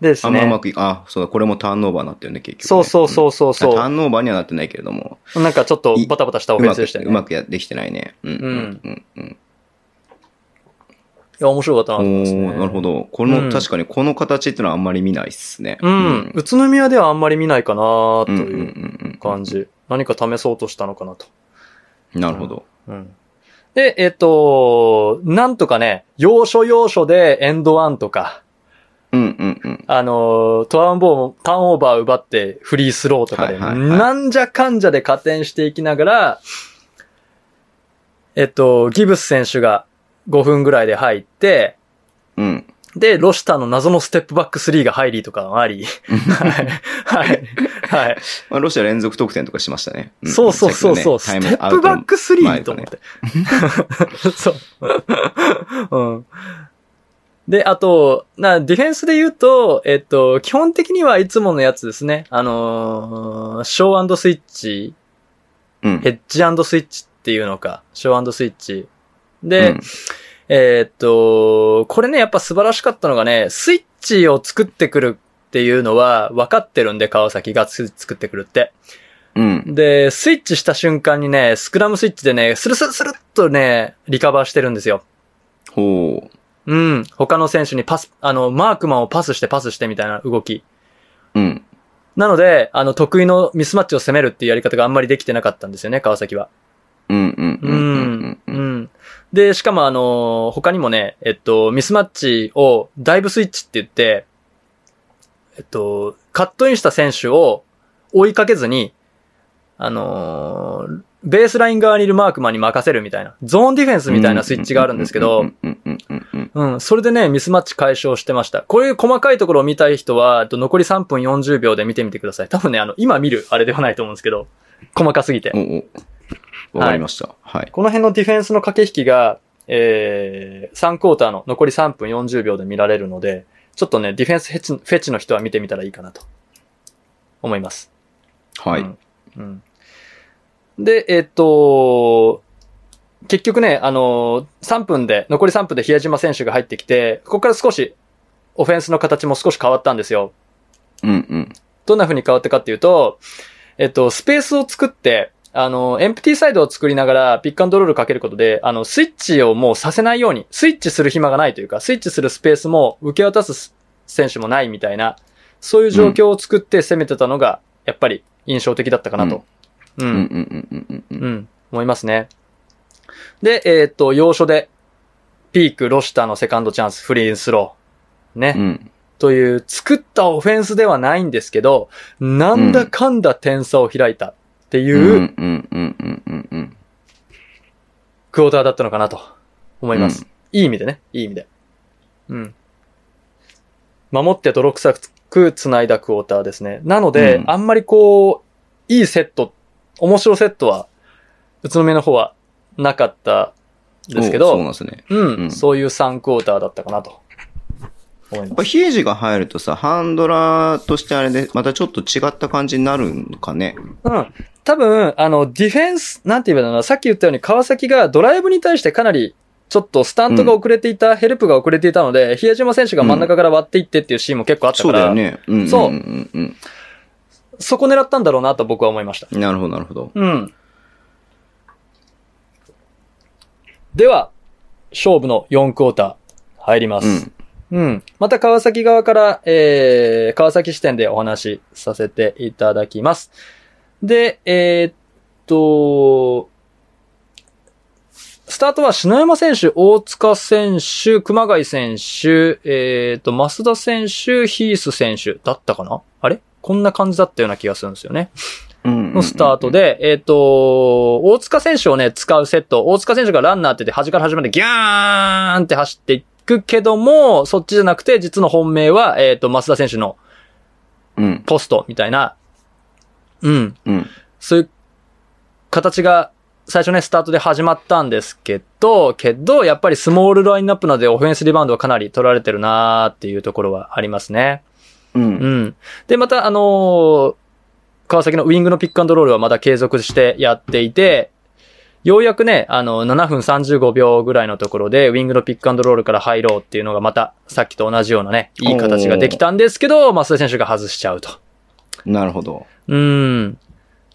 Speaker 3: でです
Speaker 2: あんまうま
Speaker 3: ね。
Speaker 2: くいあ、そうだ、これもターンオーバーになってるね、結局ね、
Speaker 3: そうそう
Speaker 2: うん。
Speaker 3: そうそう
Speaker 2: ター
Speaker 3: そ
Speaker 2: ンオーバーにはなってないけれども、
Speaker 3: う。なんかちょっとバタバタしたオ
Speaker 2: う
Speaker 3: フェン
Speaker 2: ま
Speaker 3: ス
Speaker 2: く
Speaker 3: でしたよ
Speaker 2: う
Speaker 3: ね。
Speaker 2: まくやできてないね。うん。うん。うん。
Speaker 3: いや、面白かったな
Speaker 2: お
Speaker 3: と思いますね。
Speaker 2: ーなるほ。ど。こ
Speaker 3: う
Speaker 2: の、
Speaker 3: ん
Speaker 2: 確かにこの形っていうのはあんまり見ないっすね。
Speaker 3: うん。宇都宮ではあんまり見ないかなと
Speaker 2: うんうんう
Speaker 3: いうん感じ。何か試そうとしたのかなと。
Speaker 2: うん。なるほど。
Speaker 3: うん。で、えっと、なんとかね、要所要所でエンドワンとか、
Speaker 2: うんうんうん。
Speaker 3: あのー、トランボーン、ターンオーバー奪ってフリースローとかで、
Speaker 2: はいはいはい
Speaker 3: なんじゃかんじゃで加点していきながら、えっと、ギブス選手が5分ぐらいで入って、
Speaker 2: うん。
Speaker 3: で、ロシターの謎のステップバック3が入りとかも あり。はい。はい。はい。
Speaker 2: まあ、ロシア連続得点とかしましたね。ん
Speaker 3: そうそうそうそう、
Speaker 2: さっ
Speaker 3: ス
Speaker 2: きのね
Speaker 3: テップバック
Speaker 2: 前
Speaker 3: 3
Speaker 2: の
Speaker 3: と思って。 そう。うん。で、あと、な、ディフェンスで言うと、えっと、基本的にはいつものやつですね。あのーショースイッチ、
Speaker 2: うん。
Speaker 3: ヘッジスイッチっていうのか、ショースイッチ。
Speaker 2: う
Speaker 3: で、
Speaker 2: ん
Speaker 3: えーっと、これね、やっぱ素晴らしかったのがね、スイッチを作ってくるっていうのは分かってるんで、川崎がつ作ってくるって。
Speaker 2: うん。
Speaker 3: で、スイッチした瞬間にね、スクラムスイッチでね、スルスルスルっとね、リカバーしてるんですよ。
Speaker 2: ほ
Speaker 3: うん。他の選手にパス、あの、マークマンをパスしてパスしてみたいな動き。
Speaker 2: う。うん。
Speaker 3: なので、あの、得意のミスマッチを攻めるっていうやり方があんまりできてなかったんですよね、川崎は。
Speaker 2: うん。うん。
Speaker 3: う
Speaker 2: うん
Speaker 3: ん。
Speaker 2: う。
Speaker 3: うんん。で、しかもあのー、他にもね、えっと、ミスマッチをダイブスイッチって言って、えっと、カットインした選手を追いかけずに、あのー、ベースライン側にいるマークマンに任せるみたいな、ゾーンディフェンスみたいなスイッチがあるんですけ
Speaker 2: う
Speaker 3: ど、
Speaker 2: ん。うん。うん。うんうん。
Speaker 3: うん、それでね、ミスマッチ解消してました。こういう細かいところを見たい人は、えっと残り3分40秒で見てみてください。多分ね、あの、今見るあれではないと思うんですけど、細かすぎて。
Speaker 2: おお。わかりました。はい。
Speaker 3: この辺のディフェンスの駆け引きが、えー、3クォーターの残り3分40秒で見られるので、ちょっとね、ディフェンスフェチフェチの人は見てみたらいいかなと、思います。
Speaker 2: は
Speaker 3: う
Speaker 2: い
Speaker 3: ん。うん。で、えっと、結局ね、あの3分で、残り3分で比江島選手が入ってきて、ここから少し、オフェンスの形も少し変わったんですよ。
Speaker 2: うん。うん。
Speaker 3: どんな風に変わったかっていうと、えっと、スペースを作って、あの、エンプティサイドを作りながらピックアンドロールかけることで、あの、スイッチをもうさせないように、スイッチする暇がないというか、スイッチするスペースも受け渡す選手もないみたいな、そういう状況を作って攻めてたのが、やっぱり印象的だったかなと。う
Speaker 2: うん。
Speaker 3: ん。
Speaker 2: うん。うん。うん。うん。
Speaker 3: うん。思いますね。で、えっと、要所で、ピーク、ロシターのセカンドチャンス、フリースロー。ね。
Speaker 2: うん。。
Speaker 3: という、作ったオフェンスではないんですけど、なんだかんだ点差を開いたっていううん
Speaker 2: うん。うん。うん。うん。うん。
Speaker 3: クォーターだったのかなと思います。
Speaker 2: う
Speaker 3: いい意味でね、いい意味で。うん。守って泥臭く繋いだクォーターですね。なので、
Speaker 2: うん
Speaker 3: あんまりこう、いいセット、面白セットは、宇都宮の方はなかったですけ
Speaker 2: おそうなん
Speaker 3: ど、
Speaker 2: ですね。
Speaker 3: うん、
Speaker 2: うん
Speaker 3: そういう3クォーターだったかなと思
Speaker 2: や
Speaker 3: い
Speaker 2: っ
Speaker 3: ま
Speaker 2: ぱ
Speaker 3: す。
Speaker 2: ヒエジが入るとさ、ハンドラーとしてあれで、またちょっと違った感じになるのかね。
Speaker 3: うん。多分、あの、ディフェンス、なんて言えばいいんだろうな、さっき言ったように川崎がドライブに対してかなり、ちょっとスタントが遅れていた、ヘルプが遅れていたので、比江島選手が真ん中から割っていってっていうシーンも結構あっ
Speaker 2: そ
Speaker 3: たか
Speaker 2: うだ
Speaker 3: ら、
Speaker 2: よね。うん。
Speaker 3: そうん
Speaker 2: んうん
Speaker 3: そこ狙ったんだろうなと僕は思いました。
Speaker 2: うん。なるほど、なるほど。
Speaker 3: うん。では、勝負の4クォーター、入りま
Speaker 2: う
Speaker 3: す。
Speaker 2: ん。
Speaker 3: うん。また川崎側から、えー、川崎視点でお話しさせていただきます。で、えーっと、スタートは篠山選手、大塚選手、熊谷選手、えーっと、増田選手、ヒース選手だったかなあれこんな感じだったような気がするんですよね。の
Speaker 2: の
Speaker 3: スタート。で、えっ、と、大塚選手をね、使うセット、大塚選手がランナーって言って端から端までギャーンって走っていくけども、そっちじゃなくて、実の本命は、えっ、と、増田選手の
Speaker 2: うん。
Speaker 3: ポストみたいな、うん、
Speaker 2: うん。
Speaker 3: そういう形が最初ね、スタートで始まったんですけど、けど、やっぱりスモールラインナップなのでオフェンスリバウンドはかなり取られてるなーっていうところはありますね。
Speaker 2: うん。
Speaker 3: うん。で、また、あのー川崎のウィングのピックアンドロールはまだ継続してやっていて、ようやくね、あの、7分35秒ぐらいのところで、ウィングのピックアンドロールから入ろうっていうのがまた、さっきと同じようなね、いい形ができたんですけど、増田選手が外しちゃうと。
Speaker 2: なるほど。
Speaker 3: うん。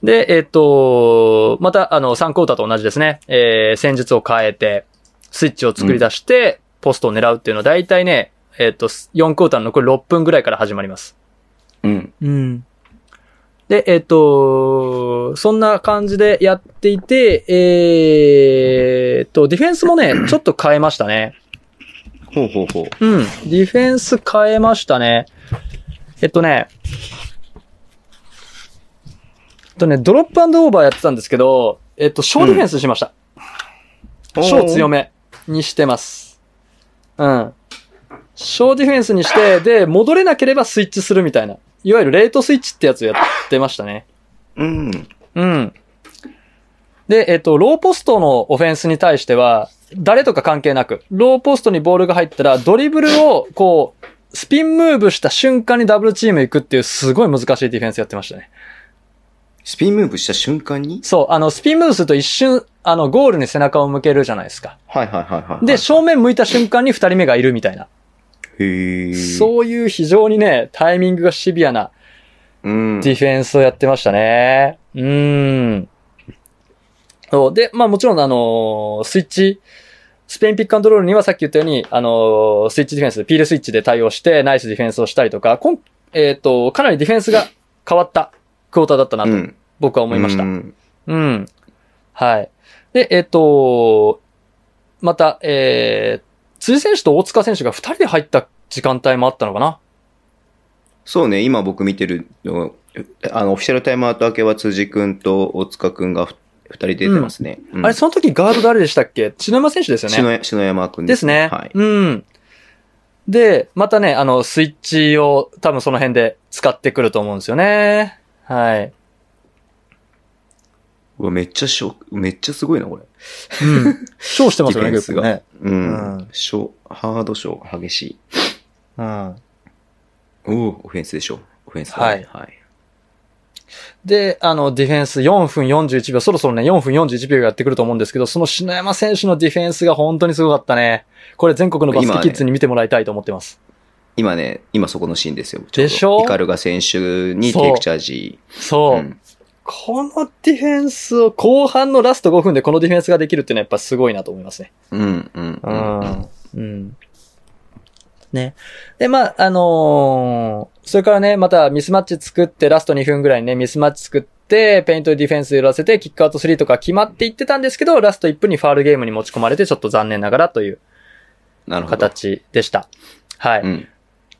Speaker 3: で、えっ、と、また、あの、3クォーターと同じですね。えー戦術を変えて、スイッチを作り出して、ポストを狙うっていうのは、大体ね、えっ、と、4クォーターの残り6分ぐらいから始まります。
Speaker 2: うん。
Speaker 3: うん。で、えっ、と、そんな感じでやっていて、えーっと、ディフェンスも ね、ちょっと変えましたね。
Speaker 2: ほうほうほう。
Speaker 3: うん。ディフェンス変えましたね。えっとね、えっとね、ドロップオーバーやってたんですけど、えっと、小ディフェンスしました。小強
Speaker 2: め。
Speaker 3: めにしてます。うん。小ディフェンスにして、で、戻れなければスイッチするみたいな。いわゆるレートスイッチってやつをやってましたね。
Speaker 2: うん。
Speaker 3: うん。で、えっと、ローポストのオフェンスに対しては、誰とか関係なく、ローポストにボールが入ったら、ドリブルを、こう、スピンムーブした瞬間にダブルチーム行くっていう、すごい難しいディフェンスやってましたね。
Speaker 2: スピンムーブした瞬間に
Speaker 3: そう、あの、スピンムーブすると一瞬、あの、ゴールに背中を向けるじゃないですか。
Speaker 2: はいはいはいはい。
Speaker 3: で、正面向いた瞬間に二人目がいるみたいな。
Speaker 2: へー
Speaker 3: そういう非常にね、タイミングがシビアな
Speaker 2: うん。
Speaker 3: ディフェンスをやってましたね。うーん。そう。で、まあもちろん、あのースイッチ、スペインピックアンドロールにはさっき言ったように、あのースイッチディフェンス、ピールスイッチで対応して、ナイスディフェンスをしたりとか、こんえっ、と、かなりディフェンスが変わったクォーターだったな
Speaker 2: う
Speaker 3: と、
Speaker 2: ん。
Speaker 3: 僕は思いました。
Speaker 2: うん
Speaker 3: うん。はい。で、えっ、と、また、えー、辻選手と大塚選手が二人で入った時間帯もあったのかな
Speaker 2: そうね、今僕見てるの、あの、オフィシャルタイムアウト明けは辻くんと大塚くんがふ二人出てますね。うん
Speaker 3: あれ、その時ガード誰でしたっけ篠山選手ですよね。
Speaker 2: 篠篠山くん
Speaker 3: ですね。
Speaker 2: はい。
Speaker 3: うん。で、またね、あの、スイッチを多分その辺で使ってくると思うんですよね。はい。
Speaker 2: うわ、めっちゃしょ、めっちゃすごいな、これ。
Speaker 3: うん。勝してますよね、
Speaker 2: ディフェンス
Speaker 3: 結
Speaker 2: が
Speaker 3: 構ね。
Speaker 2: うん。
Speaker 3: うん
Speaker 2: しょハードショー、激しい。
Speaker 3: うん。
Speaker 2: おおオフェンスでしょ。オフェンスだね、はい。
Speaker 3: で、あの、ディフェンス4分41秒、そろそろね、4分41秒やってくると思うんですけど、その篠山選手のディフェンスが本当にすごかったね。これ全国のバスケキッズに見てもらいたいと思ってます。
Speaker 2: 今ね、今そこのシーンですよ。
Speaker 3: でしょ
Speaker 2: イカルガ選手にテイクチャージ。
Speaker 3: そう。
Speaker 2: ん
Speaker 3: このディフェンスを、後半のラスト5分でこのディフェンスができるっていうのはやっぱすごいなと思いますね。
Speaker 2: うん、うん、うん。
Speaker 3: うん。ね。で、まあ、あのーそれからね、またミスマッチ作って、ラスト2分ぐらいにね、ミスマッチ作って、ペイントでディフェンス寄らせて、キックアウト3とか決まっていってたんですけど、ラスト1分にファールゲームに持ち込まれて、ちょっと残念ながらという
Speaker 2: なるほど。
Speaker 3: 形でした。はい。
Speaker 2: うん。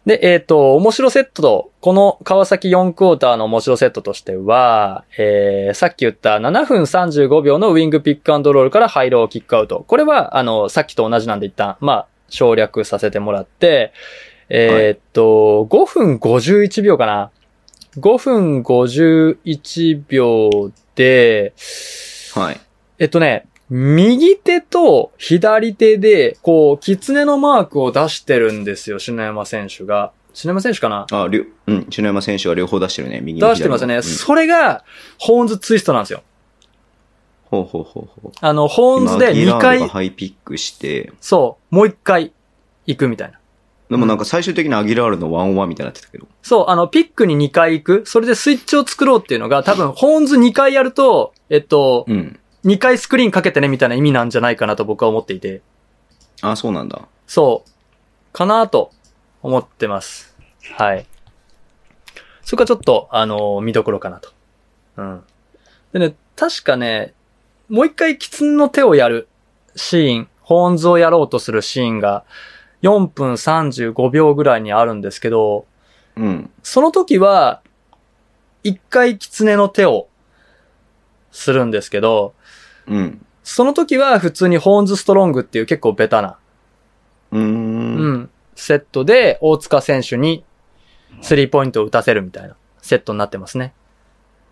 Speaker 3: で、えっ、と、面白セットと、この川崎4クォーターの面白セットとしては、えー、さっき言った7分35秒のウィングピックアンドロールからハイローキックアウト。これは、あの、さっきと同じなんで一旦、まあ、省略させてもらって、えっ、と、5分51秒かな。5分51秒で、
Speaker 2: はい。
Speaker 3: えっとね、右手と左手で、こう、狐のマークを出してるんですよ、篠山選手が。篠山選手かな
Speaker 2: あ、りょ、うん、篠山選手は両方出してるね、右も
Speaker 3: 出してますね。
Speaker 2: 左も
Speaker 3: それが、ホーンズツイストなんですよ。
Speaker 2: うんほうほうほうほう。
Speaker 3: あの、ホーンズで
Speaker 2: 今
Speaker 3: 2
Speaker 2: アギラールが
Speaker 3: 回、
Speaker 2: ハイピックして、
Speaker 3: そう、もう1回行くみたいな。
Speaker 2: でもなんか最終的にアギラールのワンオンワンみたいになってたけど。
Speaker 3: そう、あの、ピックに2回行く。それでスイッチを作ろうっていうのが、多分、ホーンズ2回やると、えっと、
Speaker 2: うん。
Speaker 3: 2回スクリーンかけてねみたいな意味なんじゃないかなと僕は思っていて。
Speaker 2: あ、そうなんだ。
Speaker 3: そう。かなと思ってます。はい。それからちょっと、あのー見どころかなと。うん。でね、確かね、もう一回狐の手をやるシーン、ホーンズをやろうとするシーンが、4分35秒ぐらいにあるんですけど、
Speaker 2: うん。
Speaker 3: その時は、一回狐の手をするんですけど、
Speaker 2: うん。
Speaker 3: その時は普通にホーンズストロングっていう結構ベタな
Speaker 2: うー。
Speaker 3: うんん、セットで大塚選手にスリーポイントを打たせるみたいなセットになってますね。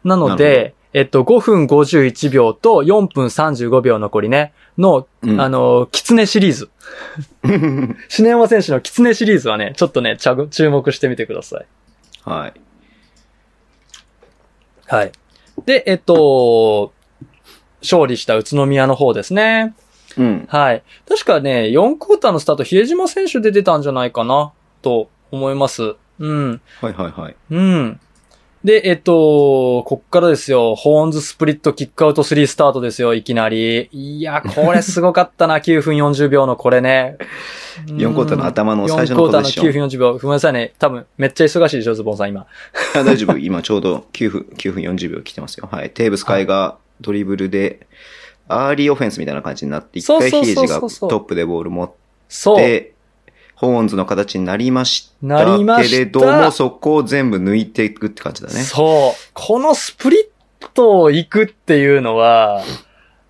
Speaker 3: なの
Speaker 2: なる
Speaker 3: で、えっと、5分51秒と4分35秒残りね、の、
Speaker 2: うん。
Speaker 3: あの、キツネシリーズ。篠山選手のキツネシリーズはね、ちょっとね、ちゃぐ注目してみてください。
Speaker 2: はい。
Speaker 3: はい。で、えっと、勝利した宇都宮の方ですね。
Speaker 2: うん。
Speaker 3: はい。確かね、4クォーターのスタート、比江島選手出てたんじゃないかな、と思います。うん。
Speaker 2: はいはいはい。
Speaker 3: うん。で、えっと、こっからですよ。ホーンズスプリットキックアウト3スタートですよ、いきなり。いや、これすごかっ たな、9分40秒のこれね。
Speaker 2: 4クォーターの頭の最初
Speaker 3: 4ク
Speaker 2: の
Speaker 3: ォー
Speaker 2: ポ
Speaker 3: ター
Speaker 2: ジ
Speaker 3: の
Speaker 2: ショ
Speaker 3: 9
Speaker 2: ン。
Speaker 3: 分40秒。ごめんなさいね。多分、めっちゃ忙しいでしょ、ズボンさん、今。
Speaker 2: あ大丈夫。今ちょうど9分、9分40秒来てますよ。はい。テーブス海がドリブルで、アーリーオフェンスみたいな感じになって、一
Speaker 3: そう
Speaker 2: 回
Speaker 3: そ
Speaker 2: ヒー
Speaker 3: うそ
Speaker 2: ジ
Speaker 3: うそ
Speaker 2: が
Speaker 3: う
Speaker 2: トップでボール持っ
Speaker 3: そう。
Speaker 2: て、ホーンズの形になりました。
Speaker 3: なりました
Speaker 2: けれども、そこを全部抜いていくって感じだね。
Speaker 3: そう。このスプリットを行くっていうのは、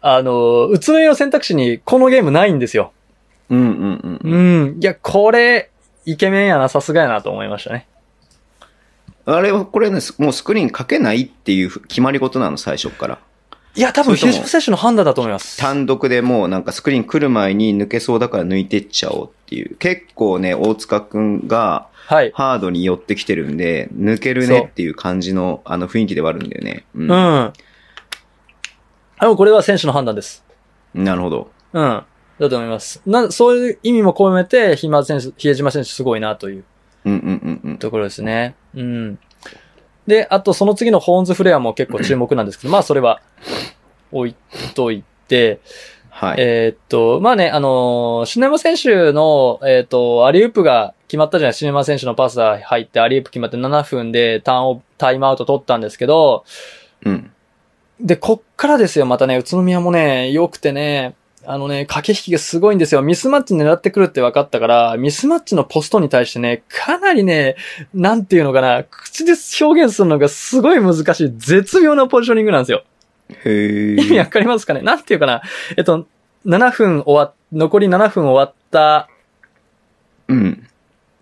Speaker 3: あの、宇都宮の選択肢にこのゲームないんですよ。
Speaker 2: うんうんうん。
Speaker 3: うん。いや、これ、イケメンやな、さすがやなと思いましたね。
Speaker 2: あれは、これね、もうスクリーンかけないっていう決まり事なの、最初から。
Speaker 3: いや、多分、
Speaker 2: それ
Speaker 3: 比
Speaker 2: とも
Speaker 3: 江島選手の判断だと思います。
Speaker 2: 単独でもうなんかスクリーン来る前に抜けそうだから抜いてっちゃおうっていう。結構ね、大塚くんが
Speaker 3: はい。
Speaker 2: ハードに寄ってきてるんで、抜けるねっていう感じのあの雰囲気ではあるんだよね。う
Speaker 3: うん。でもこれは選手の判断です。
Speaker 2: なるほど。
Speaker 3: うん。だと思います。な、そういう意味も込めて、ひま選手、比江島選手すごいなという
Speaker 2: うんうんうんうん。
Speaker 3: ところですね。うん。で、あとその次のホーンズフレアも結構注目なん ですけど、まあそれは置いといて、
Speaker 2: はい。
Speaker 3: えーっと、まあね、あのー、シュネマ選手の、えーっと、アリウープが決まったじゃない、シュネマ選手のパスが入って、アリウープ決まって7分でターンを、タイムアウト取ったんですけど、
Speaker 2: うん。
Speaker 3: で、こっからですよ、またね、宇都宮もね、良くてね、あのね、駆け引きがすごいんですよ。ミスマッチ狙ってくるって分かったから、ミスマッチのポストに対してね、かなりね、なんていうのかな、口で表現するのがすごい難しい、絶妙なポジショニングなんですよ。
Speaker 2: へ
Speaker 3: 意味 わ
Speaker 2: え。
Speaker 3: かりますかねなんていうかな、えっと、7分終わっ、残り7分終わった
Speaker 2: うん。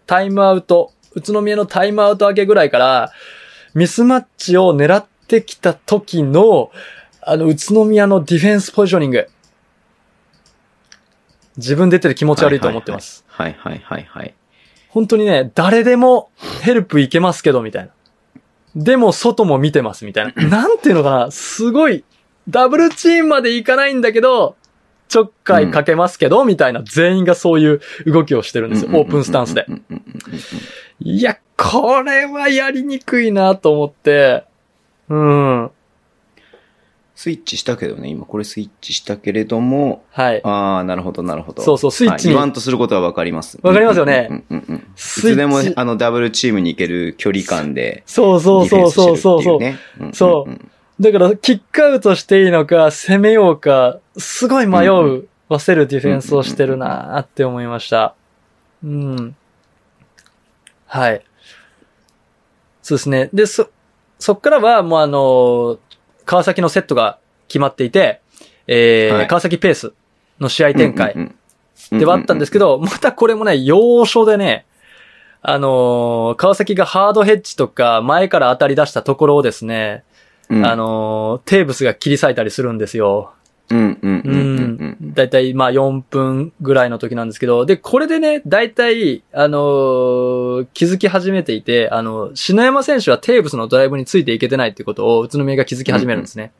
Speaker 3: タイムアウト、宇都宮のタイムアウト明けぐらいから、ミスマッチを狙ってきた時の、あの、宇都宮のディフェンスポジショニング。自分出てる気持ち悪いと思ってます。
Speaker 2: はいはいはいはい。
Speaker 3: 本当にね、誰でもヘルプいけますけど、みたいな。でも、外も見てます、みた いな。なんていうのかな、すごい、ダブルチームまでいかないんだけど、ちょっかいかけますけど、みたいな、全員がそういう動きをしてるんですよ。オープンスタンスで。
Speaker 2: うんうんうんうんうん。
Speaker 3: いや、これはやりにくいなと思って。うん。
Speaker 2: スイッチしたけどね、今これスイッチしたけれども、
Speaker 3: はい。
Speaker 2: ああ、なるほどなるほど。
Speaker 3: そうそうスイッチに
Speaker 2: はい言わんとすることはわかります。
Speaker 3: わかりますよね
Speaker 2: うんうんうんうん。い
Speaker 3: ス
Speaker 2: つでも
Speaker 3: イッチ
Speaker 2: あのダブルチームに行ける距離感で。
Speaker 3: そうそうそうそうそうそう。
Speaker 2: ディフェンスしてるっていうね
Speaker 3: そだから、キックアウトしていいのか、攻めようか、すごい迷
Speaker 2: うん
Speaker 3: う、わせるディフェンスをしてるなーって思いました。うん。はい。そうですね。で、そ、そっからは、もうあのー川崎のセットが決まっていて、えー
Speaker 2: はい
Speaker 3: 川崎ペースの試合展開。
Speaker 2: うん
Speaker 3: ではあったんですけど、またこれもね、要所でね、あのー川崎がハードヘッジとか前から当たり出したところをですね、
Speaker 2: うんうんうん、
Speaker 3: あのーテーブスが切り裂いたりするんですよ。
Speaker 2: うんうん
Speaker 3: う
Speaker 2: うんうん
Speaker 3: ん。だいたいまあ4分ぐらいの時なんですけど、で、これでね、だいたい、あのー気づき始めていて、あの、篠山選手はテーブスのドライブについていけてないっていうことを宇都宮が気づき始めるんですね。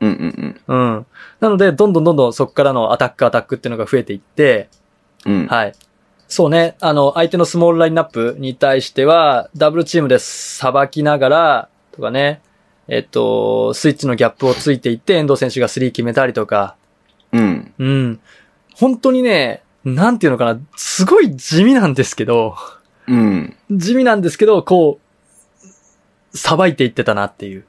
Speaker 2: うんうんうん
Speaker 3: うん。なので、どんどんどんどんそこからのアタックアタックっていうのが増えていって、
Speaker 2: うん。
Speaker 3: はい。そうね。あの、相手のスモールラインナップに対しては、ダブルチームでさばきながら、とかね、えっと、スイッチのギャップをついていって、遠藤選手がスリー決めたりとか、
Speaker 2: うん。
Speaker 3: うん。本当にね、なんていうのかな、すごい地味なんですけど、
Speaker 2: うん。
Speaker 3: 地味なんですけど、こう、さばいていってたなっていう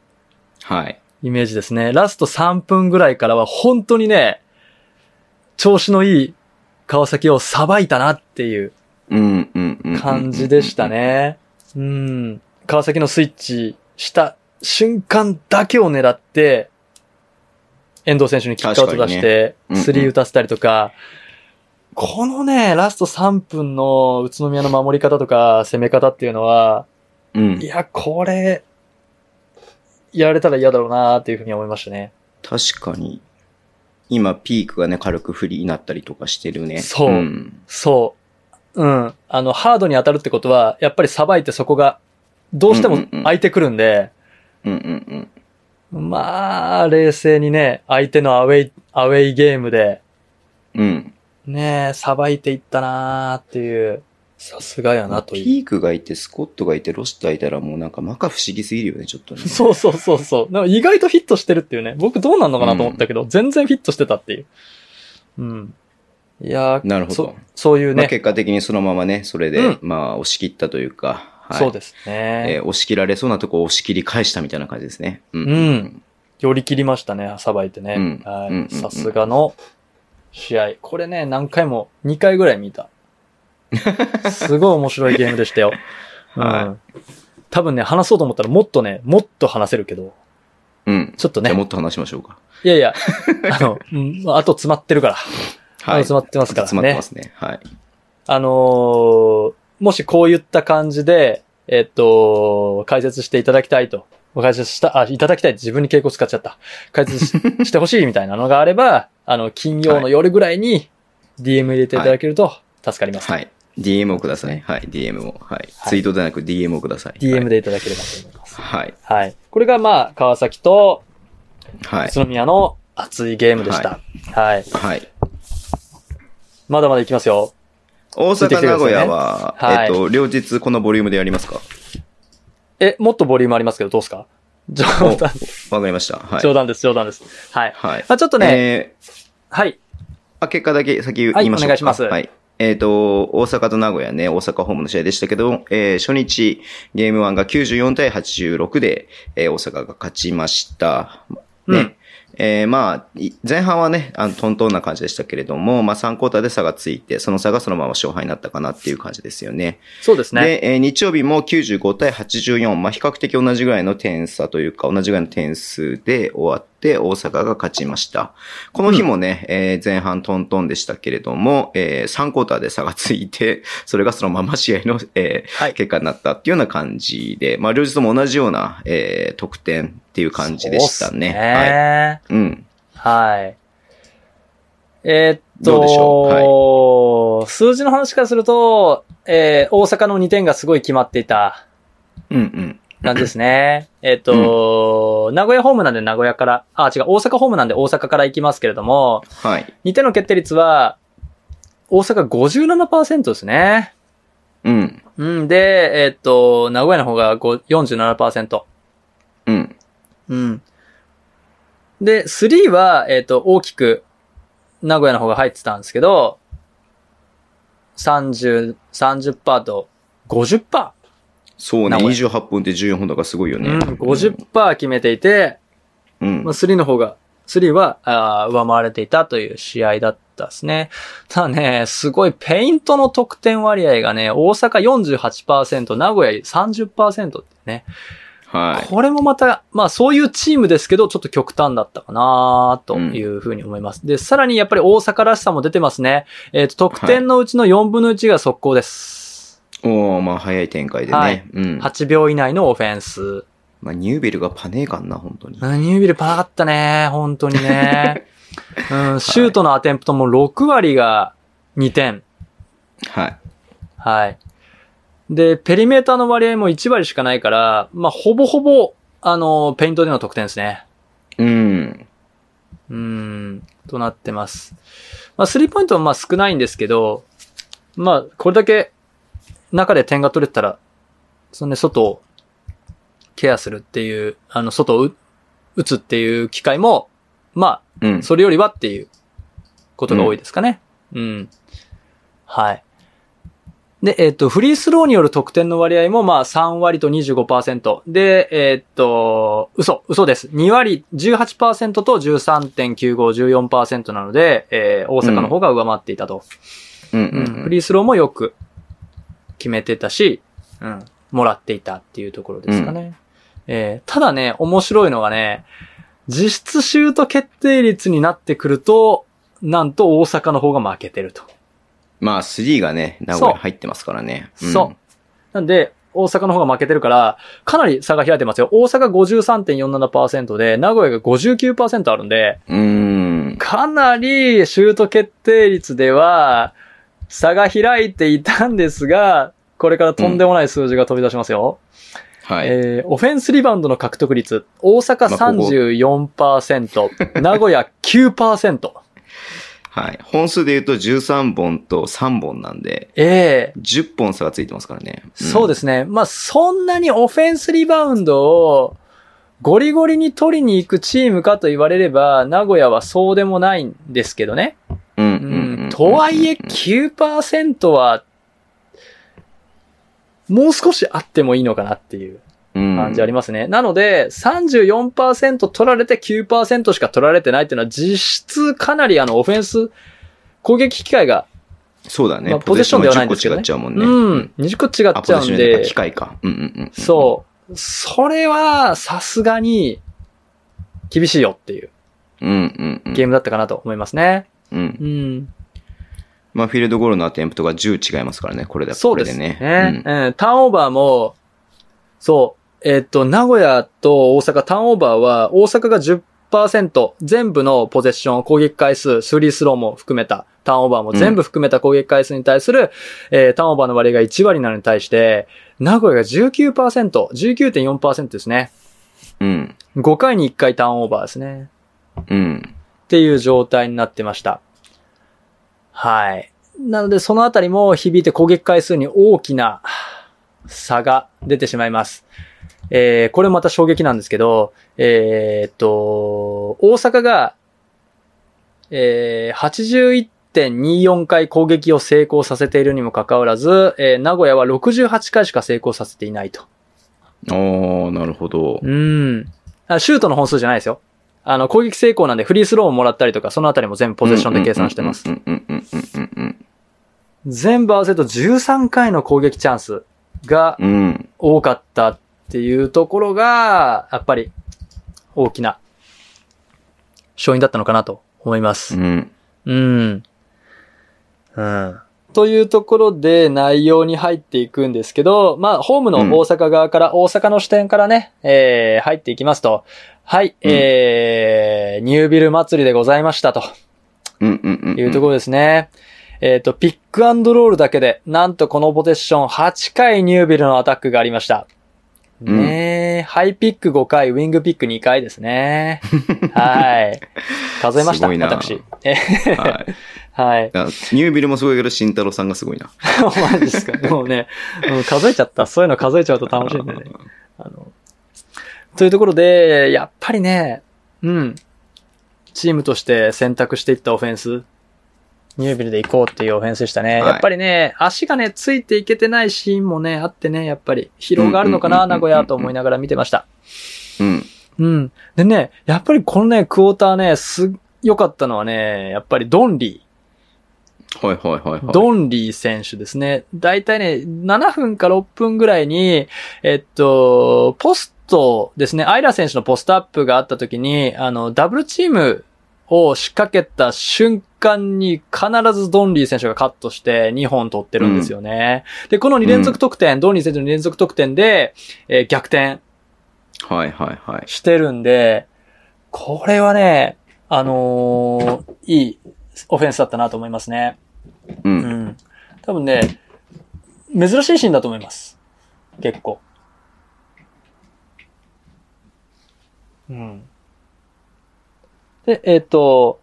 Speaker 2: はい。
Speaker 3: イメージですね。ラスト3分ぐらいからは本当にね、調子のいい川崎をさばいたなっていう
Speaker 2: うんうんうん。
Speaker 3: 感じでした。ね。うん。川崎のスイッチした瞬間だけを狙って、遠藤選手にキックアウト出して、
Speaker 2: 確かにねうんうん
Speaker 3: スリー打たせたりとか、このね、ラスト3分の宇都宮の守り方とか攻め方っていうのは、
Speaker 2: うん
Speaker 3: い。や、これ、やられたら嫌だろうなっていうふうに思いましたね。
Speaker 2: 確かに。今、ピークがね、軽くフリーになったりとかしてるね。
Speaker 3: そうんそう。うん。あの、ハードに当たるってことは、やっぱりさばいてそこが、どうしても空いてくるんで、
Speaker 2: うんうんうん。
Speaker 3: まあ、冷静にね、相手のアウェイ、アウェイゲームで、
Speaker 2: うん。
Speaker 3: ね、さばいていったなーっていう、さすがやなという。
Speaker 2: ピークがいて、スコットがいて、ロスターいたらもうなんか、まか不思議すぎるよね、ちょっとね。
Speaker 3: そうそうそうそう。なんか意外とフィットしてるっていうね。僕どうなんのかなと思ったけど、全然フィットしてたっていう。うん。いやー
Speaker 2: なるほど
Speaker 3: そそういう
Speaker 2: まあ
Speaker 3: ね、
Speaker 2: 結果的にそのままね、それ
Speaker 3: う
Speaker 2: で
Speaker 3: ん、
Speaker 2: まあ、押し切ったというか。はい
Speaker 3: そうですね、
Speaker 2: えー押し切られそうなとこを押し切り返したみたいな感じですね。うん
Speaker 3: うん寄り切りましたね、さばいてね。
Speaker 2: うんうん
Speaker 3: は
Speaker 2: うんうん
Speaker 3: い。さすがの試合。これね、何回も、2回ぐらい 見た。すごい面白いゲームでしたよ。
Speaker 2: は
Speaker 3: うん多分ね、話そうと思ったらもっとね、もっと話せるけど、
Speaker 2: うん。
Speaker 3: ちょっと
Speaker 2: じゃあも
Speaker 3: ね、
Speaker 2: っと話しましょうか。
Speaker 3: いや いや、あの、うんあと詰まってるから、あと
Speaker 2: はい。
Speaker 3: 詰まってますからね。
Speaker 2: 詰まってますね。はい。
Speaker 3: あのーもしこういった感じで、えっと、解説していただきたいと。解説した、あ、いただきたいって自分に敬語使っちゃった。解説 ししてほしいみたいなのがあれば、あの、金曜の夜ぐらいに DM 入れていただけると助かります。
Speaker 2: はい。DM をください。はい。DM を。はい。ツイートではなく DM をください。
Speaker 3: DM でいただければと思います。
Speaker 2: はい。
Speaker 3: はい。これがまあ、川崎と
Speaker 2: は
Speaker 3: 宇
Speaker 2: い。
Speaker 3: 都宮の熱いゲームでした。はい。
Speaker 2: はい。
Speaker 3: まだまだいきますよ。
Speaker 2: 大
Speaker 3: ついてき
Speaker 2: 阪、
Speaker 3: てくださいね
Speaker 2: 名古屋は、
Speaker 3: はい
Speaker 2: えっと、両日このボリュームでやりますか
Speaker 3: え、もっとボリュームありますけど、どうですか冗
Speaker 2: お
Speaker 3: 談、
Speaker 2: わかりました。はい。
Speaker 3: 冗談です、冗談です。はい。
Speaker 2: はい。
Speaker 3: まあちょっとね、
Speaker 2: えー
Speaker 3: はい。
Speaker 2: あ、結果だけ先言いましょうか。
Speaker 3: はいお願いします
Speaker 2: はい。えっ、と、大阪と名古屋ね、大阪ホームの試合でしたけど、えー初日、ゲーム1が94対86で、えー大阪が勝ちました。ね。
Speaker 3: うん
Speaker 2: えーまあ、い前半はね、あの、トントンな感じでしたけれども、まあ3クォーターで差がついて、その差がそのまま勝敗になったかなっていう感じですよね。
Speaker 3: そうですね。
Speaker 2: で、えー日曜日も95対84、まあ、比較的同じぐらいの点差というか、同じぐらいの点数で終わって、大阪が勝ちました。この日もね、えー前半トントンでしたけれども、え3クォーターで差がついて、それがそのまま試合の、えー
Speaker 3: はい
Speaker 2: 結果になったっていうような感じで、まあ、両日とも同じような、えー得点っていう感じでしたね。
Speaker 3: そうっすね
Speaker 2: はい。うん。
Speaker 3: はい。えーっ
Speaker 2: どうでし
Speaker 3: と、数字の話からすると、えー大阪の2点がすごい決まっていた
Speaker 2: うんうん。
Speaker 3: 感じですね。えーっと、名古屋ホームなんで名古屋から、あ、違う、大阪ホームなんで大阪から行きますけれども、
Speaker 2: はい。
Speaker 3: 2点の決定率は、大阪57%ですね。
Speaker 2: うん。
Speaker 3: うん、で、えーっと、名古屋の方が5 47%。
Speaker 2: うん。
Speaker 3: うん。で、3は、えっ、と、大きく、名古屋の方が入ってたんですけど、30、30%と50%、
Speaker 2: そうね、
Speaker 3: 名古屋
Speaker 2: 28分で14本だからすごいよね。
Speaker 3: うん、50%決めていて、
Speaker 2: うん
Speaker 3: まあ、。3の方が、3は、あー上回れていたという試合だったですね。ただね、すごいペイントの得点割合がね、大阪48%、名古屋30%ってね、
Speaker 2: はい。
Speaker 3: これもまた、まあそういうチームですけど、ちょっと極端だったかなというふうに思います。で、さらにやっぱり大阪らしさも出てますね。えっ、と、得点のうちの4分の1が速攻です。
Speaker 2: おおまあ早い展開でね。
Speaker 3: はい
Speaker 2: うん。
Speaker 3: 8秒以内のオフェンス。
Speaker 2: まあニューベルがパネーかんな、本当に。
Speaker 3: うんニュービルパーかったね。本当に ね。うん、シュートのアテンプトも6割が2点。
Speaker 2: はい。
Speaker 3: はい。で、ペリメーターの割合も1割しかないから、まあほぼほぼ、あの、ペイントでの得点ですね。
Speaker 2: うん。
Speaker 3: うーん、となってます。まあ、スリーポイントはまあ少ないんですけど、まあ、これだけ中で点が取れたら、そのね、外をケアするっていう、あの、外を打打つっていう機会も、ま
Speaker 2: うん
Speaker 3: あ、。それよりはっていうことが多いですかね。うん。はい。で、えっ、と、フリースローによる得点の割合も、まあ、3割と25%。で、えっ、と、嘘、嘘です。2割、18%と13.95、14%なので、えー大阪の方が上回っていたと。
Speaker 2: うん
Speaker 3: う
Speaker 2: うんん。
Speaker 3: フリースローもよく決めてたし、うん、もらっていたっていうところですかね。えーただね、面白いのがね、実質シュート決定率になってくると、なんと大阪の方が負けてると。
Speaker 2: まあ3がね、名古
Speaker 3: そ
Speaker 2: 屋
Speaker 3: う
Speaker 2: 入ってますからね。ん
Speaker 3: そう。なんで、大阪の方が負けてるから、かなり差が開いてますよ。大阪53.47%で、名古屋が59%あるんで、
Speaker 2: うーん。
Speaker 3: かなりシュート決定率では、差が開いていたんですが、これからとんでもない数字が飛び出しますよ。
Speaker 2: はい。
Speaker 3: えーオフェンスリバウンドの獲得率、大阪34%、名古屋9%。
Speaker 2: はい。本数で言うと13本と3本なんで、
Speaker 3: えー
Speaker 2: 10本差がついてますからね。。
Speaker 3: そうですすね。まあ、そんなにオフェンスリバウンドをゴリゴリに取りに行くチームかと言われれば、名古屋はそうでもないんですけどね。
Speaker 2: うんうんう
Speaker 3: う
Speaker 2: んうん
Speaker 3: ん。とはいえ9%は、もう少しあってもいいのかなっていう感じあり
Speaker 2: ま
Speaker 3: ますね。なので、34%取られて9%しか取られてないっていうのは、実質かなりあの、オフェンス、攻撃機会が、
Speaker 2: す。そうだね。
Speaker 3: まあポジションではないんですけど
Speaker 2: ポ
Speaker 3: ね
Speaker 2: ジションも10個違っちゃうも
Speaker 3: うん
Speaker 2: ね。
Speaker 3: ん、20個違
Speaker 2: あ、
Speaker 3: っち
Speaker 2: ポ
Speaker 3: ゃ
Speaker 2: ジショ
Speaker 3: うん
Speaker 2: ンじゃない
Speaker 3: で
Speaker 2: 機、械か。うんうんうん。
Speaker 3: そう。それは、さすがに、厳しいよっていう
Speaker 2: うん。うんうんうん。
Speaker 3: ゲームだったかなと思いますね。
Speaker 2: うん。
Speaker 3: うん。
Speaker 2: まあ、フィールドゴールのアテンプトが10違いますからね、これだ、
Speaker 3: そ
Speaker 2: こ
Speaker 3: う
Speaker 2: れ
Speaker 3: で
Speaker 2: ですね
Speaker 3: ね。。うん。ターンオーバーも、そう、えっと、名古屋と大阪、ターンオーバーは、大阪が10%、全部のポゼッション、攻撃回数、スリースローも含めた、ターンオーバーも全部含めた攻撃回数に対する、えーターンオーバーの割合が1割なのに対して、名古屋が19%、19.4%ですね。
Speaker 2: うん。うん。
Speaker 3: 5回に1回ターンオーバーですね。
Speaker 2: うん。
Speaker 3: っていう状態になってました。はい。なので、そのあたりも響いて攻撃回数に大きな差が出てしまいます。えー、これまた衝撃なんですけど、えーっと、大阪が、えー、81.24回攻撃を成功させているにもかかわらず、えー名古屋は68回しか成功させていないと。
Speaker 2: おー、なるほど。
Speaker 3: うん。あシュートの本数じゃないですよ。あの、攻撃成功なんでフリースローももらったりとか、そのあたりも全部ポゼッションで計算してます。
Speaker 2: うんうんうんうんうんうん
Speaker 3: 全部合わせると13回の攻撃チャンスが
Speaker 2: うん。うん。
Speaker 3: 多かったっていうところが、やっぱり大きな勝因だったのかなと思います。
Speaker 2: うん。
Speaker 3: うん。うん。というところで内容に入っていくんですけど、まあ、ホームの大阪側から、大阪の視点からね、えー、入っていきますと、はい、
Speaker 2: うん
Speaker 3: えー、ニュービル祭りでございましたと
Speaker 2: うんうんうん。
Speaker 3: いうところですね。えっ、と、ピックアンドロールだけで、なんとこのポゼッション8回ニュービルのアタックがありました。
Speaker 2: うん
Speaker 3: ねえ、ハイピック5回、ウィングピック2回ですね。 はい。数えました、
Speaker 2: すごいな
Speaker 3: 私。え
Speaker 2: はい。
Speaker 3: はい。
Speaker 2: あニュービルもすごいけど、慎太郎さんがすごいな。
Speaker 3: マジですか。もうね、うん数えちゃった。そういうの数えちゃうと楽しいんでね。あの、というところで、やっぱりね、うん。チームとして選択していったオフェンス、ニュービルで行こうっていうオフェンスでしたね。
Speaker 2: はい
Speaker 3: やっぱりね、足がね、ついていけてないシーンもね、あってね、やっぱり疲労があるのかな、
Speaker 2: うんうんうんうんう
Speaker 3: 名
Speaker 2: ん
Speaker 3: 古屋と思いながら見てました。
Speaker 2: うん。
Speaker 3: うん。でね、やっぱりこのね、クォーターね、す、良かったのはね、やっぱりドンリー。
Speaker 2: はいはいはいはい。
Speaker 3: ドンリー選手ですね。だいたいね、7分か6分ぐらいに、えっと、ポストですね、アイラ選手のポストアップがあった時に、あの、ダブルチームを仕掛けた瞬間に必ずドンリー選手がカットして2本取ってるんですよね。で、この2連続得点、ドンリー選手の2連続得点で、えー逆転
Speaker 2: はいはいはい。
Speaker 3: してるんで、これはね、あのーいいオフェンスだったなと思いますね。
Speaker 2: う。
Speaker 3: うんん。多分ね、珍しいシーンだと思います。結構。うん。で、えっ、と、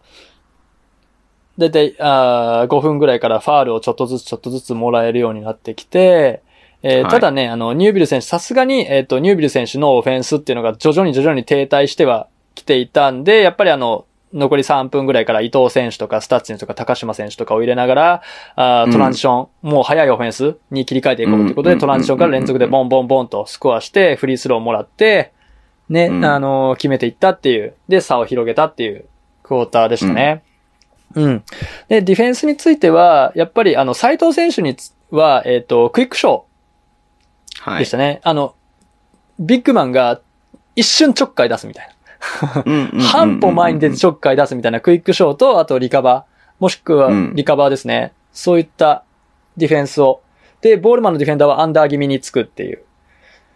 Speaker 3: だいたい、あー5分ぐらいからファールをちょっとずつちょっとずつもらえるようになってきて、えー
Speaker 2: はい
Speaker 3: ただね、あの、ニュービル選手、さすがに、えっ、と、ニュービル選手のオフェンスっていうのが徐々に徐々に停滞しては来ていたんで、やっぱりあの、残り3分ぐらいから伊藤選手とかスタッチンとか高島選手とかを入れながら、あートランジション、もう早いオフェンスに切り替えていこうということ
Speaker 2: う
Speaker 3: で、
Speaker 2: ん
Speaker 3: トランジションから連続でボンボンボンとスコアして、フリースローもらって、ね、
Speaker 2: うん
Speaker 3: あのー決めていったっていう、で、差を広げたっていうクォーターでしたね。うん。で、ディフェンスについては、やっぱり、あの、斎藤選手につは、えっ、と、クイックショー、
Speaker 2: は
Speaker 3: で
Speaker 2: い
Speaker 3: し。たね。あの、ビッグマンが一瞬ちょっかい出すみたいな。半歩前に出てち
Speaker 2: ょ
Speaker 3: ょっかい出すみたいなクイックショーと、あとリカバー。もしくは
Speaker 2: うん
Speaker 3: リカバーですね。そういったディフェンスを。で、ボールマンのディフェンダーはアンダー気味につくっていう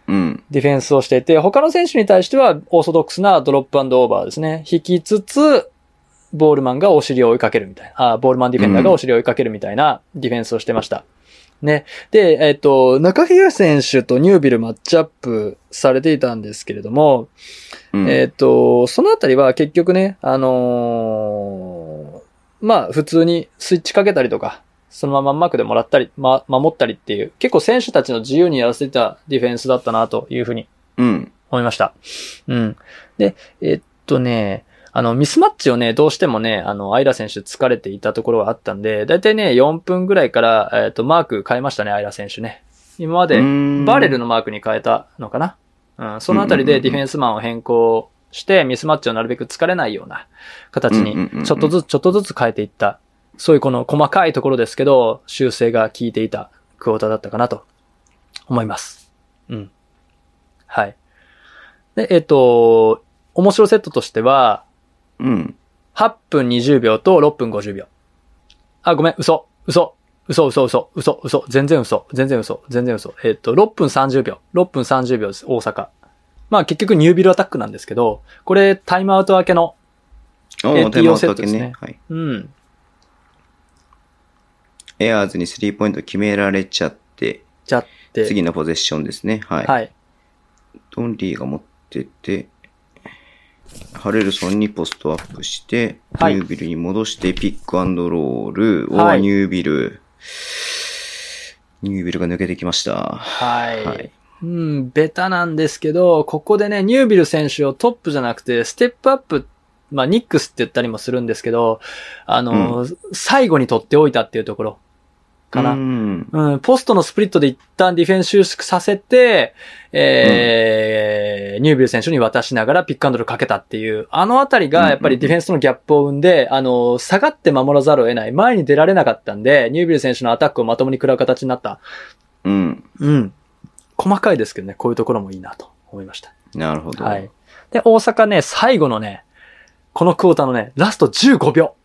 Speaker 2: うん。
Speaker 3: ディフェンスをしていて、他の選手に対してはオーソドックスなドロップアンドオーバーですね。引きつつ、ボールマンがお尻を追いかけるみたいな。あボールマンディフェンダーがお尻を追いかけるみたいなディフェンスをしてました。ね。で、えっ、と、中平選手とニュービルマッチアップされていたんですけれども、
Speaker 2: うん
Speaker 3: えっ、と、そのあたりは結局ね、あのーまあ、普通にスイッチかけたりとか、そのままマークでもらったり、ま、守ったりっていう、結構選手たちの自由にやらせてたディフェンスだったなというふうに
Speaker 2: うん。
Speaker 3: 思いました。うん。で、えっとね、あの、ミスマッチをね、どうしてもね、あの、アイラ選手疲れていたところはあったんで、だいたいね、4分ぐらいから、えっと、マーク変えましたね、アイラ選手ね。今まで、バレル
Speaker 2: の。
Speaker 3: のマークに変えたのかな。うん、そのあたりでディフェンスマンを変更して、ミスマッチをなるべく疲れないような形
Speaker 2: うんうんうんう
Speaker 3: に、
Speaker 2: ん
Speaker 3: ちょっとずつちょっとずつ変えていった。そういうこの細かいところですけど、修正が効いていたクォーターだったかなと思います。うん。はい。で、えっ、と、面白セットとしては、
Speaker 2: うん。
Speaker 3: 8分20秒と6分50秒。あ、ごめん、嘘。嘘。嘘、嘘、嘘、嘘、嘘、全然嘘、全然嘘、全然嘘。えっと、6分30秒。6分30秒です、大阪。まあ結局ニュービルアタックなんですけど、これタイムアウト明けの、
Speaker 2: お
Speaker 3: え
Speaker 2: ー、テー
Speaker 3: ー
Speaker 2: マだけ
Speaker 3: TO セットです
Speaker 2: ね
Speaker 3: ね。
Speaker 2: はい。
Speaker 3: うん。
Speaker 2: エアーズにスリーポイント決められちゃって、
Speaker 3: ちゃって。
Speaker 2: 次のポゼッションですね。はい。
Speaker 3: はい。
Speaker 2: ドンリーが持ってて、ハレルソンにポストアップして、
Speaker 3: はい
Speaker 2: ニュービルに戻して、ピックアンドロール、を
Speaker 3: はい
Speaker 2: ニュービル、ニュービルが抜けてきました。
Speaker 3: はい。
Speaker 2: はい
Speaker 3: うん、ベタなんですけど、ここでね、ニュービル選手をトップじゃなくて、ステップアップ、まあ、ニックスって言ったりもするんですけど、あの、最後に取っておいたっていうところかな。
Speaker 2: うん。
Speaker 3: うん、ポストのスプリットで一旦ディフェンス収縮させて、えーニュービル選手に渡しながらピックアンドロールかけたっていう、あのあたりがやっぱりディフェンスのギャップを生んで、あの、下がって守らざるを得ない、前に出られなかったんで、ニュービル選手のアタックをまともに食らう形になった。
Speaker 2: うん。
Speaker 3: うん。細かいですけどね、こういうところもいいなと思いました。
Speaker 2: なるほど。
Speaker 3: はい。で、大阪ね、最後のね、このクォーターのね、ラスト15秒。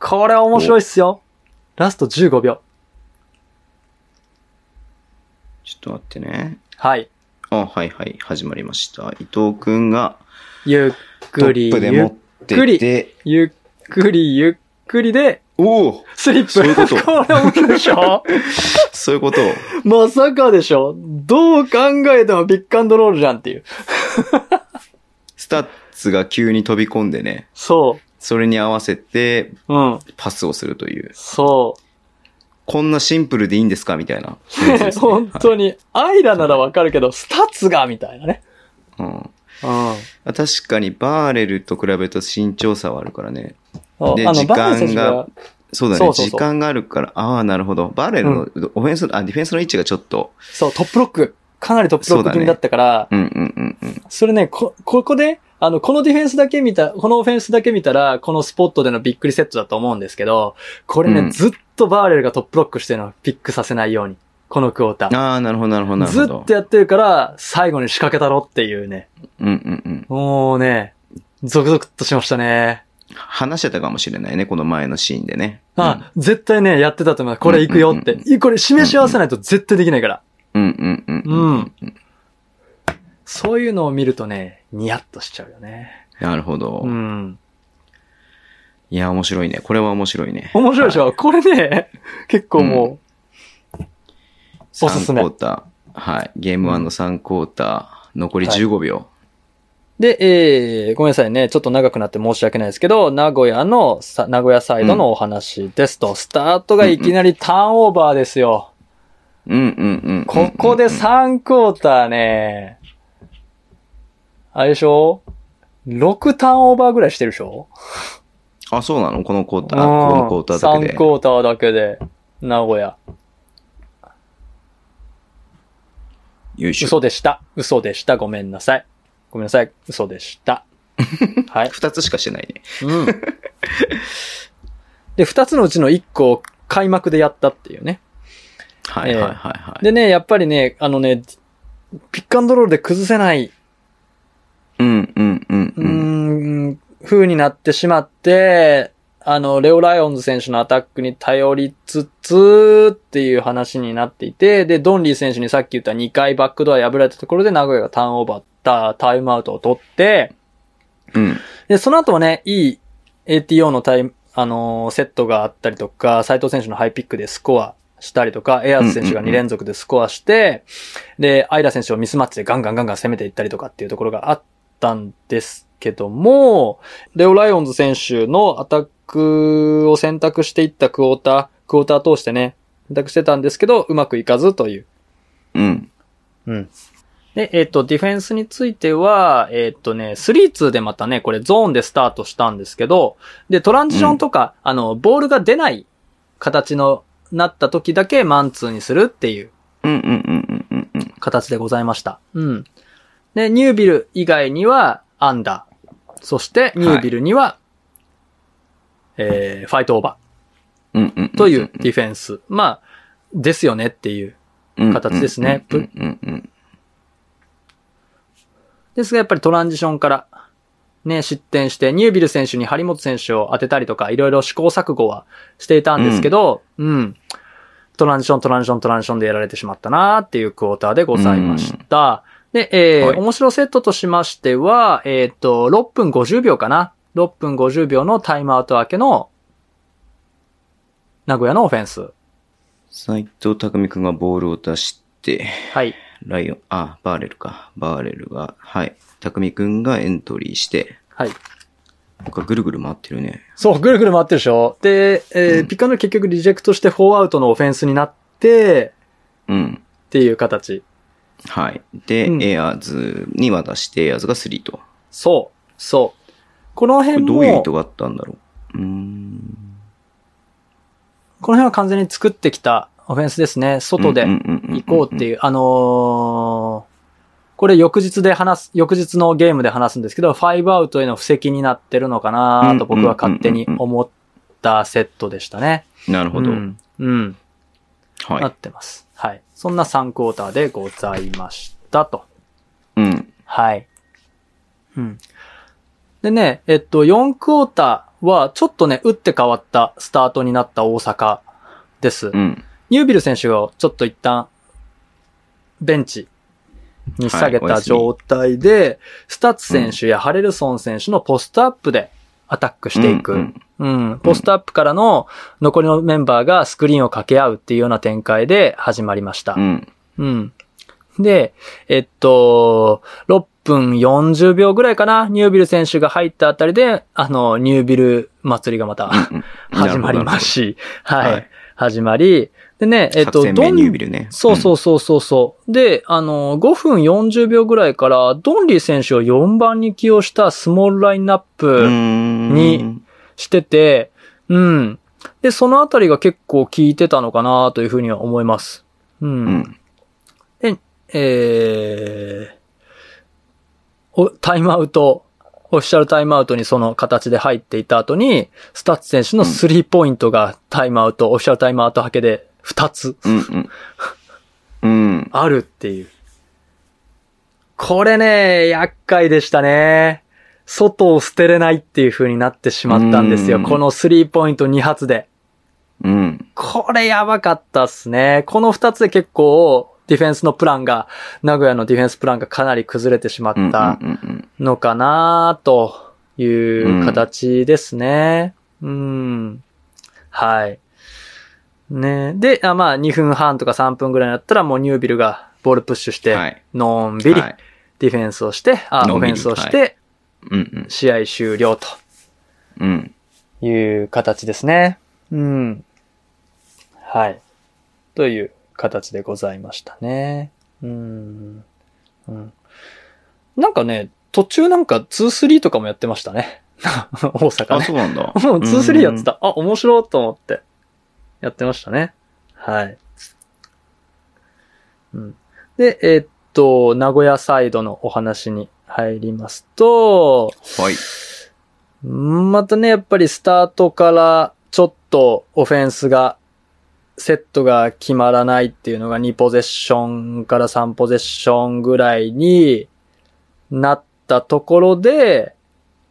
Speaker 3: これ面白いっすよ。ラスト15秒。
Speaker 2: ちょっと待ってね。
Speaker 3: はい。
Speaker 2: あ、はいはい。始まりました。伊藤くんが
Speaker 3: ゆっ
Speaker 2: ト
Speaker 3: くり、
Speaker 2: ップで
Speaker 3: ゆ
Speaker 2: 持
Speaker 3: っ
Speaker 2: ってて、
Speaker 3: ゆっくり、ゆっくりで、
Speaker 2: おお
Speaker 3: スリップ。
Speaker 2: そういう こと
Speaker 3: れ面白いでし ょ
Speaker 2: そういうこと。
Speaker 3: まさかでしょどう考えてもピックアンドロールじゃんっていう。
Speaker 2: スタッツが急に飛び込んでね、
Speaker 3: そ
Speaker 2: それに合わせて
Speaker 3: う。うん。
Speaker 2: パスをするという。
Speaker 3: そう。
Speaker 2: こんなシンプルでいいんですかみたい な。
Speaker 3: 本当に、アイラならわかるけど、スタッツがみたいなね。
Speaker 2: うん
Speaker 3: うん。あ
Speaker 2: あ確かにバーレルと比べると身長差はあるからね。
Speaker 3: の
Speaker 2: で、時間が
Speaker 3: バーレ選手が、
Speaker 2: そうだね。
Speaker 3: そうそうそう
Speaker 2: 時間があるから、ああ、なるほど。バーレルの、オフェンスの、あ、ディフェンスの位置がちょっと、
Speaker 3: そう、トップロック、かなりトップロ
Speaker 2: そう
Speaker 3: ック
Speaker 2: だね
Speaker 3: 組だったから、
Speaker 2: うんうんうんうん。
Speaker 3: それね、こ、ここで、あの、このディフェンスだけ見た、このオフェンスだけ見たら、このスポットでのびっくりセットだと思うんですけど、これね、
Speaker 2: うん
Speaker 3: ずっとバーレルがトップロックしてるのをピックさせないように、このクォーター。
Speaker 2: ああ、なるほど、なるほど、なる
Speaker 3: ず
Speaker 2: ほ
Speaker 3: っ
Speaker 2: ど
Speaker 3: と。やってるから、最後に仕掛けたろっていうね。
Speaker 2: うんうんうん。
Speaker 3: もうね、ゾクゾクっとしましたね。
Speaker 2: 話してたかもしれないね、この前のシーンでね。
Speaker 3: あ、絶対ね、やってたと思う。これ行くよって。
Speaker 2: うんうん
Speaker 3: いこれ示し合わせないと絶対できないから。
Speaker 2: うん、うんうんうんうん。
Speaker 3: うんそういうのを見るとね、ニヤッとしちゃうよね。
Speaker 2: なるほど。
Speaker 3: うん。
Speaker 2: いや、面白いね。これは面白いね。
Speaker 3: 面白いでしょ、これね、結構も
Speaker 2: お
Speaker 3: おすすめ
Speaker 2: 3クォーター。はい。ゲーム1の3クォーター、残り15秒。
Speaker 3: う。で、えー、ごめんなさいね。ちょっと長くなって申し訳ないですけど、名古屋のさ、名古屋サイドのお話ですと、スタートがいきなりターンオーバーですよ。
Speaker 2: うんうんうんうん。
Speaker 3: ここで3クォーターね、あれでしょ ?6 ターンオーバーぐらいしてるでしょ
Speaker 2: あ、そうなのこのクォーター、あこのクォーターだけ
Speaker 3: 3
Speaker 2: で
Speaker 3: ク。ォーターだけで、名古屋。
Speaker 2: よいしょ。
Speaker 3: 嘘でした。嘘でした。ごめんなさい。ごめんなさい。嘘で した。はい。
Speaker 2: 2つしかしてないね。
Speaker 3: うん。 で、二つのうちの一個を開幕でやったっていうね。
Speaker 2: はい
Speaker 3: ええ
Speaker 2: はいはいはい。
Speaker 3: でね、やっぱりね、あのね、ピックアンドロールで崩せない、
Speaker 2: うんうんうん
Speaker 3: う
Speaker 2: う
Speaker 3: ー
Speaker 2: ん。
Speaker 3: ん、風になってしまって、あの、レオ・ライオンズ選手のアタックに頼りつつっていう話になっていて、で、ドンリー選手にさっき言った2回バックドア破られたところで名古屋がターンオーバー、タタイムアウトを取って、
Speaker 2: うん。
Speaker 3: で、その後はね、いい ATO のタイム、あのーセットがあったりとか、斉藤選手のハイピックでスコアしたりとか、エアーズ選手が
Speaker 2: うんうんう
Speaker 3: 2
Speaker 2: ん
Speaker 3: 連続でスコアして、で、アイラ選手をミスマッチでガンガンガンガン攻めていったりとかっていうところがあったんですけども、レオ・ライオンズ選手のアタックを選択していったクォーター、クォーター通してね、選択してたんですけど、うまくいかずという
Speaker 2: うん。
Speaker 3: うん。で、えっ、と、ディフェンスについては、えっ、とね、3-2でまたね、これゾーンでスタートしたんですけど、で、トランジションとか、あの、ボールが出ない形の、なった時だけマンツーにするっていう
Speaker 2: うんうんうんうんうんうん。
Speaker 3: 形でございました。うん。で、ニュービル以外には、アンダー。そして、ニュービルには、えー、ファイトオーバ
Speaker 2: うんうん。
Speaker 3: ーというディフェンス。まあ、ですよねっていう形ですね
Speaker 2: うんうんうんうん。
Speaker 3: ですが、やっぱりトランジションから、ね、失点して、ニュービル選手に張本選手を当てたりとか、いろいろ試行錯誤はしていたんですけど、うん、トランジション、トランジション、トランジションでやられてしまったなっていうクォーターでございました。で、えー
Speaker 2: はい
Speaker 3: 面白セットとしましては、えっ、と、6分50秒かな。6分50秒のタイムアウト明けの、名古屋のオフェンス。
Speaker 2: 斎藤匠くんがボールを出して、
Speaker 3: はい。
Speaker 2: ライオン、あ、バーレルか。バーレルが、はい。匠くんがエントリーして、
Speaker 3: はい。
Speaker 2: なんかぐるぐる回ってるね。
Speaker 3: そう、ぐるぐる回ってるでしょ。で、えー
Speaker 2: うん
Speaker 3: ピックアンドロール結局リジェクトして4アウトのオフェンスになって、
Speaker 2: うん。
Speaker 3: っていう形。
Speaker 2: はい。で、
Speaker 3: うん
Speaker 2: エアーズに渡して、エアーズが3と。
Speaker 3: そう、そう。この
Speaker 2: これ
Speaker 3: 辺も、
Speaker 2: どういう意図
Speaker 3: こ
Speaker 2: があったんだろう。うーん。
Speaker 3: の辺は完全に作ってきたオフェンスですね。外で行
Speaker 2: 行
Speaker 3: こうっていう、あのーこれ翌日で話す、翌日のゲームで話すんですけど、5アウトへの布石になってるのかなと僕は勝手に思ったセットでしたね。
Speaker 2: うん。なるほ
Speaker 3: う
Speaker 2: ど。
Speaker 3: ん。うん。
Speaker 2: は
Speaker 3: ないっ。てます。はい。そんな3クォーターでございましたと。
Speaker 2: うん。
Speaker 3: はい。うん。でね、えっと、4クォーターは、ちょっとね、打って変わったスタートになった大阪です。
Speaker 2: うん。
Speaker 3: ニュービル選手をちょっと一旦、ベンチに下げ
Speaker 2: はいお
Speaker 3: た
Speaker 2: 休み
Speaker 3: 状態で、スタッツ選手やハレルソン選手のポストアップでアタックしていく。
Speaker 2: うんうん
Speaker 3: うん。ポストアップからの残りのメンバーがスクリーンを掛け合うっていうような展開で始まりました。
Speaker 2: うん。
Speaker 3: うん。で、えっと、6分40秒ぐらいかな、ニュービル選手が入ったあたりで、あの、ニュービル祭りが また
Speaker 2: うん
Speaker 3: 始まりま。し、はい、
Speaker 2: はい
Speaker 3: 始まり。でね、え
Speaker 2: え
Speaker 3: っ
Speaker 2: っ
Speaker 3: と、
Speaker 2: と、
Speaker 3: ど
Speaker 2: ど
Speaker 3: ん、
Speaker 2: ニュービルね。
Speaker 3: そうそうそうそうそう。で、あの、5分40秒ぐらいから、ドンリー選手を4番に起用したスモールラインナッ
Speaker 2: う
Speaker 3: プ
Speaker 2: ん。
Speaker 3: に
Speaker 2: うん
Speaker 3: してて、うん。で、そのあたりが結構効いてたのかなというふうには思います。
Speaker 2: う。ん。
Speaker 3: えー、お、タイムアウト、オフィシャルタイムアウトにその形で入っていた後に、スタッツ選手のスリーポイントがタイムアウト、オフィシャルタイムアウトはけで2つ
Speaker 2: うん。うんうん。
Speaker 3: あるっていう。これね、厄介でしたね。外を捨てれないっていう風になってしまったんですよ。
Speaker 2: うん
Speaker 3: このスリーポイント2発で。
Speaker 2: うん。
Speaker 3: これやばかったっすね。この二つで結構、ディフェンスのプランが、名古屋のディフェンスプランがかなり崩れてしまっ
Speaker 2: うん。
Speaker 3: た
Speaker 2: うんうん
Speaker 3: のかなという形ですね。うん。はい。ねで、あまあ、2分半とか3分ぐらいになったら、もうニュービルがボールプッシュし
Speaker 2: う
Speaker 3: て、
Speaker 2: ん。はい。
Speaker 3: のんびり
Speaker 2: はい
Speaker 3: ディフェンスをして、あ、
Speaker 2: の
Speaker 3: オ
Speaker 2: ん
Speaker 3: フ
Speaker 2: びり
Speaker 3: ェンスをして、
Speaker 2: うん。
Speaker 3: 試合終了と
Speaker 2: うん。うん。
Speaker 3: いう形ですね。うん。はい。という形でございましたね。うん。うん。なんかね、途中なんか2-3とかもやってましたね。 大阪
Speaker 2: あ、
Speaker 3: ね。
Speaker 2: そうなんだ。
Speaker 3: もう2-3やってた。あ、面白いと思って。やってましたね。はい。うん。で、えーっと、名古屋サイドのお話に入りますと、
Speaker 2: うん。はい。
Speaker 3: またね、やっぱりスタートからちょっとオフェンスが、セットが決まらないっていうのが2ポゼッションから3ポゼッションぐらいになったところで、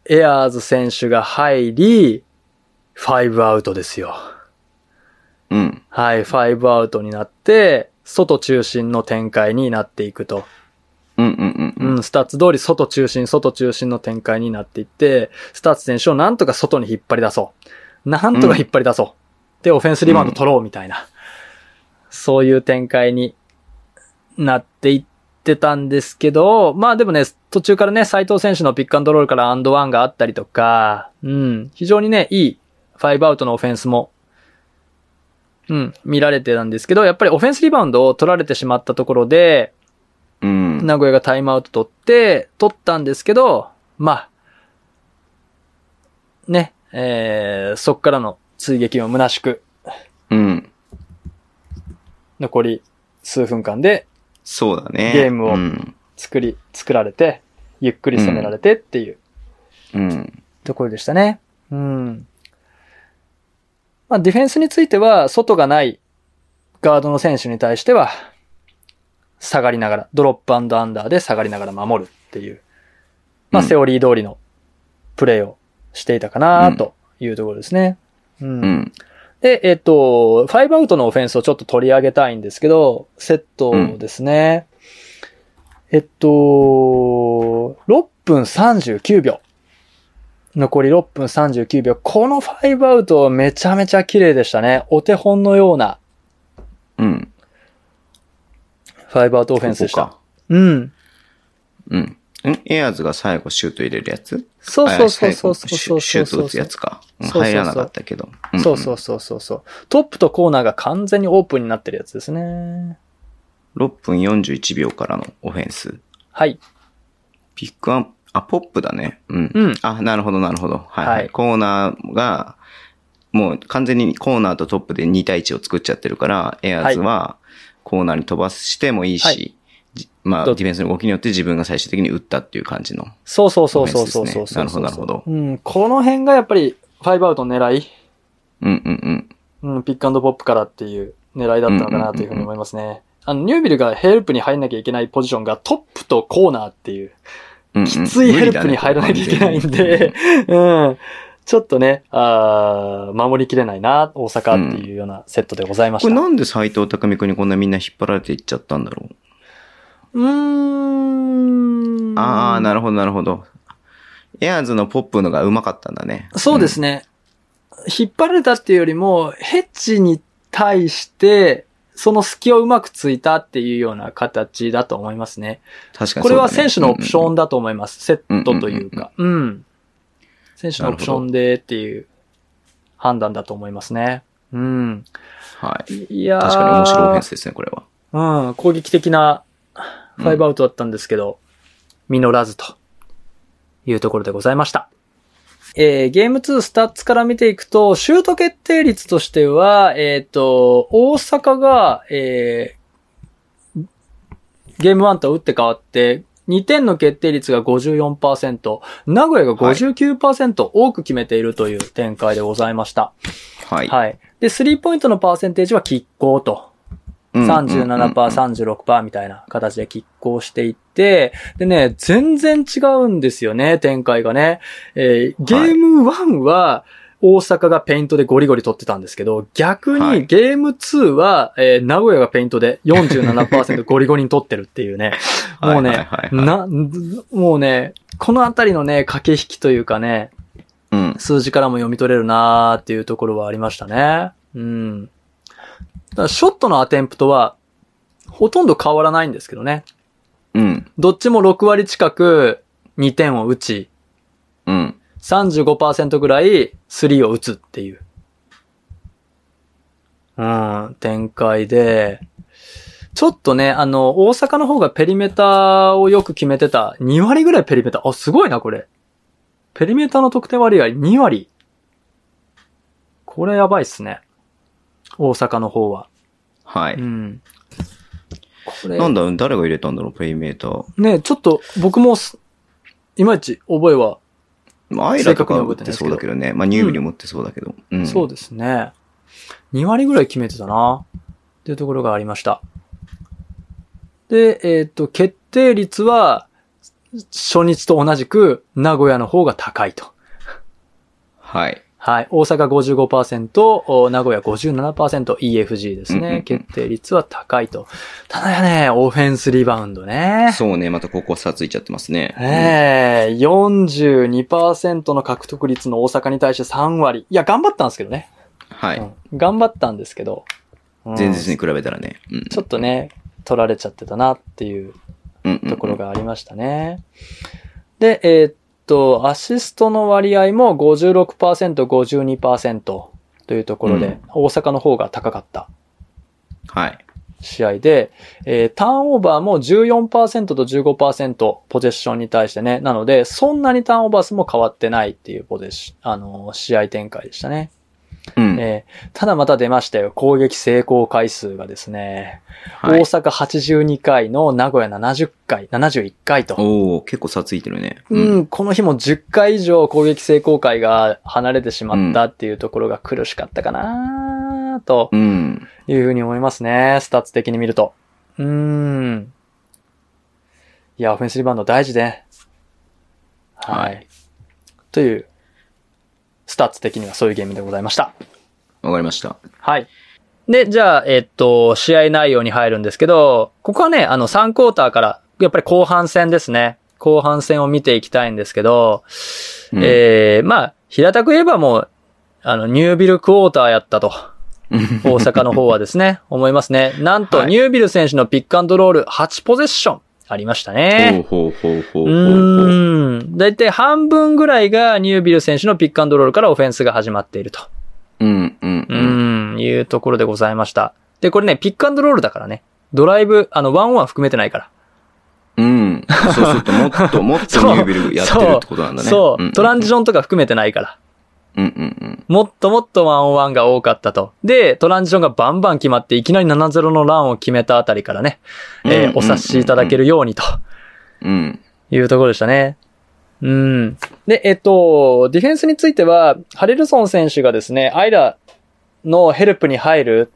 Speaker 3: エアーズ選手が入り、5アウトですよ。
Speaker 2: うん。
Speaker 3: はい、5アウトになって、外中心の展開になっていくと。
Speaker 2: うんうんうん。
Speaker 3: うん、スタッツ通り外中心、外中心の展開になっていって、スタッツ選手をなんとか外に引っ張り出そう。なんとか引っ張り出そう。で、オフェンスリバウンド取ろうみたいな。そういう展開になっていってたんですけど、まあでもね、途中からね、斉藤選手のピックアンドロールからアンドワンがあったりとか、うん、非常にね、いいファイブアウトのオフェンスも、うん、見られてたんですけど、やっぱりオフェンスリバウンドを取られてしまったところで、
Speaker 2: うん。
Speaker 3: 名古屋がタイムアウト取って、取ったんですけど、まあ、ね、えー、そっからの追撃も虚しく、
Speaker 2: うん。
Speaker 3: 残り数分間で
Speaker 2: そうだね。
Speaker 3: ゲームを
Speaker 2: うん。
Speaker 3: 作り、作られて、ゆっくり攻められてっていう
Speaker 2: うん。
Speaker 3: ところでしたね。うん。まあ、ディフェンスについては、外がないガードの選手に対しては、下がりながら、ドロップアンダーで下がりながら守るっていう、まあ、
Speaker 2: うん
Speaker 3: セオリー通りのプレーをしていたかなというところですね。うん
Speaker 2: うん。
Speaker 3: で、えっと、ファイブアウトのオフェンスをちょっと取り上げたいんですけど、セットですね。えっと、6分39秒。残り6分39秒。このファイブアウトめちゃめちゃ綺麗でしたね。お手本のような
Speaker 2: うん。
Speaker 3: ファイブアウトオフェンスでした。うん。
Speaker 2: うん。んエアーズが最後シュート入れるやつ
Speaker 3: そうそうそうそうそう
Speaker 2: あ最後
Speaker 3: そう
Speaker 2: シ
Speaker 3: そ
Speaker 2: ュ
Speaker 3: う
Speaker 2: シュート
Speaker 3: そ
Speaker 2: 打
Speaker 3: う
Speaker 2: つやつか。うん
Speaker 3: そうそうそう
Speaker 2: 入らなかったけど。ん
Speaker 3: そうそうそうそうそう。トップとコーナーが完全にオープンになってるやつですね。
Speaker 2: 6分41秒からのオフェンス。
Speaker 3: はい。
Speaker 2: ピックアップ、あ、ポップだね。うん。
Speaker 3: うん
Speaker 2: あ、なるほど、なるほど。はい、は
Speaker 3: はい
Speaker 2: い。コーナーが、もう完全にコーナーとトップで2対1を作っちゃってるから、エアーズはコーナーに飛ばしてもいいし、
Speaker 3: はい
Speaker 2: じまあ、デ
Speaker 3: ど
Speaker 2: ィフェンスの動きによって自分が最終的に打ったっていう感じの。
Speaker 3: そうそうそうそうそうそうそう、
Speaker 2: オフェンスですねなるほどなるほど
Speaker 3: うん、この辺がやっぱり、ファイブアウトの狙い、
Speaker 2: うんうんうん。
Speaker 3: うん、ピックアンドポップからっていう狙いだったのかなというふうに思いますね。あの、ニュービルがヘルプに入んなきゃいけないポジションがトップとコーナーっていう、
Speaker 2: うんうん
Speaker 3: きついヘルプに入らなきゃいけないん。
Speaker 2: 無理だね
Speaker 3: で、うん。ちょっとね、あー守りきれないな、大阪っていうようなセットでございまし
Speaker 2: こ
Speaker 3: た。
Speaker 2: れなんで斎藤匠君にこんなみんな引っ張られていっちゃったんだろう。
Speaker 3: うーん。
Speaker 2: ああ、なるほど、なるほど。エアーズのポップのがうまかったんだね。
Speaker 3: そうですね。引っ張られたっていうよりも、ヘッジに対して、その隙をうまくついたっていうような形だと思いますね。
Speaker 2: 確かに
Speaker 3: こ
Speaker 2: そうだね、
Speaker 3: れは選手のオプション
Speaker 2: だ。
Speaker 3: だと思います。セットというか。うん。選手のオプションでっていう判断だと思いますね。うん。
Speaker 2: はい。
Speaker 3: いやー
Speaker 2: 確かに面白いオフェンスですね、これは。
Speaker 3: うん、攻撃的なファイブアウトだったんですけど、実らずというところでございました。えー、ゲーム2スタッツから見ていくと、シュート決定率としては、えっ、と、大阪が、えーゲーム1と打って変わって、2点の決定率が54%、名古屋が59%、多く決めているという展開でございました。
Speaker 2: はい。
Speaker 3: はい。で、スリーポイントのパーセンテージは拮抗と
Speaker 2: うんうんうんうん
Speaker 3: 37%、36%みたいな形で拮抗していって、でね、全然違うんですよね、展開がね。えーゲーム1は、大阪がペイントでゴリゴリ取ってたんですけど、逆
Speaker 2: は
Speaker 3: に
Speaker 2: い
Speaker 3: ゲーム2は、えー名古屋がペイントで47%ゴリゴリに取ってるっていうね。
Speaker 2: はい
Speaker 3: もう
Speaker 2: はい
Speaker 3: ね
Speaker 2: はい、はい
Speaker 3: な、もうね、このあたりのね、駆け引きというかね、
Speaker 2: うん。
Speaker 3: 数字からも読み取れるなーっていうところはありましたね。うん。ただショットのアテンプトは、ほとんど変わらないんですけどね。
Speaker 2: うん。
Speaker 3: どっちも6割近く2点を打ち、
Speaker 2: うん。
Speaker 3: 35%ぐらい3を打つっていう。うん、展開で、ちょっとね、あの、大阪の方がペリメーターをよく決めてた。2割ぐらいペリメーター。あ、すごいな、これ。ペリメーターの得点割合2割。これやばいっすね。大阪の方は。
Speaker 2: は
Speaker 3: う
Speaker 2: い。
Speaker 3: ん。これ
Speaker 2: なんだ、誰が入れたんだろう、ペイメーター。
Speaker 3: ね、ちょっと僕もす、いまいち覚えは
Speaker 2: まあアイラとか
Speaker 3: 正確には
Speaker 2: 打
Speaker 3: 覚え
Speaker 2: って
Speaker 3: ない
Speaker 2: て
Speaker 3: です
Speaker 2: そう
Speaker 3: けど
Speaker 2: だけどね。まあ、ニュービル持ってそうだけど。うん。
Speaker 3: そうですね。2割ぐらい決めてたな。っていうところがありました。で、えっ、と、決定率は、初日と同じく、名古屋の方が高いと。
Speaker 2: はい。
Speaker 3: はい。大阪55%、お名古屋57%、EFG です
Speaker 2: うんうんう
Speaker 3: ね
Speaker 2: ん。
Speaker 3: 決定率は高いと。ただやね、オフェンスリバウンドね。
Speaker 2: そうね、またここ差ついちゃってますね。
Speaker 3: ええ42%の獲得率の大阪に対して3割。いや、頑張ったんですけどね。
Speaker 2: うんは
Speaker 3: う
Speaker 2: い。
Speaker 3: ん頑張ったんですけど。うん
Speaker 2: 前日に比べたらね。うん。
Speaker 3: ちょっとね、取られちゃってたなっていう
Speaker 2: うんうん
Speaker 3: ところ。がありましたね。で、えーっと、アシストの割合も56%、52%というところで、
Speaker 2: うん
Speaker 3: 大阪の方が高かった
Speaker 2: はい。
Speaker 3: 試合で、えーターンオーバーも14%と15%ポゼッションに対してね、なので、そんなにターンオーバー数も変わってないっていうポゼッシあのー試合展開でしたね。
Speaker 2: うん。
Speaker 3: えーただまた出ましたよ。攻撃成功回数がですね、
Speaker 2: は
Speaker 3: 大
Speaker 2: い。
Speaker 3: 阪82回の名古屋70回、71回と。
Speaker 2: おお結構差ついてるね。
Speaker 3: う。ん、この日も10回以上攻撃成功回が離れてしまったっていうところが苦しかったかなと
Speaker 2: うん。
Speaker 3: いうふうに思いますね。スタッツ的に見ると。うーん。いや、オフェンスリバウンド大事で。はい。
Speaker 2: はい
Speaker 3: とという、スタッツ的にはそういうゲームでございました。
Speaker 2: わかりました。
Speaker 3: はい。で、じゃあ、えっと、試合内容に入るんですけど、ここはね、あの、3クォーターから、やっぱり後半戦ですね。後半戦を見ていきたいんですけど、
Speaker 2: うん
Speaker 3: えー、まあ、平たく言えばもう、あの、ニュービルクォーターやったと、大阪 の方はです ね、思いますね。なんと、
Speaker 2: はい
Speaker 3: ニュービル選手のピックアンドロール8ポゼッションありましたね。
Speaker 2: ほうほうほうほうほ
Speaker 3: う
Speaker 2: うほう。
Speaker 3: ーん。だいたい半分ぐらいがニュービル選手のピックアンドロールからオフェンスが始まっていると。
Speaker 2: うん、うん、
Speaker 3: う
Speaker 2: うん。
Speaker 3: ーん、いうところでございました。で、これね、ピックアンドロールだからね。ドライブ、あの、ワンオンワン含めてないから。
Speaker 2: うん。そうすると、もっと、もっとニュービルやってるってことなんだね。
Speaker 3: そ
Speaker 2: んん
Speaker 3: う、トランジションとか含めてないから。
Speaker 2: うん、うん、
Speaker 3: もっともっとワンオンワンが多かったと。で、トランジションがバンバン決まって、いきなり7-0のランを決めたあたりからね、
Speaker 2: うん。
Speaker 3: えーお察しいただけ
Speaker 2: る。
Speaker 3: るようにと
Speaker 2: うん。
Speaker 3: いうところでしたね。うん。で、えっと、ディフェンスについては、ハレルソン選手がですね、アイラのヘルプに入る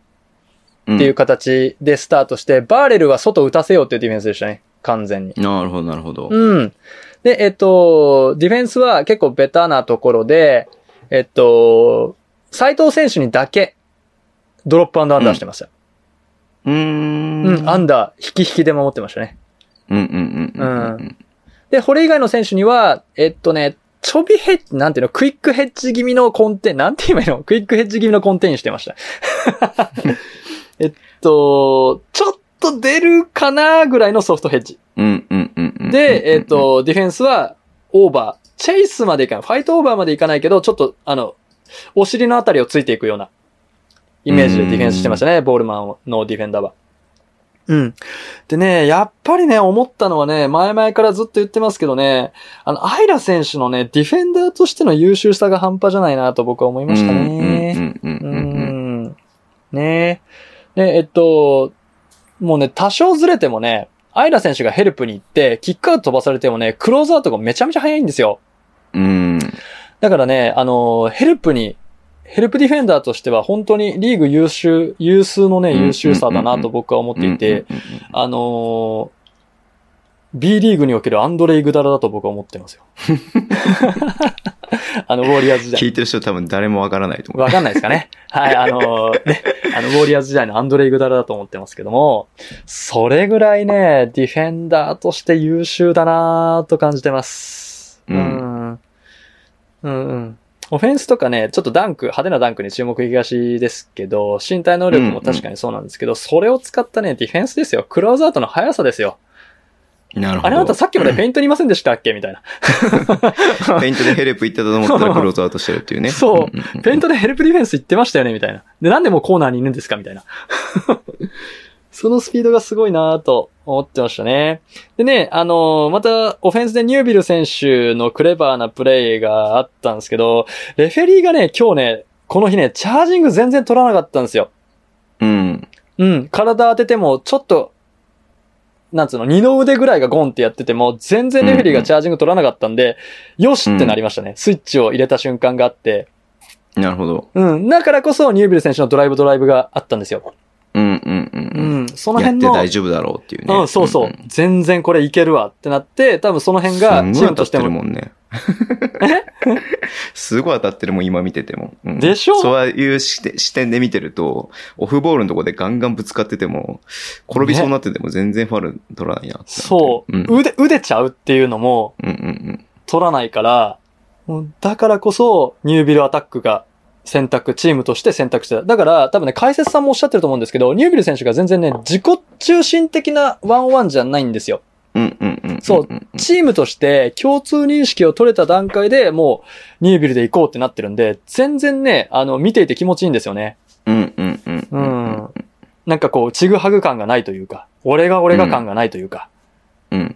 Speaker 2: っ
Speaker 3: っていう。形でスタートして、バーレルは外打たせようっていうディフェンスでしたね。完全に。
Speaker 2: なるほど、なるほど。
Speaker 3: うん。で、えっと、ディフェンスは結構ベタなところで、えっと、斎藤選手にだけ、ドロップアンダーしてました。
Speaker 2: うーん。
Speaker 3: うん、アンダー、引き引きで守ってましたね。
Speaker 2: うん、うん、うん、うんうん。
Speaker 3: で、これ以外の選手には、えっとね、ちょびヘッジ、なんていうの、クイックヘッジ気味のコンテン、なんて言えばいいのクイックヘッジ気味のコンテインしてました。えっと、ちょっと出るかなぐらいのソフトヘッジ。
Speaker 2: うん、うん、うんうん。
Speaker 3: で、えっ、、と、ディフェンスはオーバー。チェイスまでいかない。ファイトオーバーまでいかないけど、ちょっと、あの、お尻のあたりをついていくようなイメージでディフェンスしてましたね、ボールマンのディフェンダーは。うん。でね、やっぱりね、思ったのはね、前々からずっと言ってますけどね、あの、アイラ選手のね、ディフェンダーとしての優秀さが半端じゃないなと僕は思いましたね。
Speaker 2: うん、うん、うん、
Speaker 3: う
Speaker 2: うんうん。
Speaker 3: んねえ。で、えっと、もうね、多少ずれてもね、アイラ選手がヘルプに行って、キックアウト飛ばされてもね、クローズアウトがめちゃめちゃ早いんですよ。
Speaker 2: うん。
Speaker 3: だからね、あの、ヘルプに、ヘルプディフェンダーとしては本当にリーグ優秀、有数のね、
Speaker 2: うん
Speaker 3: 優秀さだなと僕は思っていて、
Speaker 2: うん、うん
Speaker 3: あのー B リーグにおけるアンドレイグダラだと僕は思ってま すよ。あの、ウォリアーズ時代。
Speaker 2: 聞いてる人多分誰もわからないと思う。
Speaker 3: わかんないですか ね。はい、あのーね、あの、ウォリアーズ時代のアンドレイ・グダラだと思ってますけども、それぐらいね、ディフェンダーとして優秀だなーと感じてます。
Speaker 2: う
Speaker 3: うん。うんうん。オフェンスとかね、ちょっとダンク、派手なダンクに注目いきがちですけど、身体能力も確かにそうなんですけど、それを使ったね、ディフェンスですよ。クローズアウトの速さですよ。
Speaker 2: なるほど。
Speaker 3: あれあなたさっきまでペイントにいませんでしたっけみたいな。
Speaker 2: ペイントでヘルプ行ってたと思ったらクローズアウトしてるっていうね。
Speaker 3: そ
Speaker 2: んんん
Speaker 3: ペイントでヘルプディフェンス行ってましたよねみたいな。で、なんでもうコーナーにいるんですかみたいな。そのスピードがすごいなぁと思ってましたね。でね、あのーまた、オフェンスでニュービル選手のクレバーなプレイがあったんですけど、レフェリーがね、今日ね、この日ね、チャージング全然取らなかったんですよ。
Speaker 2: うん。
Speaker 3: うん、体当てても、ちょっと、なんつうの、二の腕ぐらいがゴンってやってても、全然レフェリーがチャージング取らなかったんで、よしってなりましたね。スイッチを入れた瞬間があって、
Speaker 2: なるほど。
Speaker 3: うん。だからこそ、ニュービル選手のドライブドライブがあったんですよ。
Speaker 2: うんうんうん。
Speaker 3: ん。そ
Speaker 2: こ
Speaker 3: の辺の。
Speaker 2: やって大丈夫だろうっていうね。
Speaker 3: うん、そうそう、
Speaker 2: んん
Speaker 3: 全然これいけるわってなって、多分その辺がチームとして
Speaker 2: す
Speaker 3: も。
Speaker 2: んごい当たってるもんね。すごい当たってるもん、今見てても。うん
Speaker 3: でしょ
Speaker 2: そういう視点視点で見てると、オフボールのとこでガンガンぶつかってても、転びそうになってても全然ファウル取らないなってなって
Speaker 3: そ
Speaker 2: う
Speaker 3: う、
Speaker 2: ん。
Speaker 3: 腕、腕ちゃうっていうのも
Speaker 2: うんうん
Speaker 3: 取らないから、もうだからこそ、ニュービルアタックが選択、チームとして選択してた。だから、多分ね、解説さんもおっしゃってると思うんですけど、ニュービル選手が全然ね、自己中心的なワンオンワンじゃないんですよ。
Speaker 2: うん。うんうんうん。
Speaker 3: そう
Speaker 2: ん
Speaker 3: ん
Speaker 2: ん。
Speaker 3: チームとして共通認識を取れた段階でもうニュービルで行こうってなってるんで、全然ね、あの、見ていて気持ちいいんですよね。
Speaker 2: うんうんうん
Speaker 3: う
Speaker 2: うん
Speaker 3: ん。なんかこう、ちぐはぐ感がないというか、俺が俺が感がないというか、
Speaker 2: うん。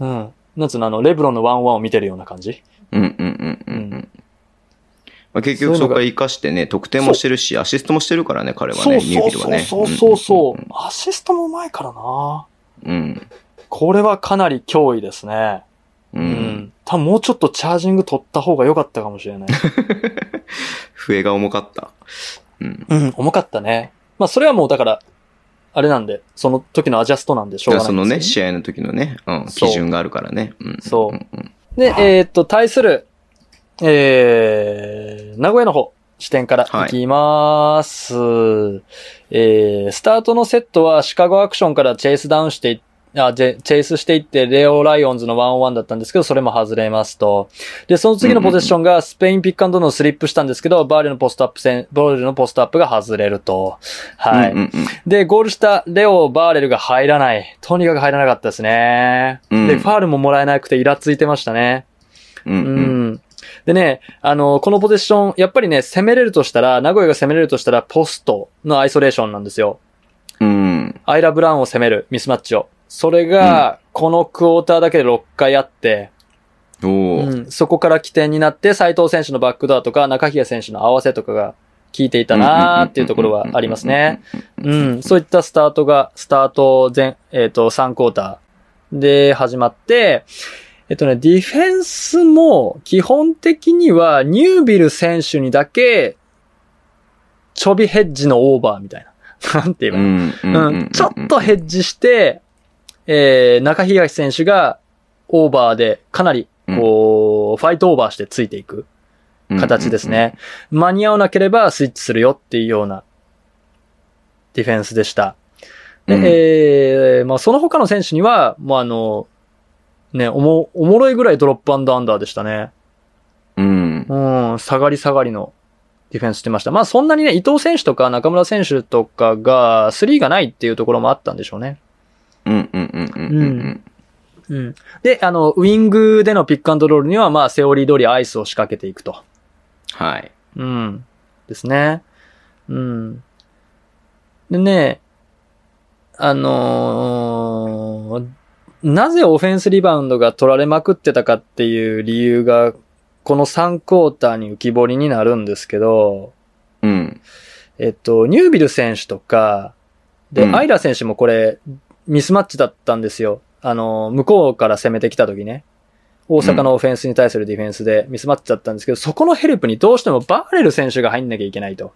Speaker 3: うん。なんつうの、あの、レブロンのワンワンを見てるような感じ。
Speaker 2: うんうんうんうん
Speaker 3: う
Speaker 2: うん。まあ、結局そこから生かしてね、得点もしてるし、アシストもしてるからね、彼は
Speaker 3: そ
Speaker 2: ね、
Speaker 3: う
Speaker 2: ニュー
Speaker 3: そう
Speaker 2: ビルは
Speaker 3: そう
Speaker 2: ね。
Speaker 3: そうそうそう。アシストもうまいからな
Speaker 2: うん。
Speaker 3: これはかなり脅威ですね。
Speaker 2: う。
Speaker 3: うんん。多分もうちょっとチャージング取った方が良かったかもしれない。
Speaker 2: 笛が重かった。うん。
Speaker 3: うん、重かったね。まあ、それはもうだから、あれなんで、その時のアジャストなんでしょう
Speaker 2: だ
Speaker 3: が
Speaker 2: から
Speaker 3: ない
Speaker 2: その
Speaker 3: ん
Speaker 2: ね、
Speaker 3: です
Speaker 2: 試
Speaker 3: よ
Speaker 2: 合の時のね、うん、
Speaker 3: そう
Speaker 2: 基準があるからね。うん。
Speaker 3: そうん
Speaker 2: ん
Speaker 3: ね、で、えーっと、対する、えー、名古屋の方、視点からいきます、えー、スタートのセットはシカゴアクションからチェイスダウンしていあチェチェイスしていって、レオ・ライオンズの1-1だったんですけど、それも外れますと。で、その次のポゼッションがスペインピックアンドロールのスリップしたんですけど、バーレルのポストアップ戦、ボールのポストアップが外れると。はい。
Speaker 2: うんうん
Speaker 3: で、ゴールしたレオ・バーレルが入らない。とにかく入らなかったですね。
Speaker 2: うん
Speaker 3: で、ファールももらえなくてイラついてましたね。
Speaker 2: うん。うんう
Speaker 3: う
Speaker 2: ん。
Speaker 3: ん。でね、あの、このポゼッション、やっぱりね、攻めれるとしたら、名古屋が攻めれるとしたら、ポストのアイソレーションなんですよ。
Speaker 2: うん。
Speaker 3: アイラ・ブラウンを攻める、ミスマッチを。それが、このクォーターだけで6回あって、
Speaker 2: お
Speaker 3: う
Speaker 2: ー。
Speaker 3: ん、そこから起点になって、斉藤選手のバックドアとか、中平選手の合わせとかが効いていたなーっていうところはありますね。うん、そういったスタートが、スタート前、えっ、と、3クォーターで始まって、えっとね、ディフェンスも基本的にはニュービル選手にだけ、ちょびヘッジのオーバーみたいな。 なんて言えばいいの
Speaker 2: うん。うんうん
Speaker 3: うん、ちょっとヘッジして、えー、中東選手がオーバーでかなり、こう、ファイトオーバーしてついていく形です。ね。間に合わなければスイッチするよっていうようなディフェンスでした。で
Speaker 2: うん
Speaker 3: えー、まあその他の選手には、もうあの、ね、おも、おもろいぐらいドロップアンダーでしたね。
Speaker 2: うん。
Speaker 3: うん、下がり下がりのディフェンスしてました。まあそんなにね、伊藤選手とか中村選手とかが、スリーがないっていうところもあったんでしょうね。
Speaker 2: うんうんうんうんうんうん。
Speaker 3: うん。で、あの、ウィングでのピックアンドロールには、まあセオリー通りアイスを仕掛けていくと。
Speaker 2: はい。
Speaker 3: うん。ですね。うん。でね、あのーなぜオフェンスリバウンドが取られまくってたかっていう理由が、この3クォーターに浮き彫りになるんですけど、
Speaker 2: うん。
Speaker 3: えっと、ニュービル選手とか、で、
Speaker 2: うん
Speaker 3: アイラ選手もこれ、ミスマッチだったんですよ。あの、向こうから攻めてきた時ね。大阪のオフェンスに対するディフェンスでミスマッチだったんですけど、そこのヘルプにどうしてもバーレル選手が入んなきゃいけないと。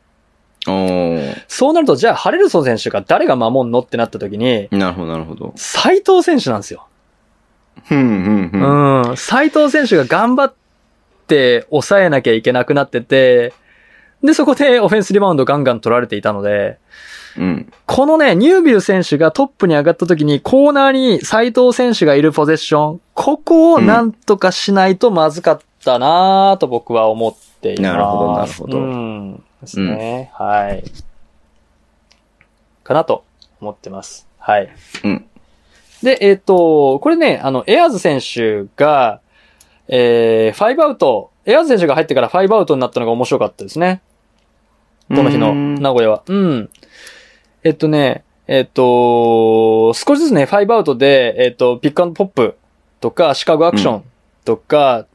Speaker 2: おー。
Speaker 3: そうなると、じゃあハレルソン選手が誰が守んのってなった時に、
Speaker 2: なるほど、なるほど。
Speaker 3: 斉藤選手なんですよ。
Speaker 2: うんうん
Speaker 3: う
Speaker 2: うん。
Speaker 3: ん。斉藤選手が頑張って抑えなきゃいけなくなってて、で、そこでオフェンスリバウンドガンガン取られていたので、
Speaker 2: うん。
Speaker 3: このね、ニュービル選手がトップに上がった時にコーナーに斉藤選手がいるポゼッション、ここをなんとかしないとまずかったなぁと僕は思っています。
Speaker 2: なるほどなるほど
Speaker 3: うん。ですね。はい。かなと思ってます。はい。
Speaker 2: うん
Speaker 3: で、えっ、と、これね、あの、エアーズ選手が、えー、ファイブアウト、エアーズ選手が入ってからファイブアウトになったのが面白かったですね。この日の名古屋は。うん。えっとね、えっと、少しずつね、ファイブアウトで、えっと、ピックアンドポップとか、シカゴアクションとか、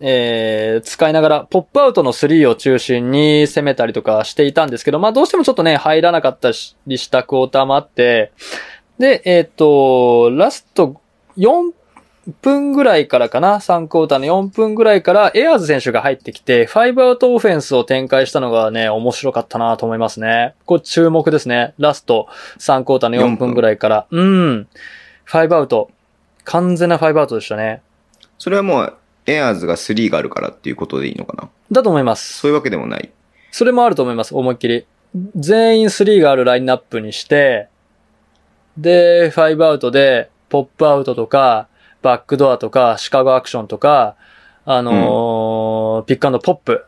Speaker 3: えー、使いながら、ポップアウトの3を中心に攻めたりとかしていたんですけど、まあどうしてもちょっとね、入らなかったりしたクォーターもあって、で、えっと、ラスト4分ぐらいからかな、3クォーターの4分ぐらいから、エアーズ選手が入ってきて、ファイブアウトオフェンスを展開したのがね、面白かったなと思いますね。これ注目ですね。ラスト3クォーターの4分ぐらいから。うん。ファイブアウト。完全なファイブアウトでしたね。
Speaker 2: それはもう、エアーズが3があるからっていうことでいいのかな
Speaker 3: だと思います。
Speaker 2: そういうわけでもない。
Speaker 3: それもあると思います、思いっきり。全員3があるラインナップにして、で、5アウトで、ポップアウトとか、バックドアとか、シカゴアクションとか、あのーピックアンドポップ。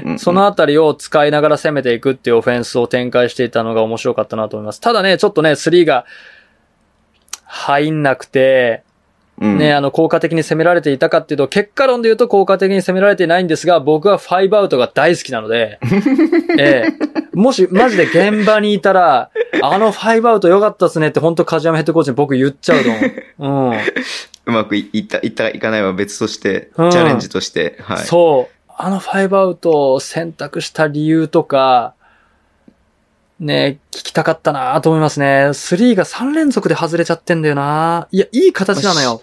Speaker 2: うんうんうん
Speaker 3: そのあたりを使いながら攻めていくっていうオフェンスを展開していたのが面白かったなと思います。ただね、ちょっとね、3が入んなくて、
Speaker 2: うん。
Speaker 3: ね、あの、効果的に攻められていたかっていうと、結果論で言うと効果的に攻められていないんですが、僕はファイブアウトが大好きなので、 ええ、もし、マジで現場にいたら、あのファイブアウト良かったっすねって、本当梶山ヘッドコーチに僕言っちゃうと 思う。うん。
Speaker 2: うまくいいった、いった、いかないは別として、チ
Speaker 3: うん
Speaker 2: ャレンジとして、はい。
Speaker 3: そう。あのファイブアウトを選択した理由とか、ね、聞きたかったなと思いますね。3が3連続で外れちゃってんだよないや、いい形なのよ。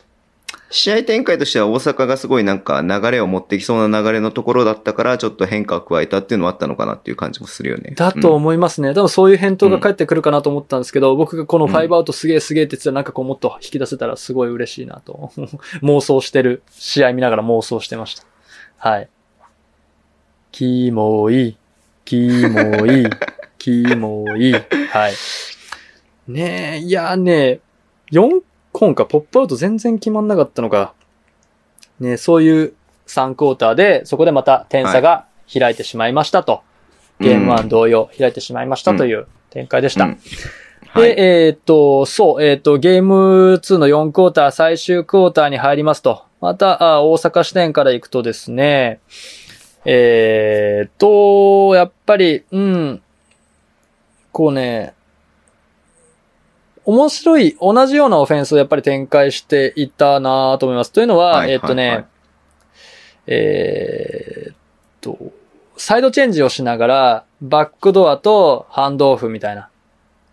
Speaker 2: 試合展開としては大阪がすごいなんか流れを持ってきそうな流れのところだったから、ちょっと変化を加えたっていうのはあったのかなっていう感じもするよね。
Speaker 3: だと思いますね。多分そういう返答が返ってくるかなと思ったんですけど、僕がこのファイブアウトすげえすげえって言ってたらなんかこうもっと 引き出せたらすごい嬉しいなと妄想してる、試合見ながら妄想してました。はい。キモい、キモ い、キモい。はい。ねえ、いやね、4今回ポップアウト全然決まんなかったのか。ねえそういう3クォーターで、そこでまた点差が開いてしまいましたと。ゲーム1同様開いてしまいましたという展開でした。
Speaker 2: うんうん
Speaker 3: で、
Speaker 2: はい。
Speaker 3: えーっと、そう、えーっと、ゲーム2の4クォーター、最終クォーターに入りますと。また、あ大阪支店から行くとですね、えーっと、やっぱり、うん、こうね、面白い、同じようなオフェンスをやっぱり展開していたなと思います。というのは、
Speaker 2: はい
Speaker 3: えーっとね、
Speaker 2: はいはい
Speaker 3: えーっと、サイドチェンジをしながら、バックドアとハンドオフみたいな。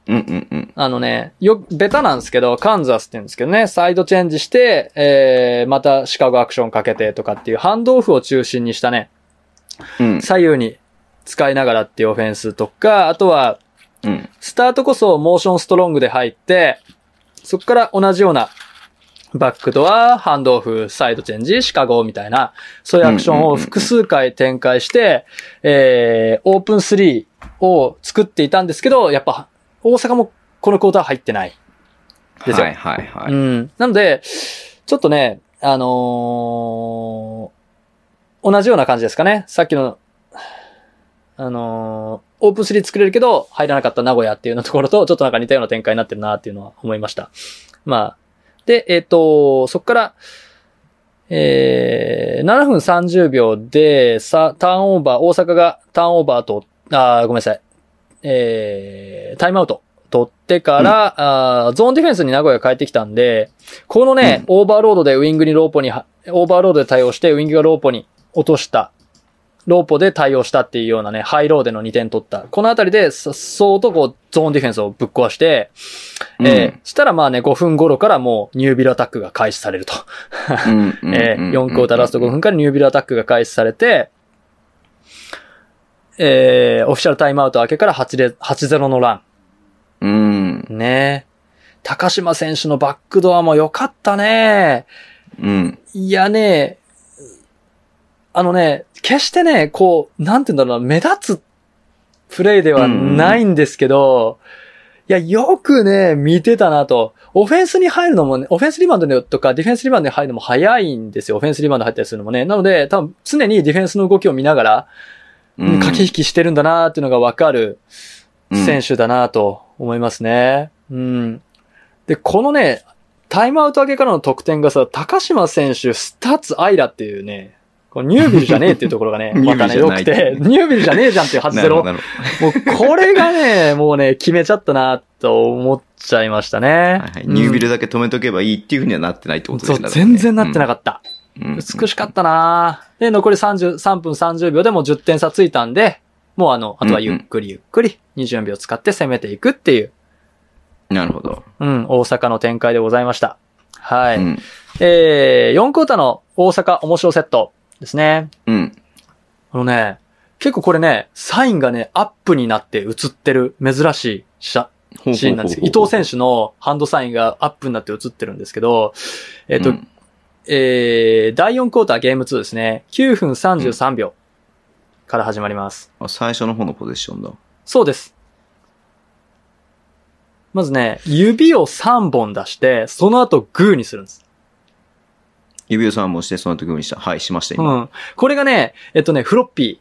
Speaker 2: うんうんうん。
Speaker 3: あのね、よ、ベタなんですけど、カンザスって言うんですけどね、サイドチェンジして、えー、またシカゴアクションかけてとかっていう、ハンドオフを中心にしたね、
Speaker 2: うん
Speaker 3: 左右に使いながらっていうオフェンスとか、あとは、
Speaker 2: うん。
Speaker 3: スタートこそモーションストロングで入って、そこから同じような、バックドア、ハンドオフ、サイドチェンジ、シカゴみたいな、そういうアクションを複数回展開して、えー、オープン3を作っていたんですけど、やっぱ、大阪もこのクォーター入ってない。ですよ
Speaker 2: はいはいは
Speaker 3: う
Speaker 2: い。
Speaker 3: ん。なので、ちょっとね、あのー同じような感じですかね。さっきの、あのーオープン3作れるけど、入らなかった名古屋っていうようなところと、ちょっとなんか似たような展開になってるなっていうのは思いました。まあ。で、えっ、と、そこから、えー、7分30秒で、さ、ターンオーバー、大阪がターンオーバーと、あーごめんなさい。えー、タイムアウト取ってから、あーゾーンディフェンスに名古屋が帰ってきたんで、このね、オーバーロードでウィングにローポには、オーバーロードで対応して、ウィングがローポに落とした。ローポで対応したっていうようなね、ハイローでの2点取った。このあたりで、さ相当こう、ゾーンディフェンスをぶっ壊して、
Speaker 2: うん
Speaker 3: えーしたらまあね、5分頃からもうニュービルアタックが開始されると。えー4クォーターラスト5分からニュービルアタックが開始されて、えーオフィシャルタイムアウト明けから8で8-0のラ
Speaker 2: うん。
Speaker 3: ン。ね高島選手のバックドアも良かったね。
Speaker 2: うん。
Speaker 3: いやね、あのね、決してね、こう、なんて言うんだろうな、目立つプレイではないんですけど、いや、よくね、見てたなと。オフェンスに入るのもね、オフェンスリバウンドとかディフェンスリバウンドに入るのも早いんですよ。オフェンスリバウンド入ったりするのもね。なので、多分常にディフェンスの動きを見ながら、
Speaker 2: うん。
Speaker 3: 駆け引きしてるんだなっていうのがわかる
Speaker 2: うん、
Speaker 3: 選手だなと思いますね。うん。で、このね、タイムアウト明けからの得点がさ、高島選手、スタッツアイラっていうね、このニュービルじゃねえっていうところがね
Speaker 2: ニュ
Speaker 3: ま
Speaker 2: ービル
Speaker 3: たね、
Speaker 2: じゃ
Speaker 3: 良
Speaker 2: ない
Speaker 3: くて、 ニュービルじゃねえじゃんっていう
Speaker 2: なるほど
Speaker 3: 8-0。
Speaker 2: なるほ
Speaker 3: もうこれがね、もうね、決めちゃったなと思っちゃいました
Speaker 2: ど
Speaker 3: ね。
Speaker 2: はいはい。ニュービル
Speaker 3: ル
Speaker 2: だけ止めとけばいいっていうふうにはなってないってことです
Speaker 3: そう、全然なってな
Speaker 2: かっ
Speaker 3: かった。
Speaker 2: た。うん
Speaker 3: 美しかったなで、残り33分30秒でもう10点差ついたんで、もうあの、あとはゆっくりゆっくり24秒使って攻めていくっていう、
Speaker 2: なるほど。
Speaker 3: うん、大阪の展開でございました。はい。
Speaker 2: うん。
Speaker 3: えー、4クォーターの大阪面白セットですね。
Speaker 2: うん。
Speaker 3: あのね、結構これね、サインがね、アップになって映ってる珍しいシャ
Speaker 2: ほうほうほう
Speaker 3: シーンなんですけど、伊藤選手のハンドサインがアップになって映ってるんですけど、えっ、と、
Speaker 2: うん
Speaker 3: えー、第4クォーターゲーム2ですね。9分33秒から始まります。
Speaker 2: あ最初の方のポジションだ。
Speaker 3: そうです。まずね、指を3本出して、その後グーにするんです。
Speaker 2: 指を3本して、その後グーにした。はい、しました、
Speaker 3: う
Speaker 2: 今。
Speaker 3: ん。これがね、えっとね、フロッピー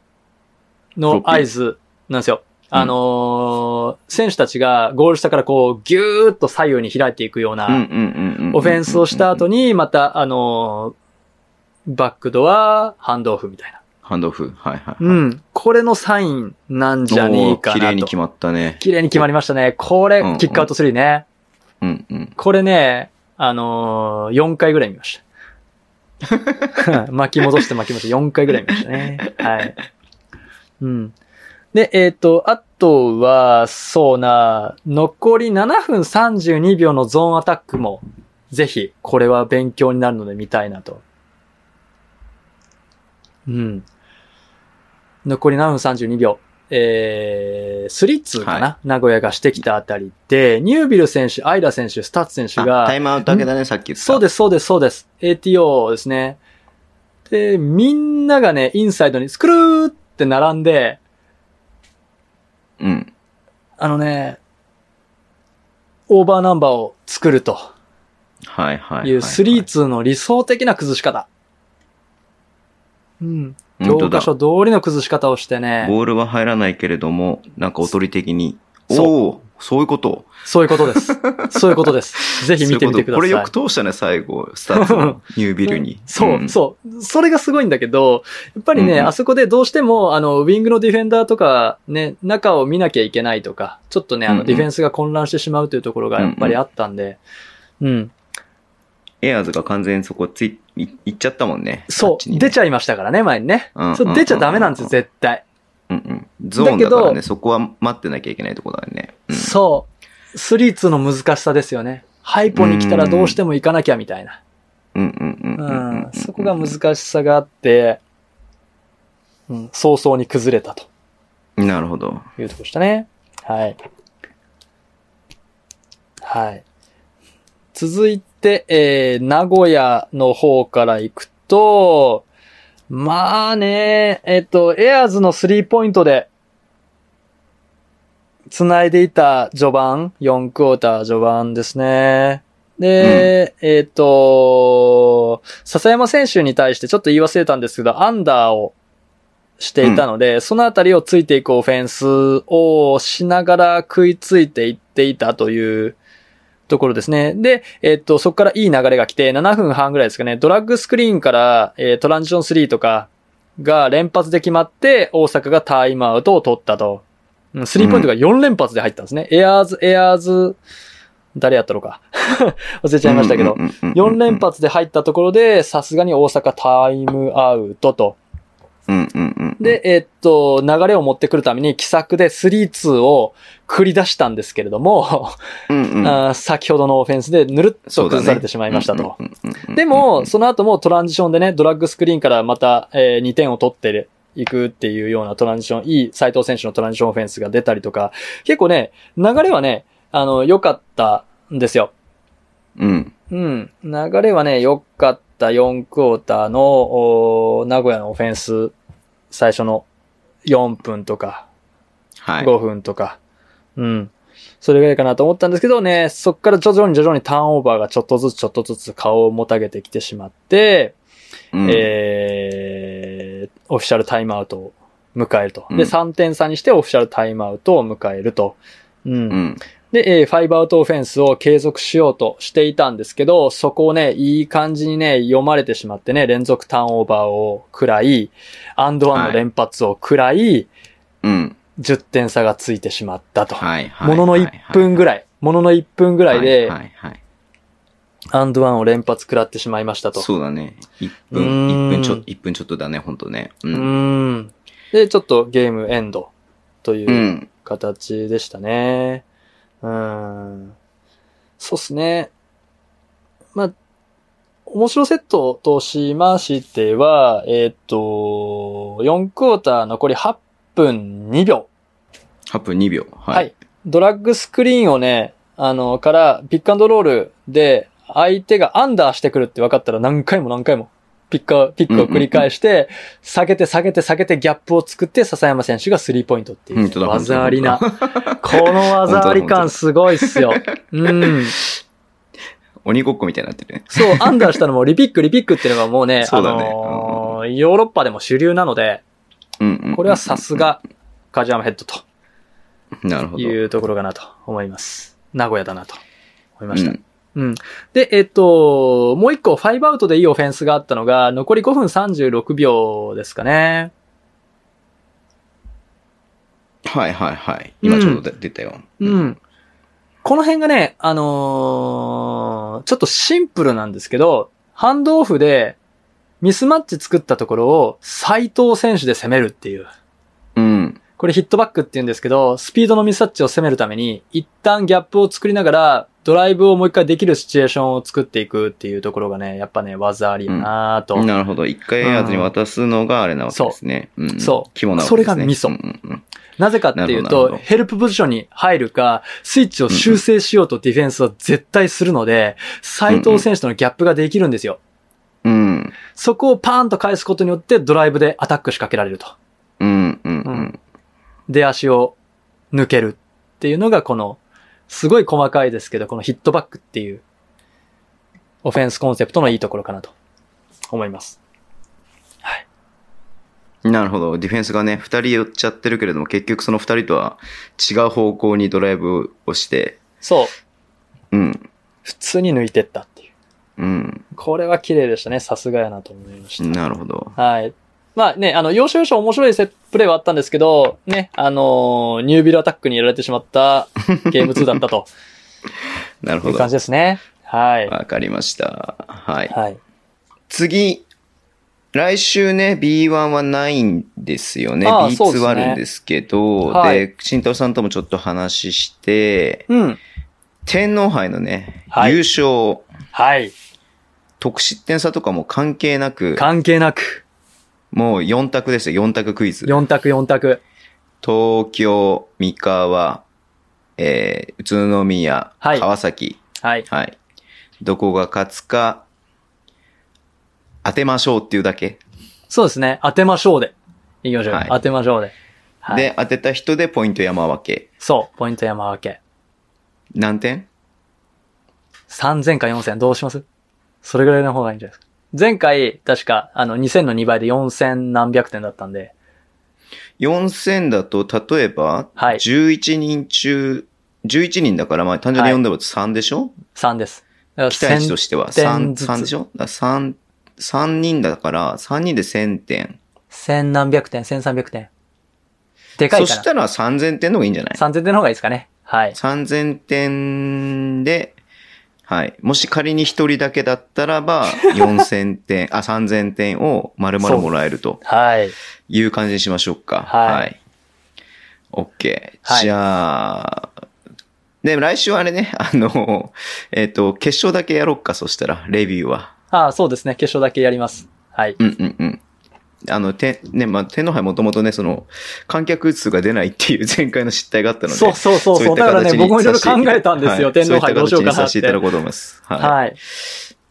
Speaker 2: フロ
Speaker 3: の
Speaker 2: ッピー
Speaker 3: 合図なんですよ。
Speaker 2: うん
Speaker 3: あのー選手たちがゴール下からこう、ぎゅーっと左右に開いていくような、
Speaker 2: うんうんうんうんうん。
Speaker 3: オフェンスをした後に、また、あのーバックドア、ハンドオフみたいな。
Speaker 2: ハンドオフ。はいはい。。
Speaker 3: うんん。これのサインなんじゃねえかなと。
Speaker 2: 綺麗に決まったね。
Speaker 3: 綺麗に決まりましたね。これ、
Speaker 2: うん
Speaker 3: キックアウト3ね。
Speaker 2: うんうん。
Speaker 3: これね、あのー、4回ぐらい見ました。 巻き戻して巻き戻して4回ぐらい見ましたね。はい。うん。で、えっ、と、あとは、そうな、残り7分32秒のゾーンアタックも、ぜひ、これは勉強になるので見たいなと。うん。残り7分32秒。えー、スリッツかな、
Speaker 2: は
Speaker 3: 名古屋がしてきたあたりで、ニュービル選手、アイラ選手、スタッツ選手
Speaker 2: あ
Speaker 3: が
Speaker 2: タイ、ムアウトだけだね、さっき言った。
Speaker 3: そうです、そうです、そうです。ATO ですね。で、みんながね、インサイドにスクルーって並んで、
Speaker 2: うん。
Speaker 3: あのね、オーバーナンバーを作ると
Speaker 2: はいはいはい。
Speaker 3: いう3-2の理想的な崩し方。うん。
Speaker 2: 本当
Speaker 3: 教科
Speaker 2: だ。
Speaker 3: 書通りの崩し方をしてね、
Speaker 2: ボールは入らないけれども、なんかおとり的に。
Speaker 3: そう
Speaker 2: おおそういうこと。
Speaker 3: そういうことです。そういうことです。ぜひ見てみてくださ
Speaker 2: そういうこと
Speaker 3: い。。
Speaker 2: これよく通したね、最後、スタッツのニュービルに
Speaker 3: そう、
Speaker 2: ん
Speaker 3: そう。それがすごいんだけど、やっぱりね、
Speaker 2: うんうん
Speaker 3: あそこでどうしても、あの、ウィングのディフェンダーとか、ね、中を見なきゃいけないとか、ちょっとね、あ
Speaker 2: うん
Speaker 3: の、
Speaker 2: うん
Speaker 3: ディフェンスが混乱してしまうというところがやっぱりあったんで、うん、
Speaker 2: エアーズが完全にそこつい、い行っちゃったもんね。あ
Speaker 3: そ
Speaker 2: っち
Speaker 3: う、
Speaker 2: にね
Speaker 3: 出ちゃいましたからね、前にね。
Speaker 2: うんうんうん
Speaker 3: そう、出ちゃダメなんですよ、絶対。
Speaker 2: うんうん。ゾーンだか
Speaker 3: だ
Speaker 2: ら
Speaker 3: けど
Speaker 2: ね、そこは待ってなきゃいけないとこだよね。うん
Speaker 3: そう。スリーツーの難しさですよね。ハイポに来たらどうしても行かなきゃみたいな。
Speaker 2: うんうんうんうんうん
Speaker 3: うん、そこが難しさがあって、うん、早々に崩れたと
Speaker 2: なるほど。
Speaker 3: いうとこでしたね。はい。はい。続いて、えー、名古屋の方から行くと、まあね、えっと、エアーズのスリーポイントで、繋いでいた序盤、4クォーター序盤ですね。で、えっと、笹山選手に対してちょっと言い忘れたんですけど、アンダーをしていたので、そのあたりをついていくオフェンスをしながら食いついていっていたというところですね。で、えっと、そこからいい流れが来て、7分半ぐらいですかね、ドラッグスクリーンから、えートランジション3とかが連発で決まって、大阪がタイムアウトを取ったと。うんスリーポイントが4連発で入ったんですね。エアーズ、エアーズ、誰やったのか。 忘れちゃいましたけど
Speaker 2: う。んうんうんうんうん
Speaker 3: 4連。発で入ったところで、さすがに大阪タイムアウトと。
Speaker 2: うんうんうん。
Speaker 3: で、えっと、流れを持ってくるために、奇策で3-2を繰り出したんですけれども、
Speaker 2: うんうん、
Speaker 3: あー先ほどのオフェンスでぬるっと崩されてしまいましたと。
Speaker 2: そうだね。うんうんうんうん
Speaker 3: でも、、その後もトランジションでね、ドラッグスクリーンからまた、え2点を取っていくっていうようなトランジション、いい斉藤選手のトランジションオフェンスが出たりとか、結構ね、流れはね、あの、良かったんですよ。
Speaker 2: うん。
Speaker 3: うん。流れはね、良かった4クォーターの、おー名古屋のオフェンス、最初の4分とか、
Speaker 2: はい。
Speaker 3: 5分とか、うん。それぐらいかなと思ったんですけどね、そこから徐々に徐々にターンオーバーがちょっとずつちょっとずつ顔をもたげてきてしまって、
Speaker 2: うん
Speaker 3: えー、オフィシャルタイムアウトを迎えると。
Speaker 2: うん
Speaker 3: で、3点差にしてオフィシャルタイムアウトを迎えると。うん
Speaker 2: うん。
Speaker 3: で、えーファイブアウトオフェンスを継続しようとしていたんですけど、そこをね、いい感じにね、読まれてしまってね、連続ターンオーバーを食らい、アンドワンの連発を食らい、
Speaker 2: うん。
Speaker 3: 10点差がついてしまったと。
Speaker 2: はいはい。
Speaker 3: ものの1分ぐらい、ものの1分ぐ
Speaker 2: ぐ
Speaker 3: らいで、
Speaker 2: はいはい。
Speaker 3: アンドワンを連発食らってしまいましたと。
Speaker 2: そうだね。1
Speaker 3: う
Speaker 2: 分、
Speaker 3: ーん
Speaker 2: 一分ちょ、一分ちょっとだね、ほんとね。う。。
Speaker 3: うんーん。で、ちょっとゲームエンドといううん形でしたね。うん。そうっすね。まあ、面白セットとしましては、えーっ、と、4クォーター残り8分2秒。
Speaker 2: 8分2秒。
Speaker 3: は
Speaker 2: はいい。。
Speaker 3: ドラッグスクリーンをね、あの、から、ピックアンドロールで、相手がアンダーしてくるって分かったら何回も何回も、ピックア、ピックを繰り返して、下げて下げて下げてギャップを作って、笹山選手がスリーポイントっていう、
Speaker 2: 本当だ
Speaker 3: 技ありな。こ
Speaker 2: 本
Speaker 3: の技あり感すごいっすよ。うん。
Speaker 2: 鬼ごっこみたいになってるね。
Speaker 3: そう、アンダーしたのもリピックリピックっていうのがもうね、
Speaker 2: そうだね
Speaker 3: あのーヨーロッパでも主流なので、
Speaker 2: うんうんうん。
Speaker 3: これはさすが、カジアムヘッドと
Speaker 2: なるほど。
Speaker 3: いうところかなと思います。名古屋だなと思いま
Speaker 2: う
Speaker 3: した。
Speaker 2: ん
Speaker 3: うん。で、えっと、もう一個、ファイブアウトでいいオフェンスがあったのが、残り5分36秒ですかね。
Speaker 2: はいはいはい。今ちょうど出出たよ。
Speaker 3: う。ん。この辺がね、あのーちょっとシンプルなんですけど、ハンドオフでミスマッチ作ったところを斎藤選手で攻めるっていう。
Speaker 2: うん。
Speaker 3: これヒットバックって言うんですけど、スピードのミスタッチを攻めるために、一旦ギャップを作りながら、ドライブをもう一回できるシチュエーションを作っていくっていうところがね、やっぱね、技ありやなぁと。
Speaker 2: なるほど。一回エアーズに渡すのがあれなわけですね。うん
Speaker 3: そう
Speaker 2: 肝なわけですね。
Speaker 3: それがミソ
Speaker 2: うんうんうん
Speaker 3: なぜかってい
Speaker 2: な
Speaker 3: う
Speaker 2: るほどな
Speaker 3: と、
Speaker 2: るほど
Speaker 3: ヘルプポジションに入るか、スイッチを修正しようとディフェンスは絶対するので、斎藤選手とのギャップができるんですよ。
Speaker 2: うん。
Speaker 3: そこをパーンと返すことによってドライブでアタック仕掛けられると。
Speaker 2: うん、うん、
Speaker 3: う
Speaker 2: うんん。
Speaker 3: で、足を抜けるっていうのがこの、すごい細かいですけど、このヒットバックっていう、オフェンスコンセプトのいいところかなと思います。はい。
Speaker 2: なるほど。ディフェンスがね、二人寄っちゃってるけれども、結局その二人とは違う方向にドライブをして、
Speaker 3: そう。
Speaker 2: うん、
Speaker 3: 普通に抜いてったっていう。
Speaker 2: うん、
Speaker 3: これは綺麗でしたね。さすがやなと思いました。
Speaker 2: なるほど。
Speaker 3: はい。まあね、あの、要所要所面白いセプレーはあったんですけど、ね、あのーニュービルアタックにやられてしまったゲーム2だっ たと
Speaker 2: なる
Speaker 3: い
Speaker 2: ほ
Speaker 3: う
Speaker 2: ど。
Speaker 3: 感じですね。はい。
Speaker 2: わかりました。はい。
Speaker 3: はい。
Speaker 2: 次、来週ね、B1 はないんですよね。
Speaker 3: ああそう
Speaker 2: B2
Speaker 3: ですね
Speaker 2: はあるんですけど、
Speaker 3: はい
Speaker 2: で、慎太郎さんともちょっと話して、
Speaker 3: うん。
Speaker 2: 天皇杯のね、
Speaker 3: はい
Speaker 2: 優勝、
Speaker 3: はい。
Speaker 2: 得失点差とかも関係なく、
Speaker 3: 関係なく、
Speaker 2: もう4択ですよ、4択クイズ。
Speaker 3: 4択4択。
Speaker 2: 東京、三河、えー、宇都宮、
Speaker 3: はい
Speaker 2: 川崎。
Speaker 3: はい。
Speaker 2: はい。どこが勝つか、当てましょうっていうだけ。
Speaker 3: そうですね。当てましょうで。いきましょう。
Speaker 2: はい
Speaker 3: 当てましょうで。はい。
Speaker 2: で、当てた人でポイント山分け。
Speaker 3: そう。ポイント山分け。
Speaker 2: 何点
Speaker 3: 3000か4000どうしますそれぐらいの方がいいんじゃないですか。前回、確か、あの、2000の2倍で4000何百点だったんで、
Speaker 2: ?4000 だと、例えば、
Speaker 3: はい
Speaker 2: 11人中、11人だから、まあ単純に
Speaker 3: はい
Speaker 2: 4だと3でしょ、
Speaker 3: 3です。だから
Speaker 2: 期待値としては
Speaker 3: 1000
Speaker 2: 3、
Speaker 3: ずつ
Speaker 2: 3でしょだ3、3人だから、3人で1000点。
Speaker 3: 1000何百点、1300点。でか
Speaker 2: そ
Speaker 3: いか
Speaker 2: し
Speaker 3: な。
Speaker 2: たら3000点の方がいいんじゃない
Speaker 3: 3000点の方がいいですかね。はい。
Speaker 2: 3000点で、はい。もし仮に1人だけだったらば、4000点、あ、3000点を丸々もらえると
Speaker 3: はい。
Speaker 2: いう感じにしましょうか。
Speaker 3: はい
Speaker 2: はい。OK。
Speaker 3: はい
Speaker 2: じゃあ、で、来週はあれね、 あの、えっ、と、決勝だけやろうか、そしたら、レビューは。
Speaker 3: ああ、そうですね。決勝だけやります。はい。
Speaker 2: うんうんうん。あの、て、ね、まあ、天皇杯もともとね、その、観客数が出ないっていう前回の失態があったので、
Speaker 3: そうそうそうそ
Speaker 2: い
Speaker 3: う。
Speaker 2: った
Speaker 3: だから
Speaker 2: 形に
Speaker 3: ね、僕もいろいろ
Speaker 2: させて
Speaker 3: 考えたんですよ。
Speaker 2: はい
Speaker 3: 天皇杯どうしようかな
Speaker 2: そういった形にさ
Speaker 3: っ
Speaker 2: せて
Speaker 3: て
Speaker 2: いた。だこうと思います。は
Speaker 3: はい。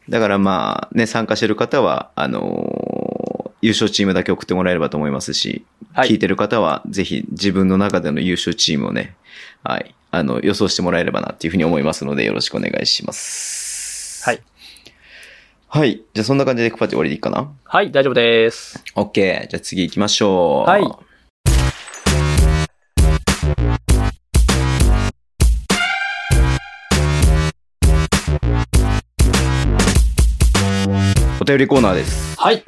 Speaker 2: い。だからまあ、ね、参加してる方は、あのー優勝チームだけ送ってもらえればと思いますし、
Speaker 3: はい
Speaker 2: 聞いてる方は、ぜひ自分の中での優勝チームをね、はい、あの、予想してもらえればなっていうふうに思いますので、よろしくお願いします。
Speaker 3: はい。
Speaker 2: はい。じゃあそんな感じでクパチ終わりでいいかな
Speaker 3: はい、大丈夫です。
Speaker 2: ?OK。じゃあ次行きましょう。
Speaker 3: はい
Speaker 2: お便りコーナーです。
Speaker 3: はい。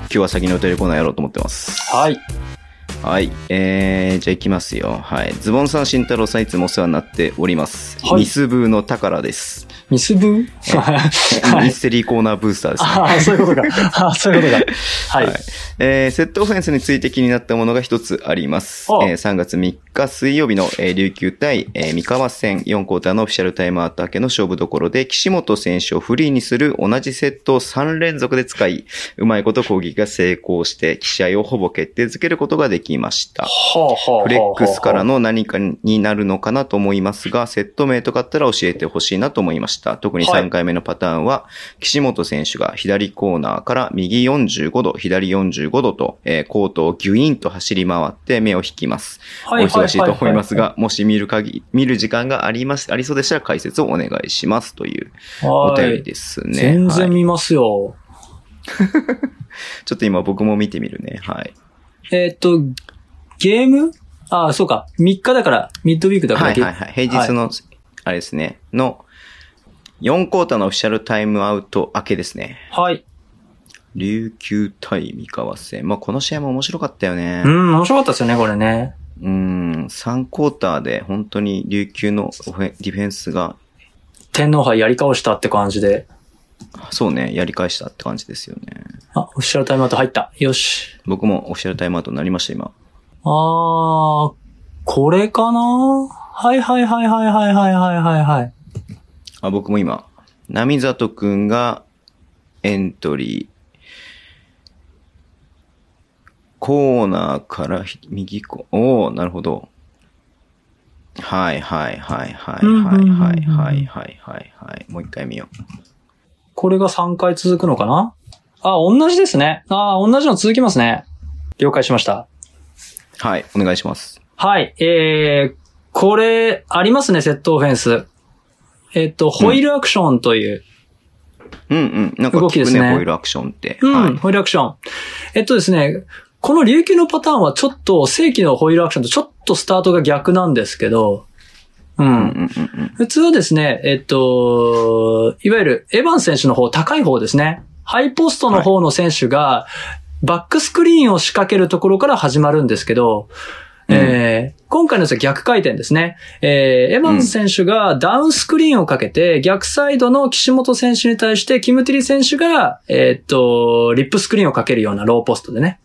Speaker 2: 今日は先にお便りコーナーやろうと思ってます。
Speaker 3: はい。
Speaker 2: はい。えー、じゃあ行きますよ。はい。ズボンさん、慎太郎さん、いつもお世話になっております。
Speaker 3: はい
Speaker 2: ミスブーの宝です。
Speaker 3: ミスブーは
Speaker 2: ミ
Speaker 3: い。
Speaker 2: ステリーコーナーブースターですね。
Speaker 3: ああ、そういうことか。ああ、そういうことか。はい。
Speaker 2: はいえーセットオフェンスについて気になったものが一つあります。
Speaker 3: ああ
Speaker 2: えー3月3日水曜日の、えー琉球対、えー三河戦4クォーターのオフィシャルタイムアウト明けの勝負どころで、岸本選手をフリーにする同じセットを3連続で使い、うまいこと攻撃が成功して、試合をほぼ決定づけることができました。
Speaker 3: ほうほうほうほう
Speaker 2: フレックスから。の何かになるのかなと思いますが、セット名とかあったら教えてほしいなと思いました。特に
Speaker 3: はい
Speaker 2: 3回目のパターンは、岸本選手が左コーナーから右45度、左45度と、えーコートをギュインと走り回って目を引きます。お
Speaker 3: はい
Speaker 2: 忙しいと思います。が、もし見る限り、見る時間があります、ありそうでしたら解説をお願いしますというお
Speaker 3: はい
Speaker 2: 便りですね。
Speaker 3: 全然
Speaker 2: はい
Speaker 3: 見ますよ。
Speaker 2: ちょっと今僕も見てみるね。はい。
Speaker 3: えーっと、ゲームああ、そうか。3日だから、ミッドウィークだから。
Speaker 2: はいはいはい。平日の、あれですね、の、4クォーターのオフィシャルタイムアウト明けですね。
Speaker 3: はい。
Speaker 2: 琉球対三河戦。まあ、この試合も面白かったよね
Speaker 3: う。ん、面白かったですよね、これね。
Speaker 2: うん、3クォーターで本当に琉球のオフェディフェンスが、
Speaker 3: 天皇杯やり倒したって感じで。
Speaker 2: そうね、やり返したって感じですよね。
Speaker 3: あ、オフィシャルタイムアウト入った。よし。
Speaker 2: 僕もオフィシャルタイムアウトになりました、今。
Speaker 3: あー、これかなはいはいはいはいはいはいはいはいはい。
Speaker 2: あ、僕も今、波里くんがエントリー。コーナーからひ右コおおなるほど。はいはいはいはいはいはいはいはいはいはい。もう一回見よう。
Speaker 3: これが3回続くのかなあ、同じですね。あ、同じの続きますね。了解しました。
Speaker 2: はい、お願いします。
Speaker 3: はい、えー、これ、ありますね、セットオフェンス。えっと、ホイールアクションという。
Speaker 2: うんうん。なんか
Speaker 3: 動き
Speaker 2: 聞
Speaker 3: で
Speaker 2: く
Speaker 3: す
Speaker 2: ね、
Speaker 3: ね
Speaker 2: ホイールアクションって。
Speaker 3: うん、
Speaker 2: はい。
Speaker 3: ホイールアクション。えっとですね、この琉球のパターンはちょっと、正規のホイールアクションとちょっとスタートが逆なんですけど、う
Speaker 2: うんうん
Speaker 3: ん。
Speaker 2: うんうん。
Speaker 3: 普通はですね、えっと、いわゆるエヴァン選手の方、高い方ですね。ハイポストの方の選手が、バックスクリーンを仕掛けるところから始まるんですけど、
Speaker 2: うん
Speaker 3: えー今回のやつは逆回転ですね。えーエヴァンス選手がダウンスクリーンをかけて、逆サイドの岸本選手に対して、キムティリ選手が、えーっと、リップスクリーンをかけるようなローポストでね。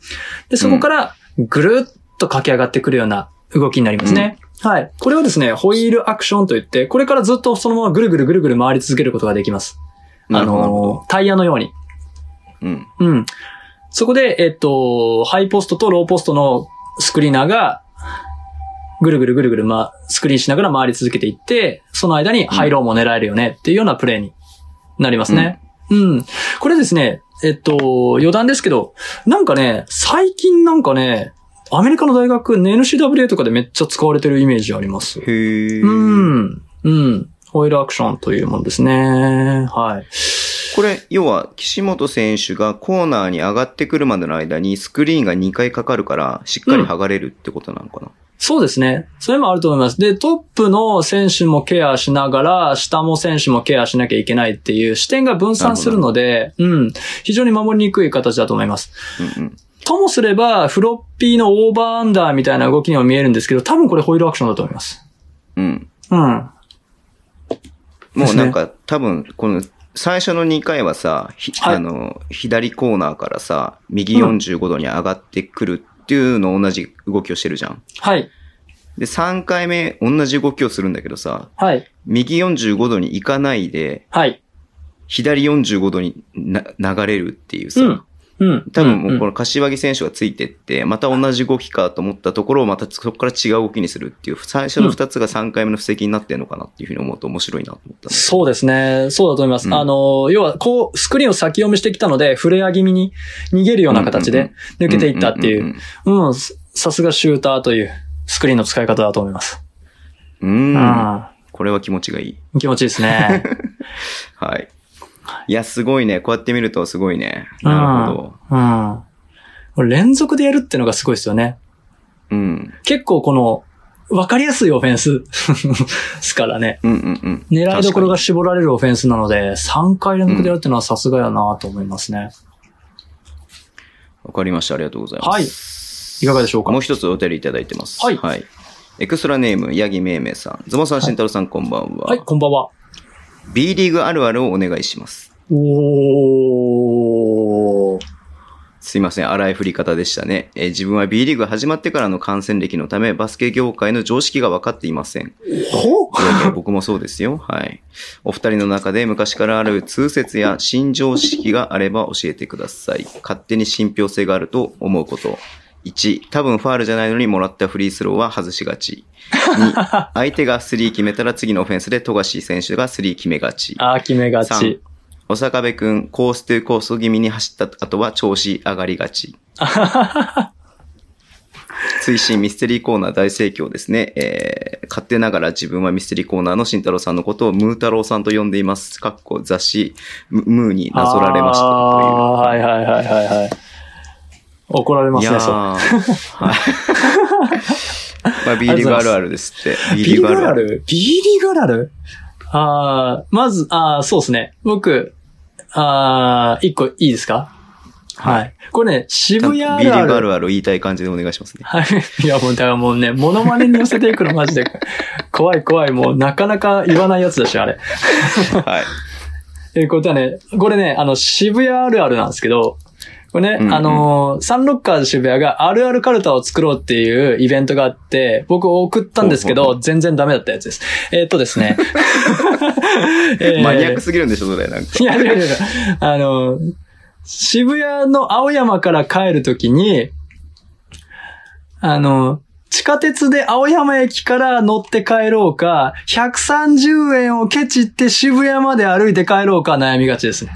Speaker 3: で、そこから、ぐるっと駆け上がってくるような動きになりますね。はい。これをですね、ホイールアクションといって、これからずっとそのままぐるぐるぐるぐる回り続けることができます。
Speaker 2: なるほどなるほど。
Speaker 3: のー、タイヤのように。
Speaker 2: うん。
Speaker 3: うん。そこで、えっと、ハイポストとローポストのスクリーナーが、ぐるぐるぐるぐる、ま、スクリーンしながら回り続けていって、その間にハイローも狙えるよねっていうようなプレーになりますね。うん。これですね、えっと、余談ですけど、なんかね、最近なんかね、アメリカの大学、NCWA とかでめっちゃ使われてるイメージあります。
Speaker 2: へー
Speaker 3: うん。うん。ホイールアクションというものですね。はい。
Speaker 2: これ、要は、岸本選手がコーナーに上がってくるまでの間にスクリーンが2回かかるから、しっかり剥がれるってことなのかな、
Speaker 3: そうですね。それもあると思います。で、トップの選手もケアしながら、下も選手もケアしなきゃいけないっていう視点が分散するので、うん。非常に守りにくい形だと思います。
Speaker 2: うん、うん
Speaker 3: ともすれば、フロッピーのオーバーアンダーみたいな動きにも見えるんですけど、多分これホイールアクションだと思います。
Speaker 2: うん。
Speaker 3: うん。
Speaker 2: もうなんか、多分、この、最初の2回はさ、ひ
Speaker 3: はい
Speaker 2: あの、左コーナーからさ、右
Speaker 3: うん
Speaker 2: 45度に上がってくるっていうの同じ動きをしてるじゃん。
Speaker 3: はい。
Speaker 2: で、3回目同じ動きをするんだけどさ、
Speaker 3: はい。
Speaker 2: 右45度に行かないで、
Speaker 3: はい。
Speaker 2: 左45度にな流れるっていうさ、
Speaker 3: うん。うん。
Speaker 2: 多分もうこ
Speaker 3: れ。
Speaker 2: の柏木選手がついてって、また同じ動きかと思ったところをまたそこから違う動きにするっていう、最初の2つが3回目の布石になってるのかなっていうふうに思うと面白いなと思ったね。
Speaker 3: そうですね。そうだと思います。
Speaker 2: うん
Speaker 3: あの、要は、こう、スクリーンを先読みしてきたので、フレア気味に逃げるような形で抜けていったっていう。
Speaker 2: んんん
Speaker 3: うん、ささすがシューターというスクリーンの使い方だと思います。
Speaker 2: うん。
Speaker 3: う
Speaker 2: うん
Speaker 3: ん。
Speaker 2: これは気持ちがいい。
Speaker 3: 気持ちいいですね。
Speaker 2: はい。いや、すごいね。こうやって見るとすごいね。
Speaker 3: うん
Speaker 2: なるほど。
Speaker 3: うん。これ連続でやるってのがすごいですよね。
Speaker 2: うん。
Speaker 3: 結構この、わかりやすいオフェンスですからね。
Speaker 2: うんうんうん。
Speaker 3: 狙いどころが絞られるオフェンスなので、3回連続でやるってのはさすがやなと思いますね。
Speaker 2: わかりました。ありがとうございます。
Speaker 3: はいいかがでしょうか
Speaker 2: もう一つお便りいただいてます。
Speaker 3: はい
Speaker 2: エクストラネーム、八木めいめいさん。ズボさん、慎太郎さん、こんばんは。
Speaker 3: はい、こんばんは。
Speaker 2: B リーグあるあるをお願いします。
Speaker 3: おー。
Speaker 2: すいません、荒い振り方でしたね。えー自分は B リーグ始まってからの感染歴のため、バスケ業界の常識が分かっていません。
Speaker 3: ほ
Speaker 2: いやいや 僕もそうですよ。はい。お二人の中で昔からある通説や新常識があれば教えてください。勝手に信憑性があると思うこと。1、多分ファールじゃないのにもらったフリースローは外しがち。2、相手が3決めたら次のオフェンスで富樫選手が3決めがち。
Speaker 3: あー、決めが
Speaker 2: 三
Speaker 3: ち。
Speaker 2: お坂部くん、コースというコース気味に走った後は調子上がりが ち。推進ミステリーコーナー大盛況ですね。えー、勝手ながら自分はミステリーコーナーの慎太郎さんのことをムー太郎さんと呼んでいます。かっこ雑誌、ムムーになぞられました。
Speaker 3: あーはいはいはいはいはい。怒られま
Speaker 2: い
Speaker 3: す
Speaker 2: や
Speaker 3: ね、
Speaker 2: ー
Speaker 3: それ
Speaker 2: はい。まあ、B リーグあるあるですって。B
Speaker 3: ビリガラルビリガラルああ、まず、ああ、そうですね。僕、ああ、一個いいですかはい。これね、渋谷あ
Speaker 2: B リ
Speaker 3: るあ
Speaker 2: ーグあ
Speaker 3: る。
Speaker 2: るあるを言いたい感じでお願いします ね。
Speaker 3: はい。いや、もう、だからもうね、モノマネに寄せていくのマジで。怖い怖い、もう、なかなか言わないやつだし、あれ。
Speaker 2: はい。
Speaker 3: えー、これはね、これね、あの、渋谷あるあるなんですけど、これね、
Speaker 2: うんうん
Speaker 3: あのーサンロッカーズ渋谷があるあるカルタを作ろうっていうイベントがあって、僕送ったんですけ
Speaker 2: ほうほう
Speaker 3: ど、全然ダメだったやつです。えーっとで すね。えー
Speaker 2: マニアックすぎるんでしょ、それ。なんか。
Speaker 3: いや、いやいやいやあのー渋谷の青山から帰るときに、あのー地下鉄で青山駅から乗って帰ろうか、130円をケチって渋谷まで歩いて帰ろうか悩みがちですね。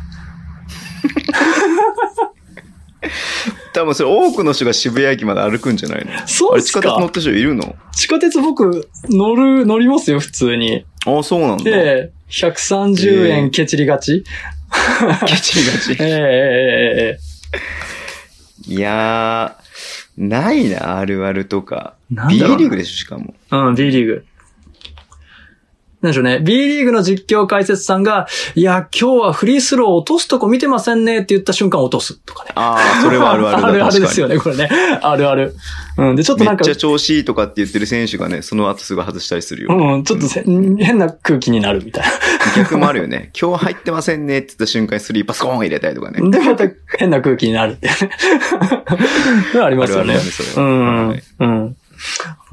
Speaker 2: 多分それ多くの人が渋谷駅まで歩くんじゃないの
Speaker 3: そ
Speaker 2: あ
Speaker 3: うっ
Speaker 2: れ、
Speaker 3: す
Speaker 2: 地下鉄乗っ
Speaker 3: か。
Speaker 2: た人いるの
Speaker 3: 地下鉄僕、乗る、乗りますよ、普通に。
Speaker 2: ああ、そうなんだ。ケ
Speaker 3: で、130
Speaker 2: え
Speaker 3: 円
Speaker 2: ー
Speaker 3: ケチりがち。
Speaker 2: チが
Speaker 3: え
Speaker 2: ち。
Speaker 3: えええええ
Speaker 2: いやー、ないな、あるあるとか。
Speaker 3: なん
Speaker 2: B リ
Speaker 3: だろうな
Speaker 2: ーグでしょ、しかも。
Speaker 3: うん、B リーグ。なんでしょうね。B リーグの実況解説さんが、いや、今日はフリースロー落とすとこ見てませんねって言った瞬間落とすとかね。
Speaker 2: ああ、それはあるあるだ。
Speaker 3: あるあるで
Speaker 2: 確か
Speaker 3: すよ
Speaker 2: に
Speaker 3: ね、これね。あるある。うん、で、ちょっと
Speaker 2: め
Speaker 3: なん
Speaker 2: っ
Speaker 3: か
Speaker 2: ち、ゃ調子いいとかって言ってる選手がね、その後すぐ外したりするよ。
Speaker 3: うん、ちょっとせ変な空気にな るみたい
Speaker 2: 逆もあるよね。 今日入ってませんねって言った瞬間にスリーパスコーン入れたりとかね。
Speaker 3: な。で、また変な空気になるって。 あり
Speaker 2: あ
Speaker 3: ます
Speaker 2: るあるだ
Speaker 3: よね
Speaker 2: ね、。それは。
Speaker 3: うん、
Speaker 2: は
Speaker 3: う
Speaker 2: い
Speaker 3: ん。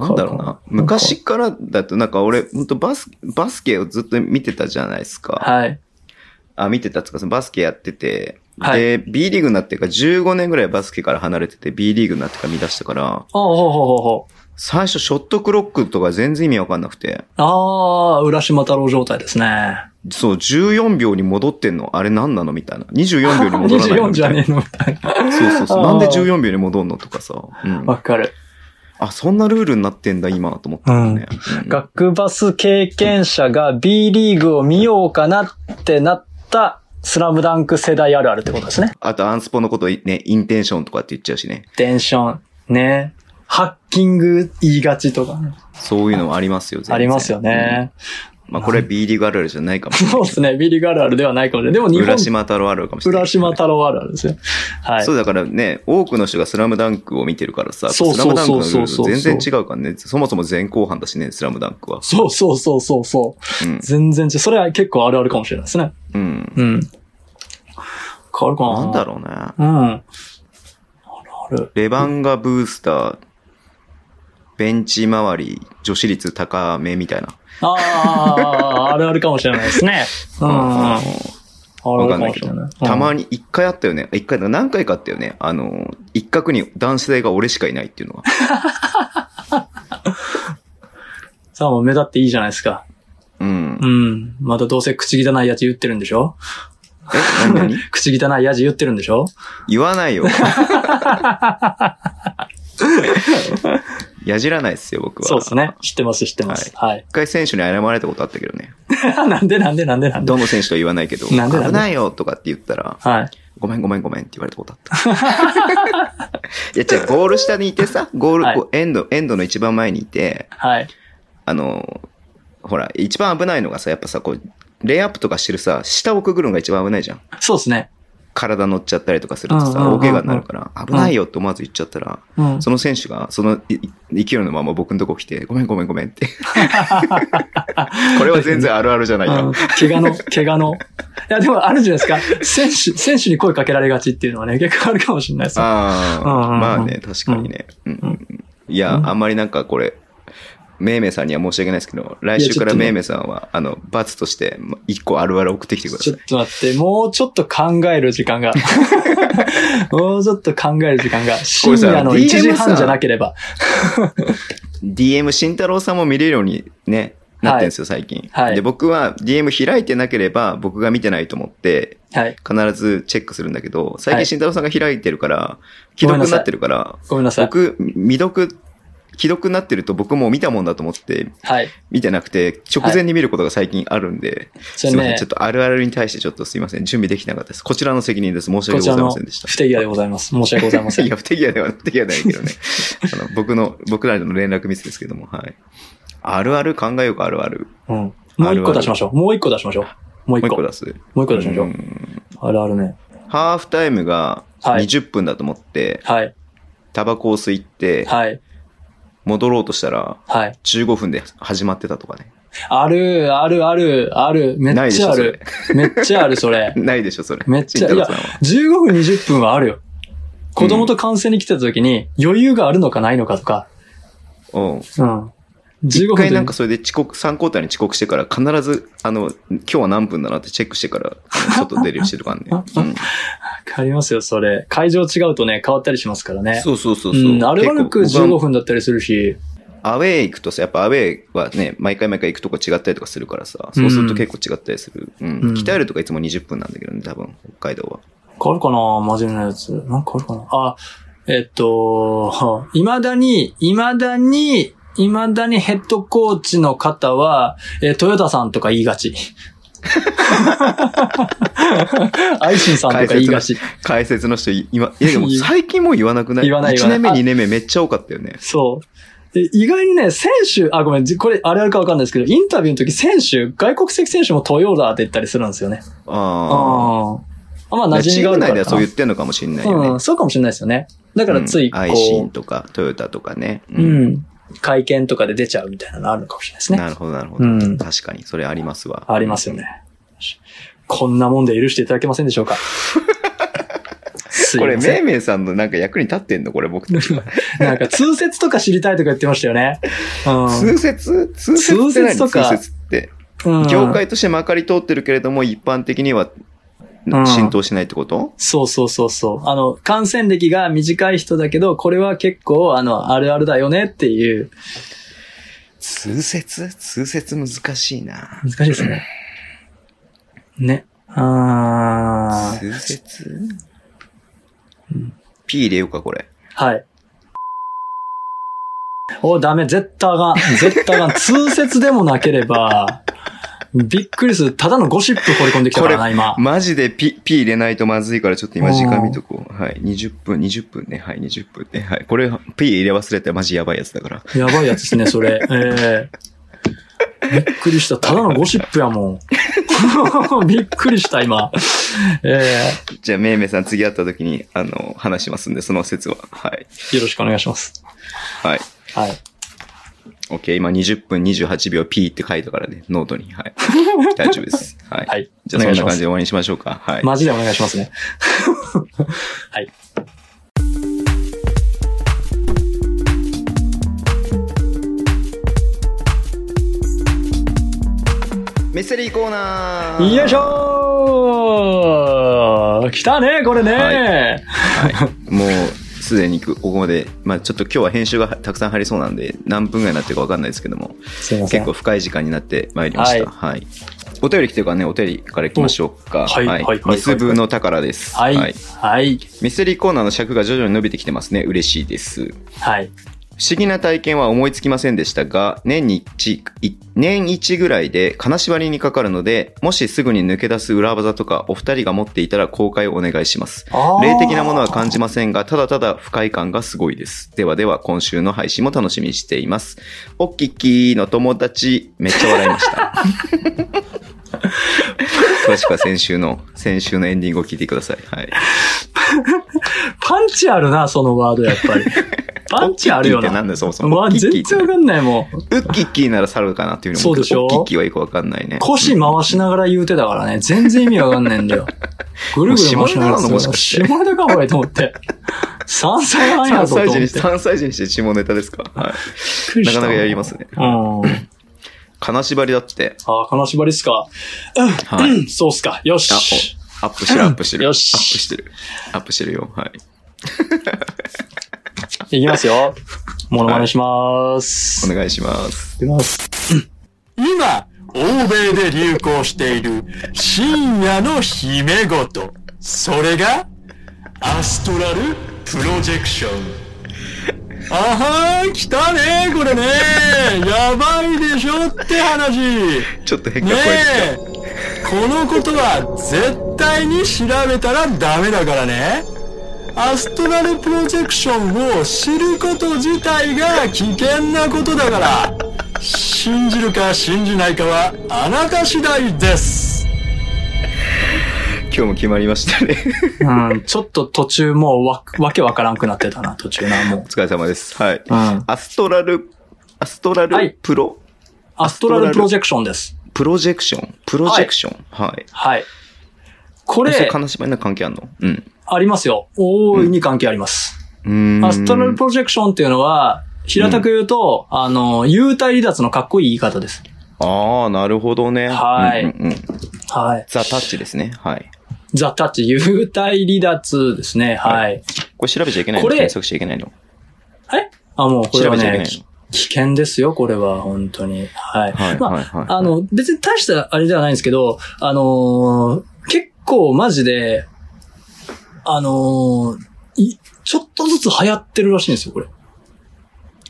Speaker 2: なんだろうな。昔からだと、なんか俺、本当バス、バスケをずっと見てたじゃないですか。
Speaker 3: はい。
Speaker 2: あ、見てたっつうか、そのバスケやってて。
Speaker 3: はい
Speaker 2: で、B リーグになってから15年ぐらいバスケから離れてて、B リーグになってから見出したから、
Speaker 3: ああ、ほうほうほうほう。
Speaker 2: 最初ショットクロックとか全然意味わかんなくて。
Speaker 3: ああ、浦島太郎状態ですね。
Speaker 2: そう、14秒に戻ってんのあれ何なのみたいな。24秒に戻らない の
Speaker 3: 24
Speaker 2: み
Speaker 3: じ
Speaker 2: た
Speaker 3: ゃ
Speaker 2: いな
Speaker 3: ね。えのみたいな。
Speaker 2: そうそうそう。
Speaker 3: あー
Speaker 2: なんで14秒に戻んのとかさ。うん。
Speaker 3: わかる。
Speaker 2: あ、そんなルールになってんだ、今、と思ったんだよね。うん
Speaker 3: 学バス経験者が B リーグを見ようかなってなったスラムダンク世代あるあるってことですね。
Speaker 2: あと、アンスポのことね、インテンションとかって言っちゃうしね。
Speaker 3: テンション、ね。ハッキング言いがちとか
Speaker 2: そういうのもありますよ、全然
Speaker 3: ありますよ。ね。
Speaker 2: うんまあ、これは B リーグあるあるじゃないかもしれ
Speaker 3: そうですね。ビリーグあるあるではないかもしれない。 でも日
Speaker 2: ない。
Speaker 3: 本、
Speaker 2: 浦島太郎あるあるかもしれない。
Speaker 3: 浦島太郎あるあるですよ。はい
Speaker 2: そ。うだからね、多くの人がスラムダンクを見てるからさ、
Speaker 3: そう
Speaker 2: スラ
Speaker 3: そ
Speaker 2: ム
Speaker 3: う
Speaker 2: ダンク
Speaker 3: そ
Speaker 2: の
Speaker 3: う
Speaker 2: ル
Speaker 3: そう
Speaker 2: ール全然違うからね。そもそも前後半だしね、スラムダンクは。
Speaker 3: そうそうそうそうそう。
Speaker 2: うん。
Speaker 3: 全然違う。それは結構あるあるかもしれないですね。
Speaker 2: うん。
Speaker 3: うん。変わるかな
Speaker 2: なんだろうね。
Speaker 3: う。うん。あるある。
Speaker 2: レバンガブースター、ベンチ周り、女子率高めみたいな。
Speaker 3: ああ、あるあるかもしれないですね。うん。あるあ
Speaker 2: わ
Speaker 3: る
Speaker 2: か
Speaker 3: か
Speaker 2: んない
Speaker 3: も
Speaker 2: け
Speaker 3: し
Speaker 2: ど
Speaker 3: れない。。
Speaker 2: たま
Speaker 3: に。
Speaker 2: に一回あったよね。一回だ、何回かあったよね。あの、一角に男性が俺しかいないっていうのが。
Speaker 3: さあ、もう目立っていいじゃないですか。
Speaker 2: うん
Speaker 3: う。ん。またどうせ口汚いやつ言ってるんでしょ
Speaker 2: え、何何
Speaker 3: 口汚いやつ言ってるんでしょ
Speaker 2: 言わない よ。やじらないっすよ、僕は。
Speaker 3: そうですね。。知ってます、知ってます。はい。
Speaker 2: 一回選手に謝られたことあったけどね。
Speaker 3: なんでなんでなんでなんで。
Speaker 2: どの選手とは言わないけど、
Speaker 3: なんでなんで
Speaker 2: 危ないよとかって言ったら、
Speaker 3: はい。
Speaker 2: ごめんごめんごめんって言われたことあった。 いや、違う、ゴール下にいてさ、ゴール、
Speaker 3: はい
Speaker 2: こうエンド、エンドの一番前にいて、
Speaker 3: はい。
Speaker 2: あの、ほら、一番危ないのがさ、やっぱさ、こう、レイアップとかしてるさ、下をくぐるのが一番危ないじゃん。
Speaker 3: そうですね。
Speaker 2: 体乗っちゃったりとかすると
Speaker 3: うんうん
Speaker 2: さ、
Speaker 3: うんうん
Speaker 2: 大怪我になるから、危ないよって思わず言っちゃったら、
Speaker 3: うん。
Speaker 2: その選手が、そのいい勢いのまま僕のとこ来て、ごめんごめんごめん って。これは全然あるあるじゃない
Speaker 3: うん
Speaker 2: よ。
Speaker 3: 怪我の、怪我の。いや、でもあるじゃないですか。選手、選手に声かけられがちっていうのはね、結構あるかもしれないです。
Speaker 2: ああ、
Speaker 3: うんうんうん
Speaker 2: まあね、確かにね。うんうんいや、あんまりなんかこれ、めいめいさんには申し訳ないですけど、来週から
Speaker 3: いやちょっとね
Speaker 2: めいめいさんは、あの、罰として、ま一個あるある送ってきてくださ
Speaker 3: ちょ
Speaker 2: い
Speaker 3: っ。と待って、もうちょっと考える時間が。 もうちょっと考える時間が。
Speaker 2: こ
Speaker 3: 深
Speaker 2: れさ
Speaker 3: 夜の
Speaker 2: DM
Speaker 3: 1時半じゃなければ。
Speaker 2: DM 慎太郎さんも見れるようにね、なってるんですよ、最近。
Speaker 3: はい
Speaker 2: で、僕は DM 開いてなければ、僕が見てないと思って、
Speaker 3: はい。
Speaker 2: 必ずチェックするんだけど、最
Speaker 3: は
Speaker 2: 近
Speaker 3: い
Speaker 2: 慎太郎さんが開いてるから、既読になってるから、
Speaker 3: ごめんなさい。
Speaker 2: 僕、未読、既読になってると僕もう見たもんだと思って、
Speaker 3: はい。
Speaker 2: 見てなくて、直前に見ることが最近あるんで、
Speaker 3: じゃ
Speaker 2: す
Speaker 3: あ
Speaker 2: いません、
Speaker 3: ね
Speaker 2: ちょっ、とあるあるに対してちょっとすいません、準備できなかったです。こちらの責任です。申し訳
Speaker 3: こ
Speaker 2: ご
Speaker 3: ち
Speaker 2: ざい
Speaker 3: ら
Speaker 2: ま
Speaker 3: の
Speaker 2: せんでした。
Speaker 3: 不手際でございます。申し訳ございません。
Speaker 2: いや、不手際では、不手際ではないけ どね。あの、僕の、僕らの連絡ミスですけども、はい。あるある考えようか、あるある。
Speaker 3: うん。もう一個出しましょう。もう一個出しましょう。もう
Speaker 2: もう
Speaker 3: 一
Speaker 2: 一
Speaker 3: 個。
Speaker 2: 個
Speaker 3: も
Speaker 2: 出す。
Speaker 3: う一個出しましょ
Speaker 2: う
Speaker 3: う。
Speaker 2: ん
Speaker 3: あるあるね。
Speaker 2: ハーフタイムが
Speaker 3: はい
Speaker 2: 20分だと思って、
Speaker 3: はい。
Speaker 2: タバコを吸いって、
Speaker 3: はい。
Speaker 2: 戻ろうとしたら、
Speaker 3: はい。
Speaker 2: 15分で始まってたとかね。
Speaker 3: ある、ある、ある、ある。め
Speaker 2: ない
Speaker 3: っ
Speaker 2: で
Speaker 3: ち
Speaker 2: し
Speaker 3: ゃ
Speaker 2: ょ、
Speaker 3: あ
Speaker 2: そ
Speaker 3: る
Speaker 2: れ。。
Speaker 3: めっちゃある、それ。
Speaker 2: ないでしょ、それ。
Speaker 3: めっちゃ
Speaker 2: 慎太郎さんは
Speaker 3: 15分20分はあるよ。子供と観戦に来た時に余裕があるのかないのかとか。
Speaker 2: うん。
Speaker 3: うん。
Speaker 2: 一
Speaker 3: 15分
Speaker 2: 回
Speaker 3: で
Speaker 2: なんかそれで遅刻、3交代に遅刻してから必ず、あの、今日は何分だなってチェックして から、あの外出るようにしてるからね。うん
Speaker 3: わかりますよ、それ。会場違うとね、変わったりしますからね。
Speaker 2: そうそうそう
Speaker 3: う
Speaker 2: そう。
Speaker 3: ん、アルバルク
Speaker 2: 結構
Speaker 3: 15
Speaker 2: 僕は
Speaker 3: 分だったりするし、
Speaker 2: アウェイ行くとさ、やっぱアウェイはね、毎回毎回行くとこ違ったりとかするからさ、そうすると結構違ったりする。うん。
Speaker 3: うん
Speaker 2: 北アルとかいつも20分なんだけどね、多分、北海道は。
Speaker 3: かあるかな真面目なやつ。なんかあるかなあ、えっと、は未だに、未だに、未だにヘッドコーチの方は、えー、豊田さんとか言いが ち。愛心さんとか言いがち。
Speaker 2: 解説の人、い今、いやでも
Speaker 3: 言う
Speaker 2: 最近もう言わなくない
Speaker 3: 言わない言わ
Speaker 2: ?1
Speaker 3: ない
Speaker 2: 年目、2年目めっちゃ多かったよね。
Speaker 3: そう。で意外にね、選手、あ、ごめん、じこれ、あれあるかわかんないですけど、インタビューの時、選手、外国籍選手も豊田って言ったりするんですよね。
Speaker 2: あ
Speaker 3: ああ。あまあ、
Speaker 2: あ。
Speaker 3: 馴
Speaker 2: チ
Speaker 3: 染み
Speaker 2: ー
Speaker 3: があ
Speaker 2: ム
Speaker 3: るから
Speaker 2: 内
Speaker 3: か
Speaker 2: で
Speaker 3: な。
Speaker 2: はそう言ってんのかもしれないよね。
Speaker 3: うん、そうかもしれないですよね。だからつい、こ
Speaker 2: うん、愛心
Speaker 3: う、
Speaker 2: とか、トヨタとかね。
Speaker 3: うん、会見とかで出ちゃうみたいなのあるのかもしれないですね。
Speaker 2: なるほど、なるほど。
Speaker 3: うん
Speaker 2: 確かに、それありますわ。
Speaker 3: ありますよね。こんなもんで許していただけませんでしょうかすい
Speaker 2: これ、
Speaker 3: ま
Speaker 2: め
Speaker 3: せ
Speaker 2: い
Speaker 3: ん。
Speaker 2: めいさんのなんか役に立ってんのこれ僕たちは。
Speaker 3: なんか、通説とか知りたいとか言ってましたよね。う
Speaker 2: 通説通説って何
Speaker 3: 通説とか
Speaker 2: 通説って。
Speaker 3: ん。うん
Speaker 2: 業界としてまかり通ってるけれども、一般的には
Speaker 3: うん
Speaker 2: 浸透しないってこと
Speaker 3: そうそうそうそう。あの、感染歴が短い人だけど、これは結構、あの、あるあるだよねっていう。
Speaker 2: 通説通説難しいな。
Speaker 3: 難しいですね。ね。あー
Speaker 2: 通説 ?P 入れようか、これ。
Speaker 3: はい。お、ダメ、絶対あかん。絶対あかん。通説でもなければ、びっくりする。ただのゴシップ掘り込んできたから
Speaker 2: こ
Speaker 3: な、今。
Speaker 2: マジで P、P 入れないとまずいから、ちょっと今時間見とこう。はい。20分、20分ね。はい、20分ね。はい。これ、P 入れ忘れてマジやばいやつだから。
Speaker 3: やばいやつですね、それ。ええびっくりした。ただのゴシップやもん。 びっくりした、今。え
Speaker 2: じゃあ、めいめいさん次会った時に、あの、話しますんで、その説は。はい。
Speaker 3: えよろしくお願いします。
Speaker 2: はい。
Speaker 3: はい。
Speaker 2: OK、今20分28秒 P って書いたからね、ノートに。 はい。大丈夫です。はい。
Speaker 3: はい
Speaker 2: じゃあ、
Speaker 3: お
Speaker 2: そん
Speaker 3: 願い
Speaker 2: な
Speaker 3: し
Speaker 2: 感
Speaker 3: ます
Speaker 2: じで終わりにしましょうか。はい。
Speaker 3: マジでお願いしますね。 はい。
Speaker 2: メッセリーコーナー
Speaker 3: よいしょー来たね、これね、
Speaker 2: ははい。もう、すでにここまで、まあちょっと今日は編集がたくさん入りそうなんで、何分ぐらいになってるかわかんないですけども、
Speaker 3: すいません。
Speaker 2: 結構深い時間になってまいりました。はい。お便り来てるからね、お便りから行きましょうか。
Speaker 3: おはいはいはい
Speaker 2: ミスブの宝です。
Speaker 3: はい。はい。
Speaker 2: ミステリーコーナーの尺が徐々に伸びてきてますね。嬉しいです。
Speaker 3: はい。
Speaker 2: 不思議な体験は思いつきませんでしたが、年に一、い年一ぐらいで金縛りにかかるので、もしすぐに抜け出す裏技とかお二人が持っていたら公開をお願いします。
Speaker 3: あー
Speaker 2: 霊的なものは感じませんが、ただただ不快感がすごいです。ではでは今週の配信も楽しみにしています。おっきっきーの友達、めっちゃ笑いま した。詳しくは先週の、先週のエンディングを聞いてください。はい。
Speaker 3: パンチあるな、そのワード、やっ ぱり。パンチあるよ
Speaker 2: おっきっきーってな
Speaker 3: な。
Speaker 2: んだよそもそも。
Speaker 3: ま
Speaker 2: お
Speaker 3: あ、
Speaker 2: っきっきーって
Speaker 3: 全然わかんない、もう。
Speaker 2: ウッキッキーなら猿かなっていうのも
Speaker 3: そうでしょ
Speaker 2: ウッキッキーはよくわかんないね。
Speaker 3: 腰回しながら言うてたからね、全然意味わかんない んだよ。ぐるぐる回しながら
Speaker 2: もう下ネタなのもしかして
Speaker 3: 下ネタか、これ、と思って。3歳半や
Speaker 2: 3
Speaker 3: ぞ、と
Speaker 2: 歳
Speaker 3: 思
Speaker 2: 児
Speaker 3: って。
Speaker 2: にして、3歳児にして下ネタですかは
Speaker 3: び
Speaker 2: い。
Speaker 3: っくり
Speaker 2: な
Speaker 3: し
Speaker 2: か
Speaker 3: た
Speaker 2: なかやりますね。
Speaker 3: うん。
Speaker 2: 金縛りだって。
Speaker 3: ああ、金縛りっすか。
Speaker 2: はい。
Speaker 3: うんそうっすか。よし。
Speaker 2: あおアップしてる、アップしてる。
Speaker 3: よし
Speaker 2: アップしてる。アップしてるよ。はい。
Speaker 3: いきますよ。モノマネします。
Speaker 2: お願いします。
Speaker 3: 今、欧米で流行している深夜の姫事。それが、アストラルプロジェクション。あはーん、来たねこれねやばいでしょって話ね
Speaker 2: ちょっと変化声です
Speaker 3: えこのことは絶対に調べたらダメだからねアストラルプロジェクションを知ること自体が危険なことだから信じるか信じないかはあなた次第です
Speaker 2: 今日も決まりましたね。
Speaker 3: うん、ちょっと途中もうわ、わけわからんくなってたな、途中な、もう
Speaker 2: お。疲れ様です。はい。
Speaker 3: うん。
Speaker 2: アストラル、アストラ
Speaker 3: はい
Speaker 2: ルプロ、
Speaker 3: アストラルプロジェクションです。
Speaker 2: プロジェクションプロジェクションはい。
Speaker 3: はい。こ
Speaker 2: これ、
Speaker 3: れ、
Speaker 2: 金縛りの関係あんのうん。
Speaker 3: ありますよ。大いに関係あります。
Speaker 2: うーん
Speaker 3: アストラルプロジェクションっていうのは、平たく言うと、あの、幽体離脱のかっこいい言い方です。
Speaker 2: ああ、なるほどね。
Speaker 3: はい
Speaker 2: うんうんうん
Speaker 3: はい。
Speaker 2: ザ・タッチですね。はい。
Speaker 3: ザ・タッチ、幽体離脱ですね。はい。
Speaker 2: これ調べちゃいけないの
Speaker 3: これ
Speaker 2: 検索しちゃいけないの
Speaker 3: えあ、もうこれは
Speaker 2: 調べちゃいけな
Speaker 3: ね
Speaker 2: い、
Speaker 3: き危険ですよ、これは、本当に。はい。
Speaker 2: はい、
Speaker 3: まあ
Speaker 2: はい、はい。
Speaker 3: あの、別に大したあれではないんですけど、あのー結構マジで、あのーいちょっとずつ流行ってるらしいんですよ、これ。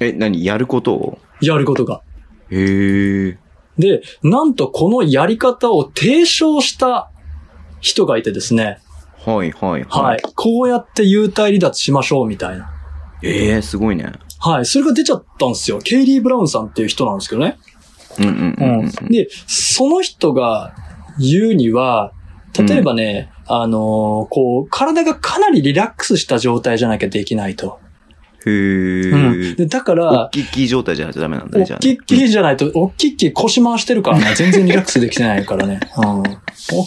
Speaker 2: え、何やることを
Speaker 3: やることが。
Speaker 2: へえ。
Speaker 3: で、なんとこのやり方を提唱した人がいてですね、
Speaker 2: はいはい
Speaker 3: はい。こうやって幽体離脱しましょうみたいな。
Speaker 2: ええー、すごいね。
Speaker 3: はい。それが出ちゃったんですよ。ケイリー・ブラウンさんっていう人なんですけどね。
Speaker 2: うんうんうんうん。
Speaker 3: で、その人が言うには、例えばね、あのーこう、体がかなりリラックスした状態じゃなきゃできないと。
Speaker 2: へえ、
Speaker 3: でだか
Speaker 2: 大
Speaker 3: ら、
Speaker 2: きいキー状態じゃないとダメなんだ
Speaker 3: お
Speaker 2: ね、じゃ
Speaker 3: っ
Speaker 2: あね、
Speaker 3: きい木じゃないと、おっきい木腰回してるから ね、全然リラックスできてないからね。うん。おっ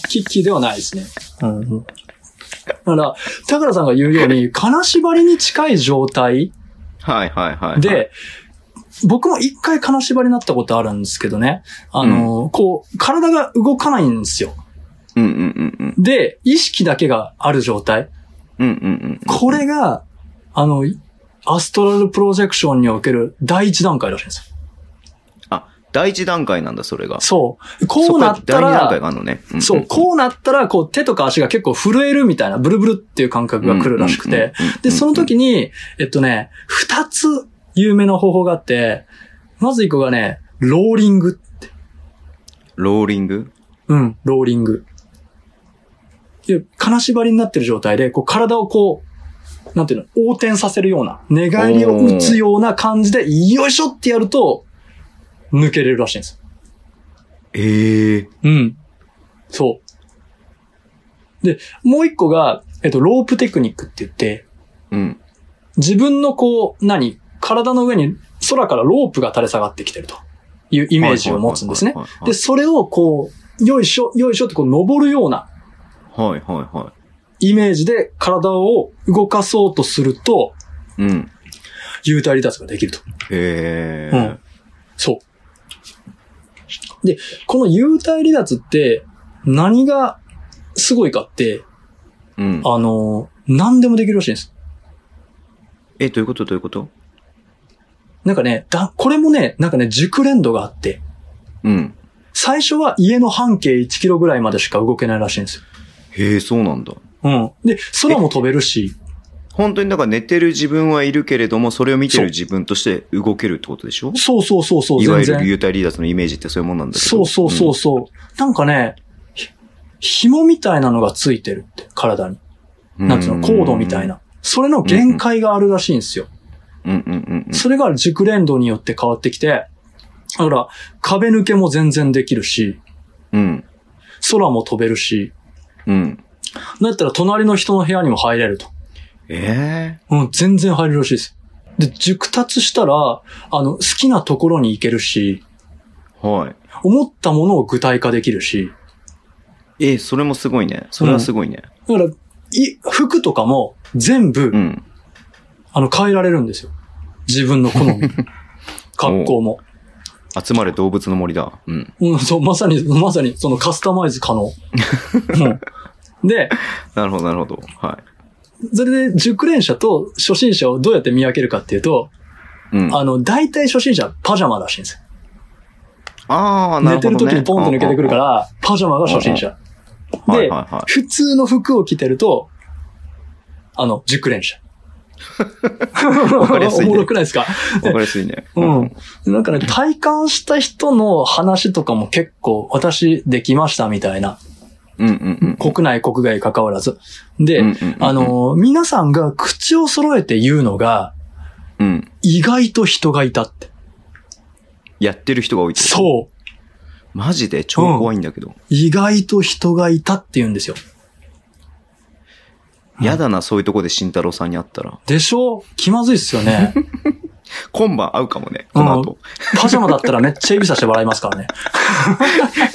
Speaker 3: きい木ではないですね。うんうん。だから、高田さんが言うように、金縛りに近い状態
Speaker 2: はいはいはい、はい。、
Speaker 3: で、僕も一回金縛りになったことあるんですけどね。あのーこう、体が動かないんですよ。
Speaker 2: うんうんうんうん。
Speaker 3: で、意識だけがある状態。
Speaker 2: うんうんうん。
Speaker 3: これが、あの、アストラルプロジェクションにおける第一段階らしいんですよ。
Speaker 2: あ、第一段階なんだ、それが。
Speaker 3: そう。こうなった
Speaker 2: そこから第二段階
Speaker 3: ら、
Speaker 2: があるのね。んん
Speaker 3: そう、こうなったら、こう手とか足が結構震えるみたいな、ブルブルっていう感覚が来るらしくて。。で、その時に、えっとね、二つ有名な方法があって、まず一個がね、ローリング。
Speaker 2: ローリング
Speaker 3: うん、ローリング。で、金縛りになってる状態で、こう体をこう、なんていうの、横転させるような、寝返りを打つような感じで、よいしょってやると、抜けれるらしいんです。
Speaker 2: ええ
Speaker 3: うん。そう。で、もう一個が、えっと、ロープテクニックって言って、
Speaker 2: うん。
Speaker 3: 自分のこう、何体の上に空からロープが垂れ下がってきてるというイ
Speaker 2: イ
Speaker 3: メージを持つんですね
Speaker 2: は。い
Speaker 3: で、それをこう、よいしょ、よいしょってこう登るような
Speaker 2: はいはいは
Speaker 3: イメージで体を動かそうとすると、
Speaker 2: い。うん。
Speaker 3: 幽体離脱ができると。
Speaker 2: へえ。
Speaker 3: うんそう。で、この幽体離脱って何がすごいかって、
Speaker 2: うん。
Speaker 3: あのー何でもできるらしいんです。
Speaker 2: え、どういうことどういうこと
Speaker 3: なんかね、だ、これもね、なんかね、熟練度があって、
Speaker 2: うん。
Speaker 3: 最初は家の半径1キロぐらいまでしか動けないらしいんですよ。
Speaker 2: へえ、そうなんだ。
Speaker 3: うん。で、空も飛べるし、
Speaker 2: 本当にだから寝てる自分はいるけれども、それを見てる自分として動けるってことでしょ
Speaker 3: そうそうそうそう、
Speaker 2: いわ
Speaker 3: 全
Speaker 2: ゆる
Speaker 3: 然。
Speaker 2: 幽体離脱のイメージってそういうもんなんだけど。
Speaker 3: そうそうそうそう。なんかね、ひ紐みたいなのがついてるって、体に。
Speaker 2: うん。
Speaker 3: なんつうの、コードみたいな。それの限界があるらしいんですよ。
Speaker 2: うん。うんうんうんうん。
Speaker 3: それが熟練度によって変わってきて、だから、壁抜けも全然できるし、
Speaker 2: うん。
Speaker 3: 空も飛べるし、
Speaker 2: うん。
Speaker 3: だったら隣の人の部屋にも入れると。
Speaker 2: ええ
Speaker 3: うん、全然入れるらしいです。で、熟達したら、あの、好きなところに行けるし、
Speaker 2: はい。
Speaker 3: 思ったものを具体化できるし、
Speaker 2: えそれもすごいね。それはすごいね。
Speaker 3: だから、い、服とかも全部、
Speaker 2: うん。
Speaker 3: あの、変えられるんですよ。自分の好 み。格好も。
Speaker 2: 集まれ動物の森だ。うん。
Speaker 3: うん、そう、まさに、まさに、そのカスタマイズ 可能。うんで、
Speaker 2: なるほど、なるほど。は
Speaker 3: それで熟練者と初心者をどうやって見分けるかっていうと、
Speaker 2: い。うん。
Speaker 3: あの、大体初心者はパジャマらしいんですよ。
Speaker 2: ああ、な
Speaker 3: 寝
Speaker 2: る
Speaker 3: て
Speaker 2: ほ
Speaker 3: る
Speaker 2: ど、ね。
Speaker 3: 時にポンって抜けてくるから、パジャマが初心者。
Speaker 2: うんうんうん。
Speaker 3: で
Speaker 2: はいはいは、い
Speaker 3: 普通の服を着てると、あの、熟練 者。
Speaker 2: かりやすいね
Speaker 3: おもろくないですか
Speaker 2: うん。わかりやすいね。
Speaker 3: うん。。なんかね、体感した人の話とかも結構、私できましたみたいな。
Speaker 2: うんうんうん。
Speaker 3: 国内、国外関わらず。で、
Speaker 2: うんうんうんうん
Speaker 3: あのー、皆さんが口を揃えて言うのが、
Speaker 2: うん。
Speaker 3: 意外と人がいたって。
Speaker 2: やってる人が多いってこと
Speaker 3: そう。
Speaker 2: マジで超怖いんだけど。
Speaker 3: 意外と人がいたって言うんですよ。
Speaker 2: やだな、そういうとこで慎太郎さんに会ったら。
Speaker 3: でしょ気まずいっすよね。
Speaker 2: 今晩会うかもね、この後。
Speaker 3: パジャマだったらめっちゃ指さして笑いますからね。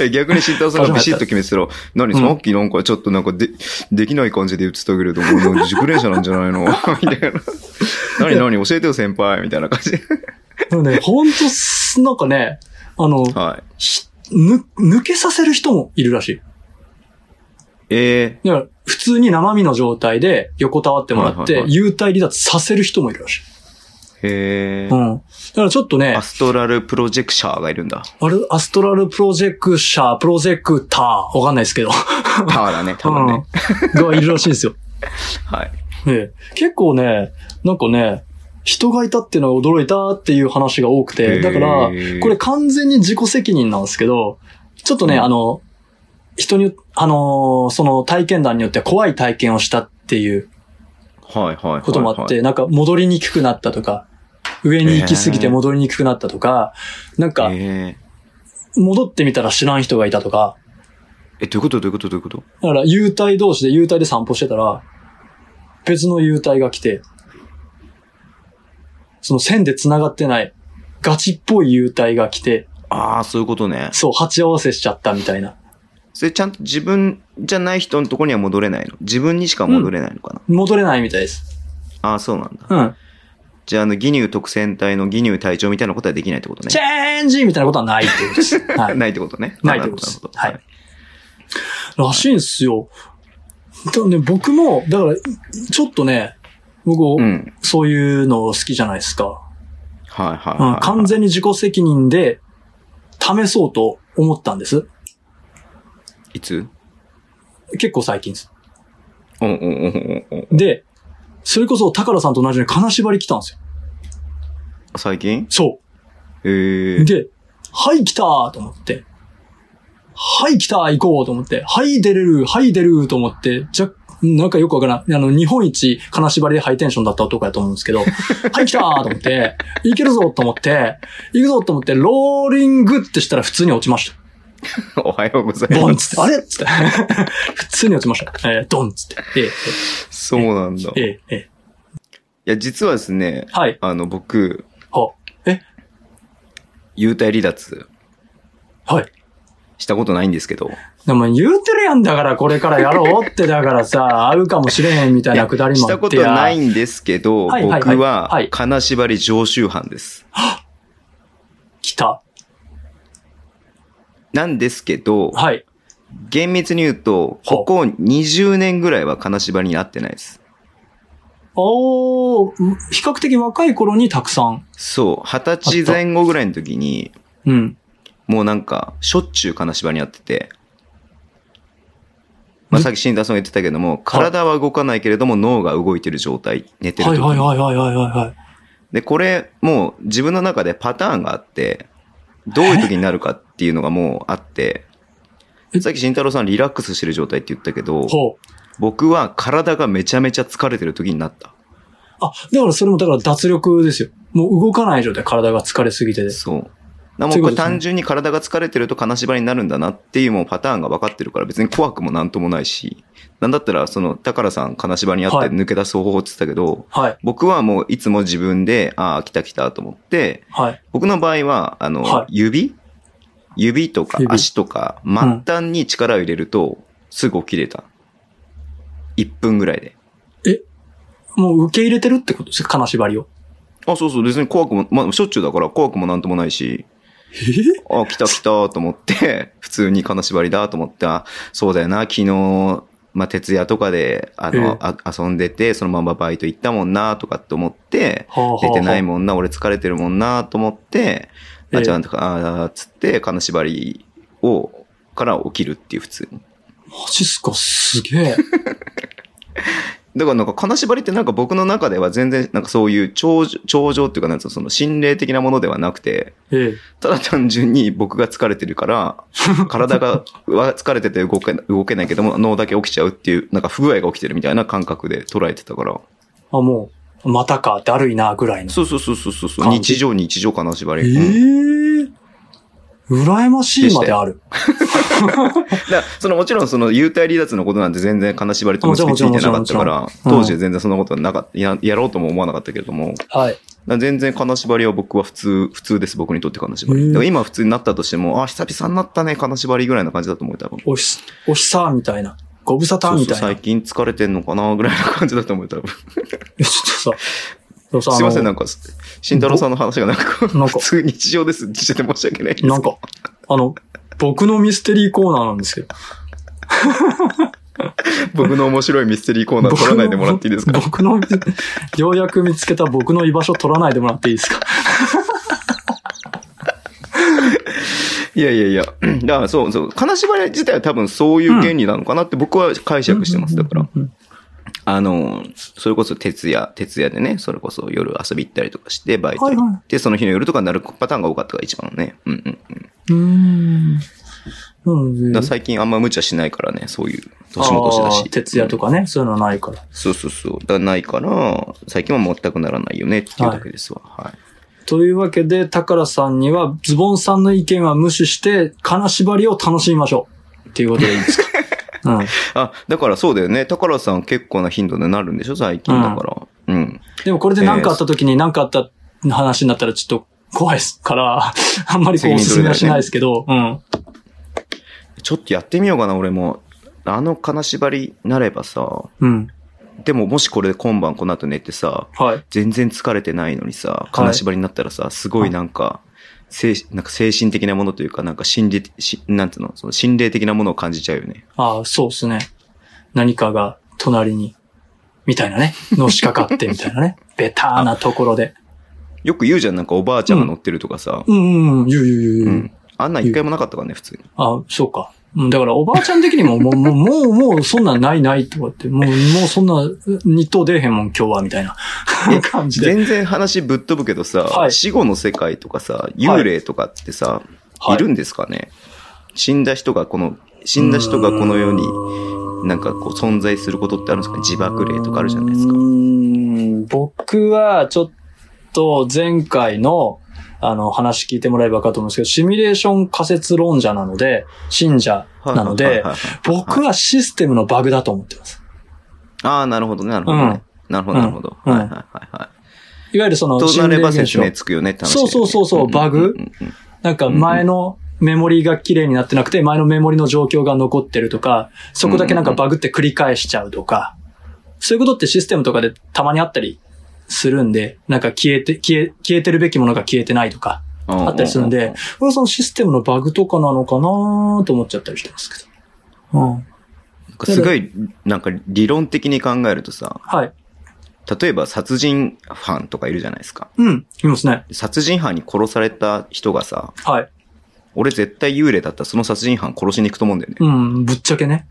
Speaker 2: え逆に慎太郎さんがビシッと決めてたら、何
Speaker 3: うん
Speaker 2: さっきなんかちょっとなんかで、できない感じで言ってたけれども、もう熟練者なんじゃない のみたいな。何何教えてよ先輩みたいな感じで。
Speaker 3: でもね、ほんとす、なんかね、あの、
Speaker 2: はい。
Speaker 3: ひぬ、抜けさせる人もいるらしい。
Speaker 2: え
Speaker 3: だから、普通に生身の状態で横たわってもらっ
Speaker 2: はい
Speaker 3: て、
Speaker 2: はい
Speaker 3: 幽体離脱させる人もいるらしい。
Speaker 2: ー、へ
Speaker 3: う
Speaker 2: ー。
Speaker 3: ん。だからちょっとね
Speaker 2: ア、ストラルプロジェクシャーがいるんだ。
Speaker 3: あれ、アストラルプロジェクシャー、プロジェクター、わかんないですけど、
Speaker 2: タワーだね、多分ね。
Speaker 3: うんがいるらしいんですよ。
Speaker 2: はい。
Speaker 3: ね、結構ね、なんかね、人がいたっていうのは驚いたっていう話が多くて、だから、これ、完全に自己責任なんですけど、ちょっとね、
Speaker 2: うん
Speaker 3: あの、人によ、あのーその体験談によっては怖い体験をしたっていう
Speaker 2: はいはいはい。
Speaker 3: こともあって、
Speaker 2: はい
Speaker 3: なんか戻りにくくなったとか、上に行きすぎて戻りにくくなったとか、なんか
Speaker 2: はい、えー
Speaker 3: 戻ってみたら知らん人がいたとか、
Speaker 2: え、どういうことどういうことどういうこと
Speaker 3: だから、幽体同士で幽体で散歩してたら、別の幽体が来て、その線で繋がってない、ガチっぽい幽体が来て、
Speaker 2: ああ、そういうことね。
Speaker 3: そう、鉢合わせしちゃったみたいな。
Speaker 2: それちゃんと自分じゃない人のとこには戻れないの自分にしか戻れないのかな、
Speaker 3: 戻れないみたいです。
Speaker 2: ああ、そうなんだ。
Speaker 3: うん。
Speaker 2: じゃあ、あの、義乳特選隊の義乳隊長みたいなことはできないってことね。
Speaker 3: チェンジみたいなことはないっていうこ とです。はい。
Speaker 2: ないってことね。
Speaker 3: ないってことです
Speaker 2: るほど
Speaker 3: はいらしいんですよ。だね、僕も、だから、ちょっとね、僕、
Speaker 2: うん。
Speaker 3: そういうの好きじゃないですか。
Speaker 2: はいはいはい、
Speaker 3: うん、完全に自己責任で試そうと思ったんです。
Speaker 2: いつ
Speaker 3: 結構最近です。
Speaker 2: おんおんおんおんおん
Speaker 3: で、それこそ、高田さんと同じように金縛り来たんですよ。
Speaker 2: 最近
Speaker 3: そ
Speaker 2: え
Speaker 3: う。
Speaker 2: ー。
Speaker 3: で、はい、来たーと思って。はい、来たー行こうと思って。はい、出れるはい、出ると思って。じゃ、なんかよくわからん。あの、日本一金縛りでハイテンションだった男やと思うんですけど。 はい、来たーと思って。いけるぞと思って。行くぞと思って、ローリングってしたら普通に落ち ました。
Speaker 2: おはようござい
Speaker 3: ボン
Speaker 2: ま
Speaker 3: っつって。あれっつって。 普通に落ちました。えー、ドンっつって。え
Speaker 2: す。そうなんだ。
Speaker 3: ー、えー、
Speaker 2: い
Speaker 3: えー、え
Speaker 2: や、実はですね、
Speaker 3: ーはい。
Speaker 2: あの、僕、
Speaker 3: は、
Speaker 2: 幽体離脱
Speaker 3: はい。
Speaker 2: したことないんですけど、
Speaker 3: でも言うてるやんだから、これからやろうって、だからさ、会うかもしれへんみたいなくだり
Speaker 2: し
Speaker 3: もあ
Speaker 2: た
Speaker 3: っ
Speaker 2: こ
Speaker 3: て
Speaker 2: と
Speaker 3: や。
Speaker 2: ないんですけど、
Speaker 3: はいはいはい
Speaker 2: 僕は
Speaker 3: はい、
Speaker 2: 金縛り常習犯です。
Speaker 3: 来た。
Speaker 2: なんですけど、
Speaker 3: はい。
Speaker 2: 厳密に言うと、こ
Speaker 3: ほ
Speaker 2: こ20年ぐらいは金縛りになってないです。
Speaker 3: おー、比較的若い頃にたくさん。
Speaker 2: そう、二十歳前後ぐらいの時に、
Speaker 3: うん。
Speaker 2: もうなんか、しょっちゅう金縛りになってて、まあ、さっきシンダーソンが言ってたけども、体は動かないけれども脳が動いてる状態、寝てる
Speaker 3: は
Speaker 2: 時
Speaker 3: い
Speaker 2: に。
Speaker 3: はいはいはいはいはい。
Speaker 2: で、これ、もう自分の中でパターンがあって、どういう時になるかっていうのがもうあって
Speaker 3: え、
Speaker 2: さっき慎太郎さんリラックスしてる状態って言ったけど、
Speaker 3: ほう。
Speaker 2: 僕は体がめちゃめちゃ疲れてる時になった。
Speaker 3: あ、だからそれもだから脱力ですよ。もう動かない状態、体が疲れすぎてで。
Speaker 2: そう。だからも
Speaker 3: そう
Speaker 2: う
Speaker 3: いうこ
Speaker 2: こと
Speaker 3: で
Speaker 2: れ
Speaker 3: すね
Speaker 2: 単純に体が疲れてると金縛りになるんだなっていうもうパターンが分かってるから別に怖くもなんともないし、なんだったらその、高良さん金縛りにあって
Speaker 3: はい
Speaker 2: 抜け出す方法って言ってたけど、
Speaker 3: はい。
Speaker 2: 僕はもういつも自分で、ああ、来た来たと思って、
Speaker 3: はい。
Speaker 2: 僕の場合は、あの、
Speaker 3: は
Speaker 2: 指指とか
Speaker 3: 指
Speaker 2: 足とか、末端に力を入れると、すぐ起きれた。1分ぐらいで。
Speaker 3: もう受け入れてるってことですよ、金縛りを。
Speaker 2: あ、そうそう、別に怖くも、まあ、しょっちゅうだから怖くもなんともないし、
Speaker 3: えー
Speaker 2: あ、来た来たと思って、 普通に金縛りだと思って、あ、そうだよな、昨日、まあ、徹夜とかで、あ
Speaker 3: え
Speaker 2: の
Speaker 3: え、
Speaker 2: あ遊んでて、そのままバイト行ったもんな、とかって思って、
Speaker 3: はあはあはあ
Speaker 2: 出てないもんな、俺疲れてるもんな、と思って、
Speaker 3: ええ
Speaker 2: あ、じゃあ、あーつって、金縛りを、から起きるっていう普通に。
Speaker 3: マジっすか、すげえ。
Speaker 2: だからなんか金縛りってなんか僕の中では全然なんかそういう頂上、頂上っていうかなんつうのその心霊的なものではなくて、
Speaker 3: えー
Speaker 2: ただ単純に僕が疲れてる から、体がは疲れてて動け動けないけども、脳だけ起きちゃうっていう、なんか不具合が起きてるみたいな感覚で捉えてたから。
Speaker 3: あ、もう、またか、だるいな、ぐらいの。
Speaker 2: そうそうそうそうそうそう。
Speaker 3: 感じ
Speaker 2: 日常日常金縛
Speaker 3: え
Speaker 2: り。
Speaker 3: え
Speaker 2: うん
Speaker 3: ー。羨ましいまである。
Speaker 2: だからそのもちろんその幽体離脱のことなんて全然金縛りと結びついてなかったから、
Speaker 3: ろんもちろんもちろん
Speaker 2: 当時は全然そんなことはなかった、ややろうとも思わなかったけれども、だか
Speaker 3: はい。
Speaker 2: ら全然金縛りは僕は普通、普通です、僕にとって金縛
Speaker 3: うん
Speaker 2: り。だから今普通になったとしても、あ、久々になったね、金縛りぐらいな感じだと思うよ、多分。
Speaker 3: おひ、おひさーみたいな。ご無沙
Speaker 2: そ
Speaker 3: 汰
Speaker 2: う
Speaker 3: み
Speaker 2: そう
Speaker 3: たいな。
Speaker 2: 最近疲れてんのかなぐらいな感じだと思うよ、多分。
Speaker 3: いやちょっとさ、でもさ
Speaker 2: すいませ
Speaker 3: あ
Speaker 2: ん、な
Speaker 3: の
Speaker 2: んか、慎太郎さんの話がなんか、
Speaker 3: なん
Speaker 2: 普
Speaker 3: か
Speaker 2: 通日常ですって言ってて申し訳ないです。
Speaker 3: なんか、あの、僕のミステリーコーナーなんですけど。
Speaker 2: 僕の面白いミステリーコーナー取らないでもらっていいですか
Speaker 3: 僕の、僕のようやく見つけた僕の居場所取らないでもらっていいですか
Speaker 2: いやいやいや。だからそうそう。金縛り自体は多分そういう原理なのかなって僕は解釈してます。だから。
Speaker 3: うん。
Speaker 2: あの、それこそ徹夜、徹夜でね、それこそ夜遊び行ったりとかして、バイト
Speaker 3: はい
Speaker 2: 行
Speaker 3: は
Speaker 2: って、その日の夜とかになるパターンが多かったから一番ね。うんうんうん。だか
Speaker 3: い。うーん。なので
Speaker 2: ら最近あんま無茶しないからね、そういう、年も年だ
Speaker 3: あー
Speaker 2: し。
Speaker 3: 徹夜とかね、そういうのないから。
Speaker 2: そうそうそう。だからないから、最近は全くならないよねっていうだけですわ。はい。
Speaker 3: というわけで、宝さんには、ズボンさんの意見は無視して、金縛りを楽しみましょう。っていうことでいい ですかうん。
Speaker 2: あ、だからそうだよね。宝さん結構な頻度でなるんでしょ最近だから。うん。
Speaker 3: でもこれで何かあった時に何かあった話になったらちょっと怖いですから、あんまりこうおすすめはしないですけど、うん。
Speaker 2: ちょっとやってみようかな、俺も。あの金縛りなればさ、
Speaker 3: うん。
Speaker 2: でももしこれ今晩この後寝てさ、
Speaker 3: はい。
Speaker 2: 全然疲れてないのにさ、金縛りになったらさ、すごいなんか、精なんか精神的なものというか、なんか心理、しなんていうの、その心霊的なものを感じちゃうよね。
Speaker 3: ああ、そうですね。何かが隣に、みたいなね。のしかかってみたい なね。ベターなところで。
Speaker 2: よく言うじゃん、なんかおばあちゃんが乗ってるとかさ。
Speaker 3: うんうんうん、ゆうゆうゆう
Speaker 2: う
Speaker 3: ゆう。
Speaker 2: ん。あんなん一回もなかったからね、普通に。
Speaker 3: あ、そうか。うんだから、おばあちゃん的にも、もう、も う、もう、もうそんなんないないとかって、もう、もうそんな、日頭出えへんもん、今日は、みたいな 感じで。
Speaker 2: 全然話ぶっ飛ぶけどさ、
Speaker 3: はい
Speaker 2: 死後の世界とかさ、幽霊とかってさ、
Speaker 3: はい
Speaker 2: い、るんですかね死んだ人がこの、死んだ人がこの世に、なんかこう存在することってあるんですかね自爆霊とかあるじゃないですか
Speaker 3: う。ーん僕は、ちょっと、前回の、あの、話聞いてもらえばわかると思うんですけど、シミュレーション仮説論者なので、信者なの
Speaker 2: はいはい
Speaker 3: で
Speaker 2: はいはい、
Speaker 3: 僕はシステムのバグだと思ってます。
Speaker 2: ああ、なるほどね、なるほどね。なるほど、なるほど。
Speaker 3: うん
Speaker 2: はいはいはいはい
Speaker 3: いわゆるその、
Speaker 2: とな
Speaker 3: 心
Speaker 2: れ
Speaker 3: 霊
Speaker 2: ば
Speaker 3: 現
Speaker 2: 説
Speaker 3: 象
Speaker 2: 明つくよねって話だ
Speaker 3: そ
Speaker 2: よ
Speaker 3: う
Speaker 2: ね。
Speaker 3: そうそうそう、バグ
Speaker 2: うんうんうん
Speaker 3: なんか前のメモリーが綺麗になってなくて、前のメモリの状況が残ってるとか、そこだけなんかバグって繰り返しちゃうとか、そういうことってシステムとかでたまにあったりするんで、なんか消えて、消え、消えてるべきものが消えてないとか、
Speaker 2: うんうん
Speaker 3: あったりするんで、これはそのシステムのバグとかなのかなと思っちゃったりしてますけど。うん。
Speaker 2: なんかすごい、なんか理論的に考えるとさ、
Speaker 3: はい。
Speaker 2: 例えば殺人犯とかいるじゃないですか。
Speaker 3: うん。いますね。
Speaker 2: 殺人犯に殺された人がさ、
Speaker 3: はい。
Speaker 2: 俺絶対幽霊だったらその殺人犯殺しに行くと思うんだよね。
Speaker 3: うん。ぶっちゃけね。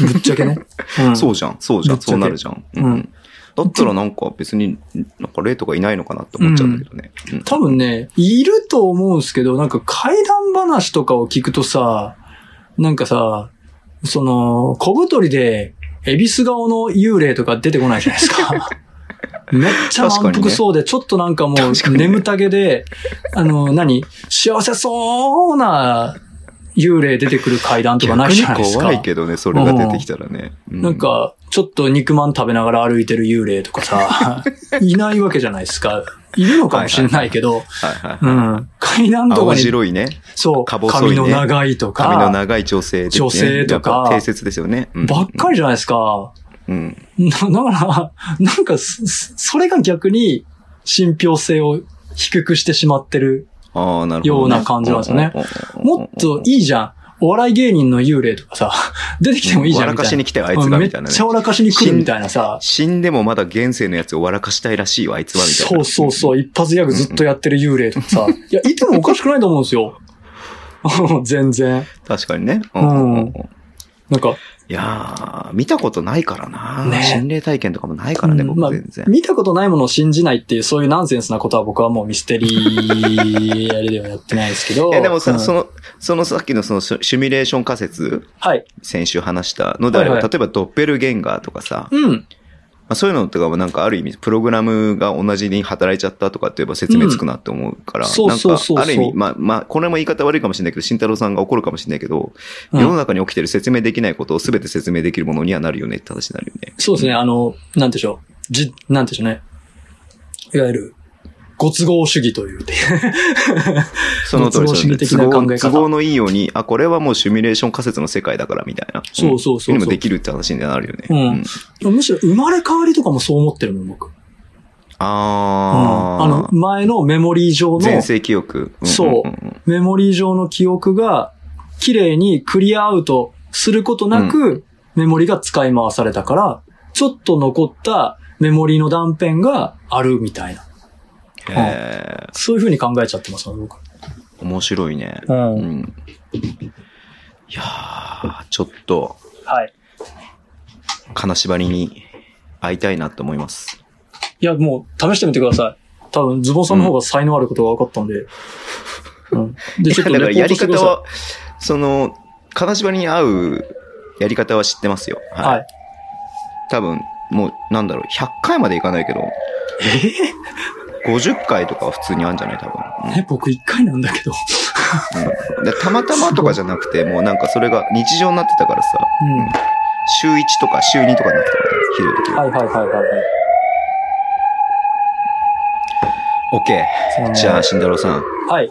Speaker 3: ぶっちゃけね。 うん。
Speaker 2: そうじゃん、そうじゃ
Speaker 3: ぶ
Speaker 2: ん、
Speaker 3: っちゃけ
Speaker 2: そうなるじゃん。うん
Speaker 3: う
Speaker 2: だったらなんか別に、なんか霊とかいないのかなって思っちゃうんだけどね。うん
Speaker 3: 多分ね、いると思うんですけど、なんか怪談話とかを聞くとさ、なんかさ、その、小太りで、エビス顔の幽霊とか出てこないじゃないです か。めっちゃ満腹そうで、ちょっとなんかも
Speaker 2: 確か
Speaker 3: う
Speaker 2: にね
Speaker 3: 眠たげで、あの、何幸せそうな幽霊出てくる怪談とかないじゃないですか。
Speaker 2: 怖いけどね、それが出てきたらね。う
Speaker 3: なん、か、ちょっと肉まん食べながら歩いてる幽霊とかさ、 いないわけじゃないですか。いるのかもしれないけ
Speaker 2: は
Speaker 3: ど、
Speaker 2: いはいはい。
Speaker 3: うん。階段とか
Speaker 2: 青
Speaker 3: に、
Speaker 2: 白いね。
Speaker 3: そう、
Speaker 2: か細い
Speaker 3: 髪
Speaker 2: ね
Speaker 3: の長いとか、
Speaker 2: 髪の長い女性ですね
Speaker 3: 女性とか
Speaker 2: やっぱ定説ですよね。うん
Speaker 3: ばっかりじゃないですか。
Speaker 2: うん。
Speaker 3: な だから、なんかそ、そそれが逆に信憑性を低くしてしまってる。
Speaker 2: ああ、なるほどね。
Speaker 3: ような感じなんですよね
Speaker 2: うん。
Speaker 3: もっといいじゃん。お笑い芸人の幽霊とかさ、出てきてもいいじゃん
Speaker 2: うん
Speaker 3: みた
Speaker 2: 笑か
Speaker 3: いな。
Speaker 2: しに来たよあいつが
Speaker 3: うん
Speaker 2: みたいなね
Speaker 3: めっちゃ笑かしに来るみたいなさ。
Speaker 2: 死んでもまだ現世のやつを笑かしたいらしいわ、あいつは、みたい
Speaker 3: そ
Speaker 2: な。
Speaker 3: うそうそう、一発ギャグずっとやってる幽霊とかさ。いや、いてもおかしくないと思うんですよ。 全然。
Speaker 2: 確かにね。う
Speaker 3: うんなんか、
Speaker 2: いやー、見たことないからな、
Speaker 3: ね
Speaker 2: 心霊体験とかもないからね、
Speaker 3: うんま
Speaker 2: 僕
Speaker 3: あ
Speaker 2: 全然。
Speaker 3: 見たことないものを信じないっていう、そういうナンセンスなことは僕はもうミステリ ー、あれではやってないですけど。
Speaker 2: いやでもさ、
Speaker 3: うん
Speaker 2: その、そのさっきのそのシュシミュレーション仮説、
Speaker 3: はい。
Speaker 2: 先週話したのであれば、
Speaker 3: はいはい
Speaker 2: 例えばドッペルゲンガーとかさ、ま
Speaker 3: うん。
Speaker 2: あ、そういうのとかもなんかある意味、プログラムが同じに働いちゃったとかって言えば説明つくなって思うから、
Speaker 3: うんそう
Speaker 2: なん
Speaker 3: そう
Speaker 2: か
Speaker 3: そうそ
Speaker 2: あ
Speaker 3: う
Speaker 2: る意味、まあまあ、これも言い方悪いかもしれないけど、慎太郎さんが怒るかもしれないけど、
Speaker 3: うん
Speaker 2: 世の中に起きてる説明できないことを全て説明できるものにはなるよねって話になるよね。
Speaker 3: そうですね、あの、なんていうんでしょう。じ、なんていうんでしょうね。いわゆる、ご都合主義というて。
Speaker 2: その通り
Speaker 3: 都合主義的な
Speaker 2: そ
Speaker 3: 考
Speaker 2: の
Speaker 3: え
Speaker 2: 都
Speaker 3: 方
Speaker 2: 合都合のいいように、あ、これはもうシミュレーション仮説の世界だからみたいな。
Speaker 3: そうそうそうそう
Speaker 2: にもできるって話になるよね。
Speaker 3: うん むしろ生まれ変わりとかもそう思ってるもん、僕。うん。
Speaker 2: あー。
Speaker 3: あの、前のメモリー上の
Speaker 2: 前、世記憶。ん
Speaker 3: そうん
Speaker 2: んん
Speaker 3: メモリー上の記憶が、綺麗にクリアアウトすることなく、メモリが使い回されたから、ちょっと残ったメモリの断片があるみたいな。
Speaker 2: へ
Speaker 3: そういう風に考えちゃってます、僕。
Speaker 2: ー面白いね。
Speaker 3: ん
Speaker 2: うん。いやー、ちょっと、
Speaker 3: はい。
Speaker 2: 金縛りに会いたいなと思います。
Speaker 3: いや、もう試してみてください。多分、ズボンさんの方が才能あることが分かったん で。うん。で、ちょっと
Speaker 2: だ
Speaker 3: レ
Speaker 2: から
Speaker 3: ポー
Speaker 2: や
Speaker 3: ト
Speaker 2: り
Speaker 3: して
Speaker 2: 方
Speaker 3: くださ
Speaker 2: は、その、金縛りに合うやり方は知ってますよ。
Speaker 3: い。はい。
Speaker 2: 多分、もう、なんだろう、100回までいかないけど、50回とかは普通にあるんじゃない多分。うん
Speaker 3: ね、僕一回なんだけど。
Speaker 2: でたまたまとかじゃなくて、もうなんかそれが日常になってたからさ、
Speaker 3: うん。
Speaker 2: 週1とか週2とかになってたからね、ひどい時は。
Speaker 3: はいはいはいはいはい。そん
Speaker 2: OK。
Speaker 3: な
Speaker 2: じゃあ、慎太郎さん、
Speaker 3: はい。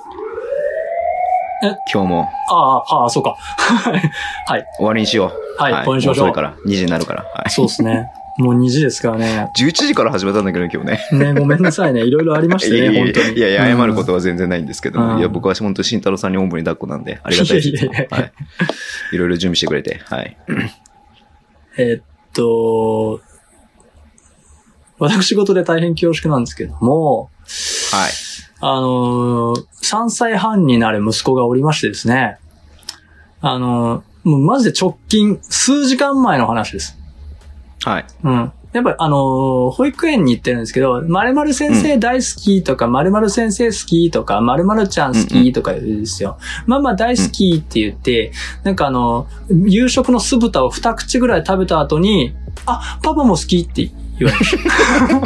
Speaker 2: 今日も
Speaker 3: ああ、ああ、そうか。はい。
Speaker 2: 終わりにしよう。
Speaker 3: はい終わりにしましょう
Speaker 2: も遅いから、2時になるから。はい。
Speaker 3: そうですね。もう2時ですからね。
Speaker 2: 11時から始めたんだけどね、今日ね。
Speaker 3: ね、ごめんなさいね。いろいろありまし
Speaker 2: い
Speaker 3: た
Speaker 2: や
Speaker 3: ね、
Speaker 2: いや
Speaker 3: 本
Speaker 2: い
Speaker 3: 当
Speaker 2: や
Speaker 3: に。
Speaker 2: いやいや、謝ること
Speaker 3: は。
Speaker 2: は全然ないんですけど
Speaker 3: う
Speaker 2: も、
Speaker 3: ん
Speaker 2: いや、僕は本当慎太郎さんにおんぶに抱っこなんで、ありがたいで
Speaker 3: い
Speaker 2: す。
Speaker 3: やいやいや
Speaker 2: はい。いろいろ準備してくれて、はい。
Speaker 3: えーっと、私事で大変恐縮なんですけども、
Speaker 2: はい。
Speaker 3: あのー、3歳半になる息子がおりましてですね、あのー、もうマジで直近、数時間前の話です。
Speaker 2: はい。
Speaker 3: うん。やっぱりあのー保育園に行ってるんですけど、〇〇先生大好きとか、〇〇先生好きとか、〇〇ちゃん好きとか言うんですよ。ママ大好きって言って、なんかあのー夕食の酢豚を二口ぐらい食べた後に、あ、パパも好きって言わ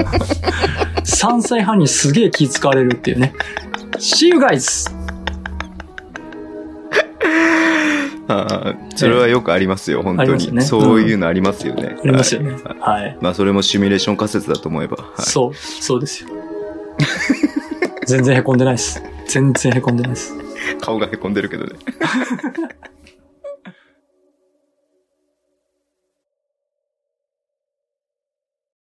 Speaker 3: れました。3歳半にすげえ気使われるっていうね。See you guys!
Speaker 2: あー それはよくありますよ、本当
Speaker 3: ありますよね
Speaker 2: に。そういうのありますよね。
Speaker 3: ありますよね
Speaker 2: はい。
Speaker 3: はい。
Speaker 2: まあ、それもシミュレーション仮説だと思えば。はい
Speaker 3: そう、そうですよ。全然凹んでないです。全然凹んでないです。
Speaker 2: 顔がへこんでるけどね。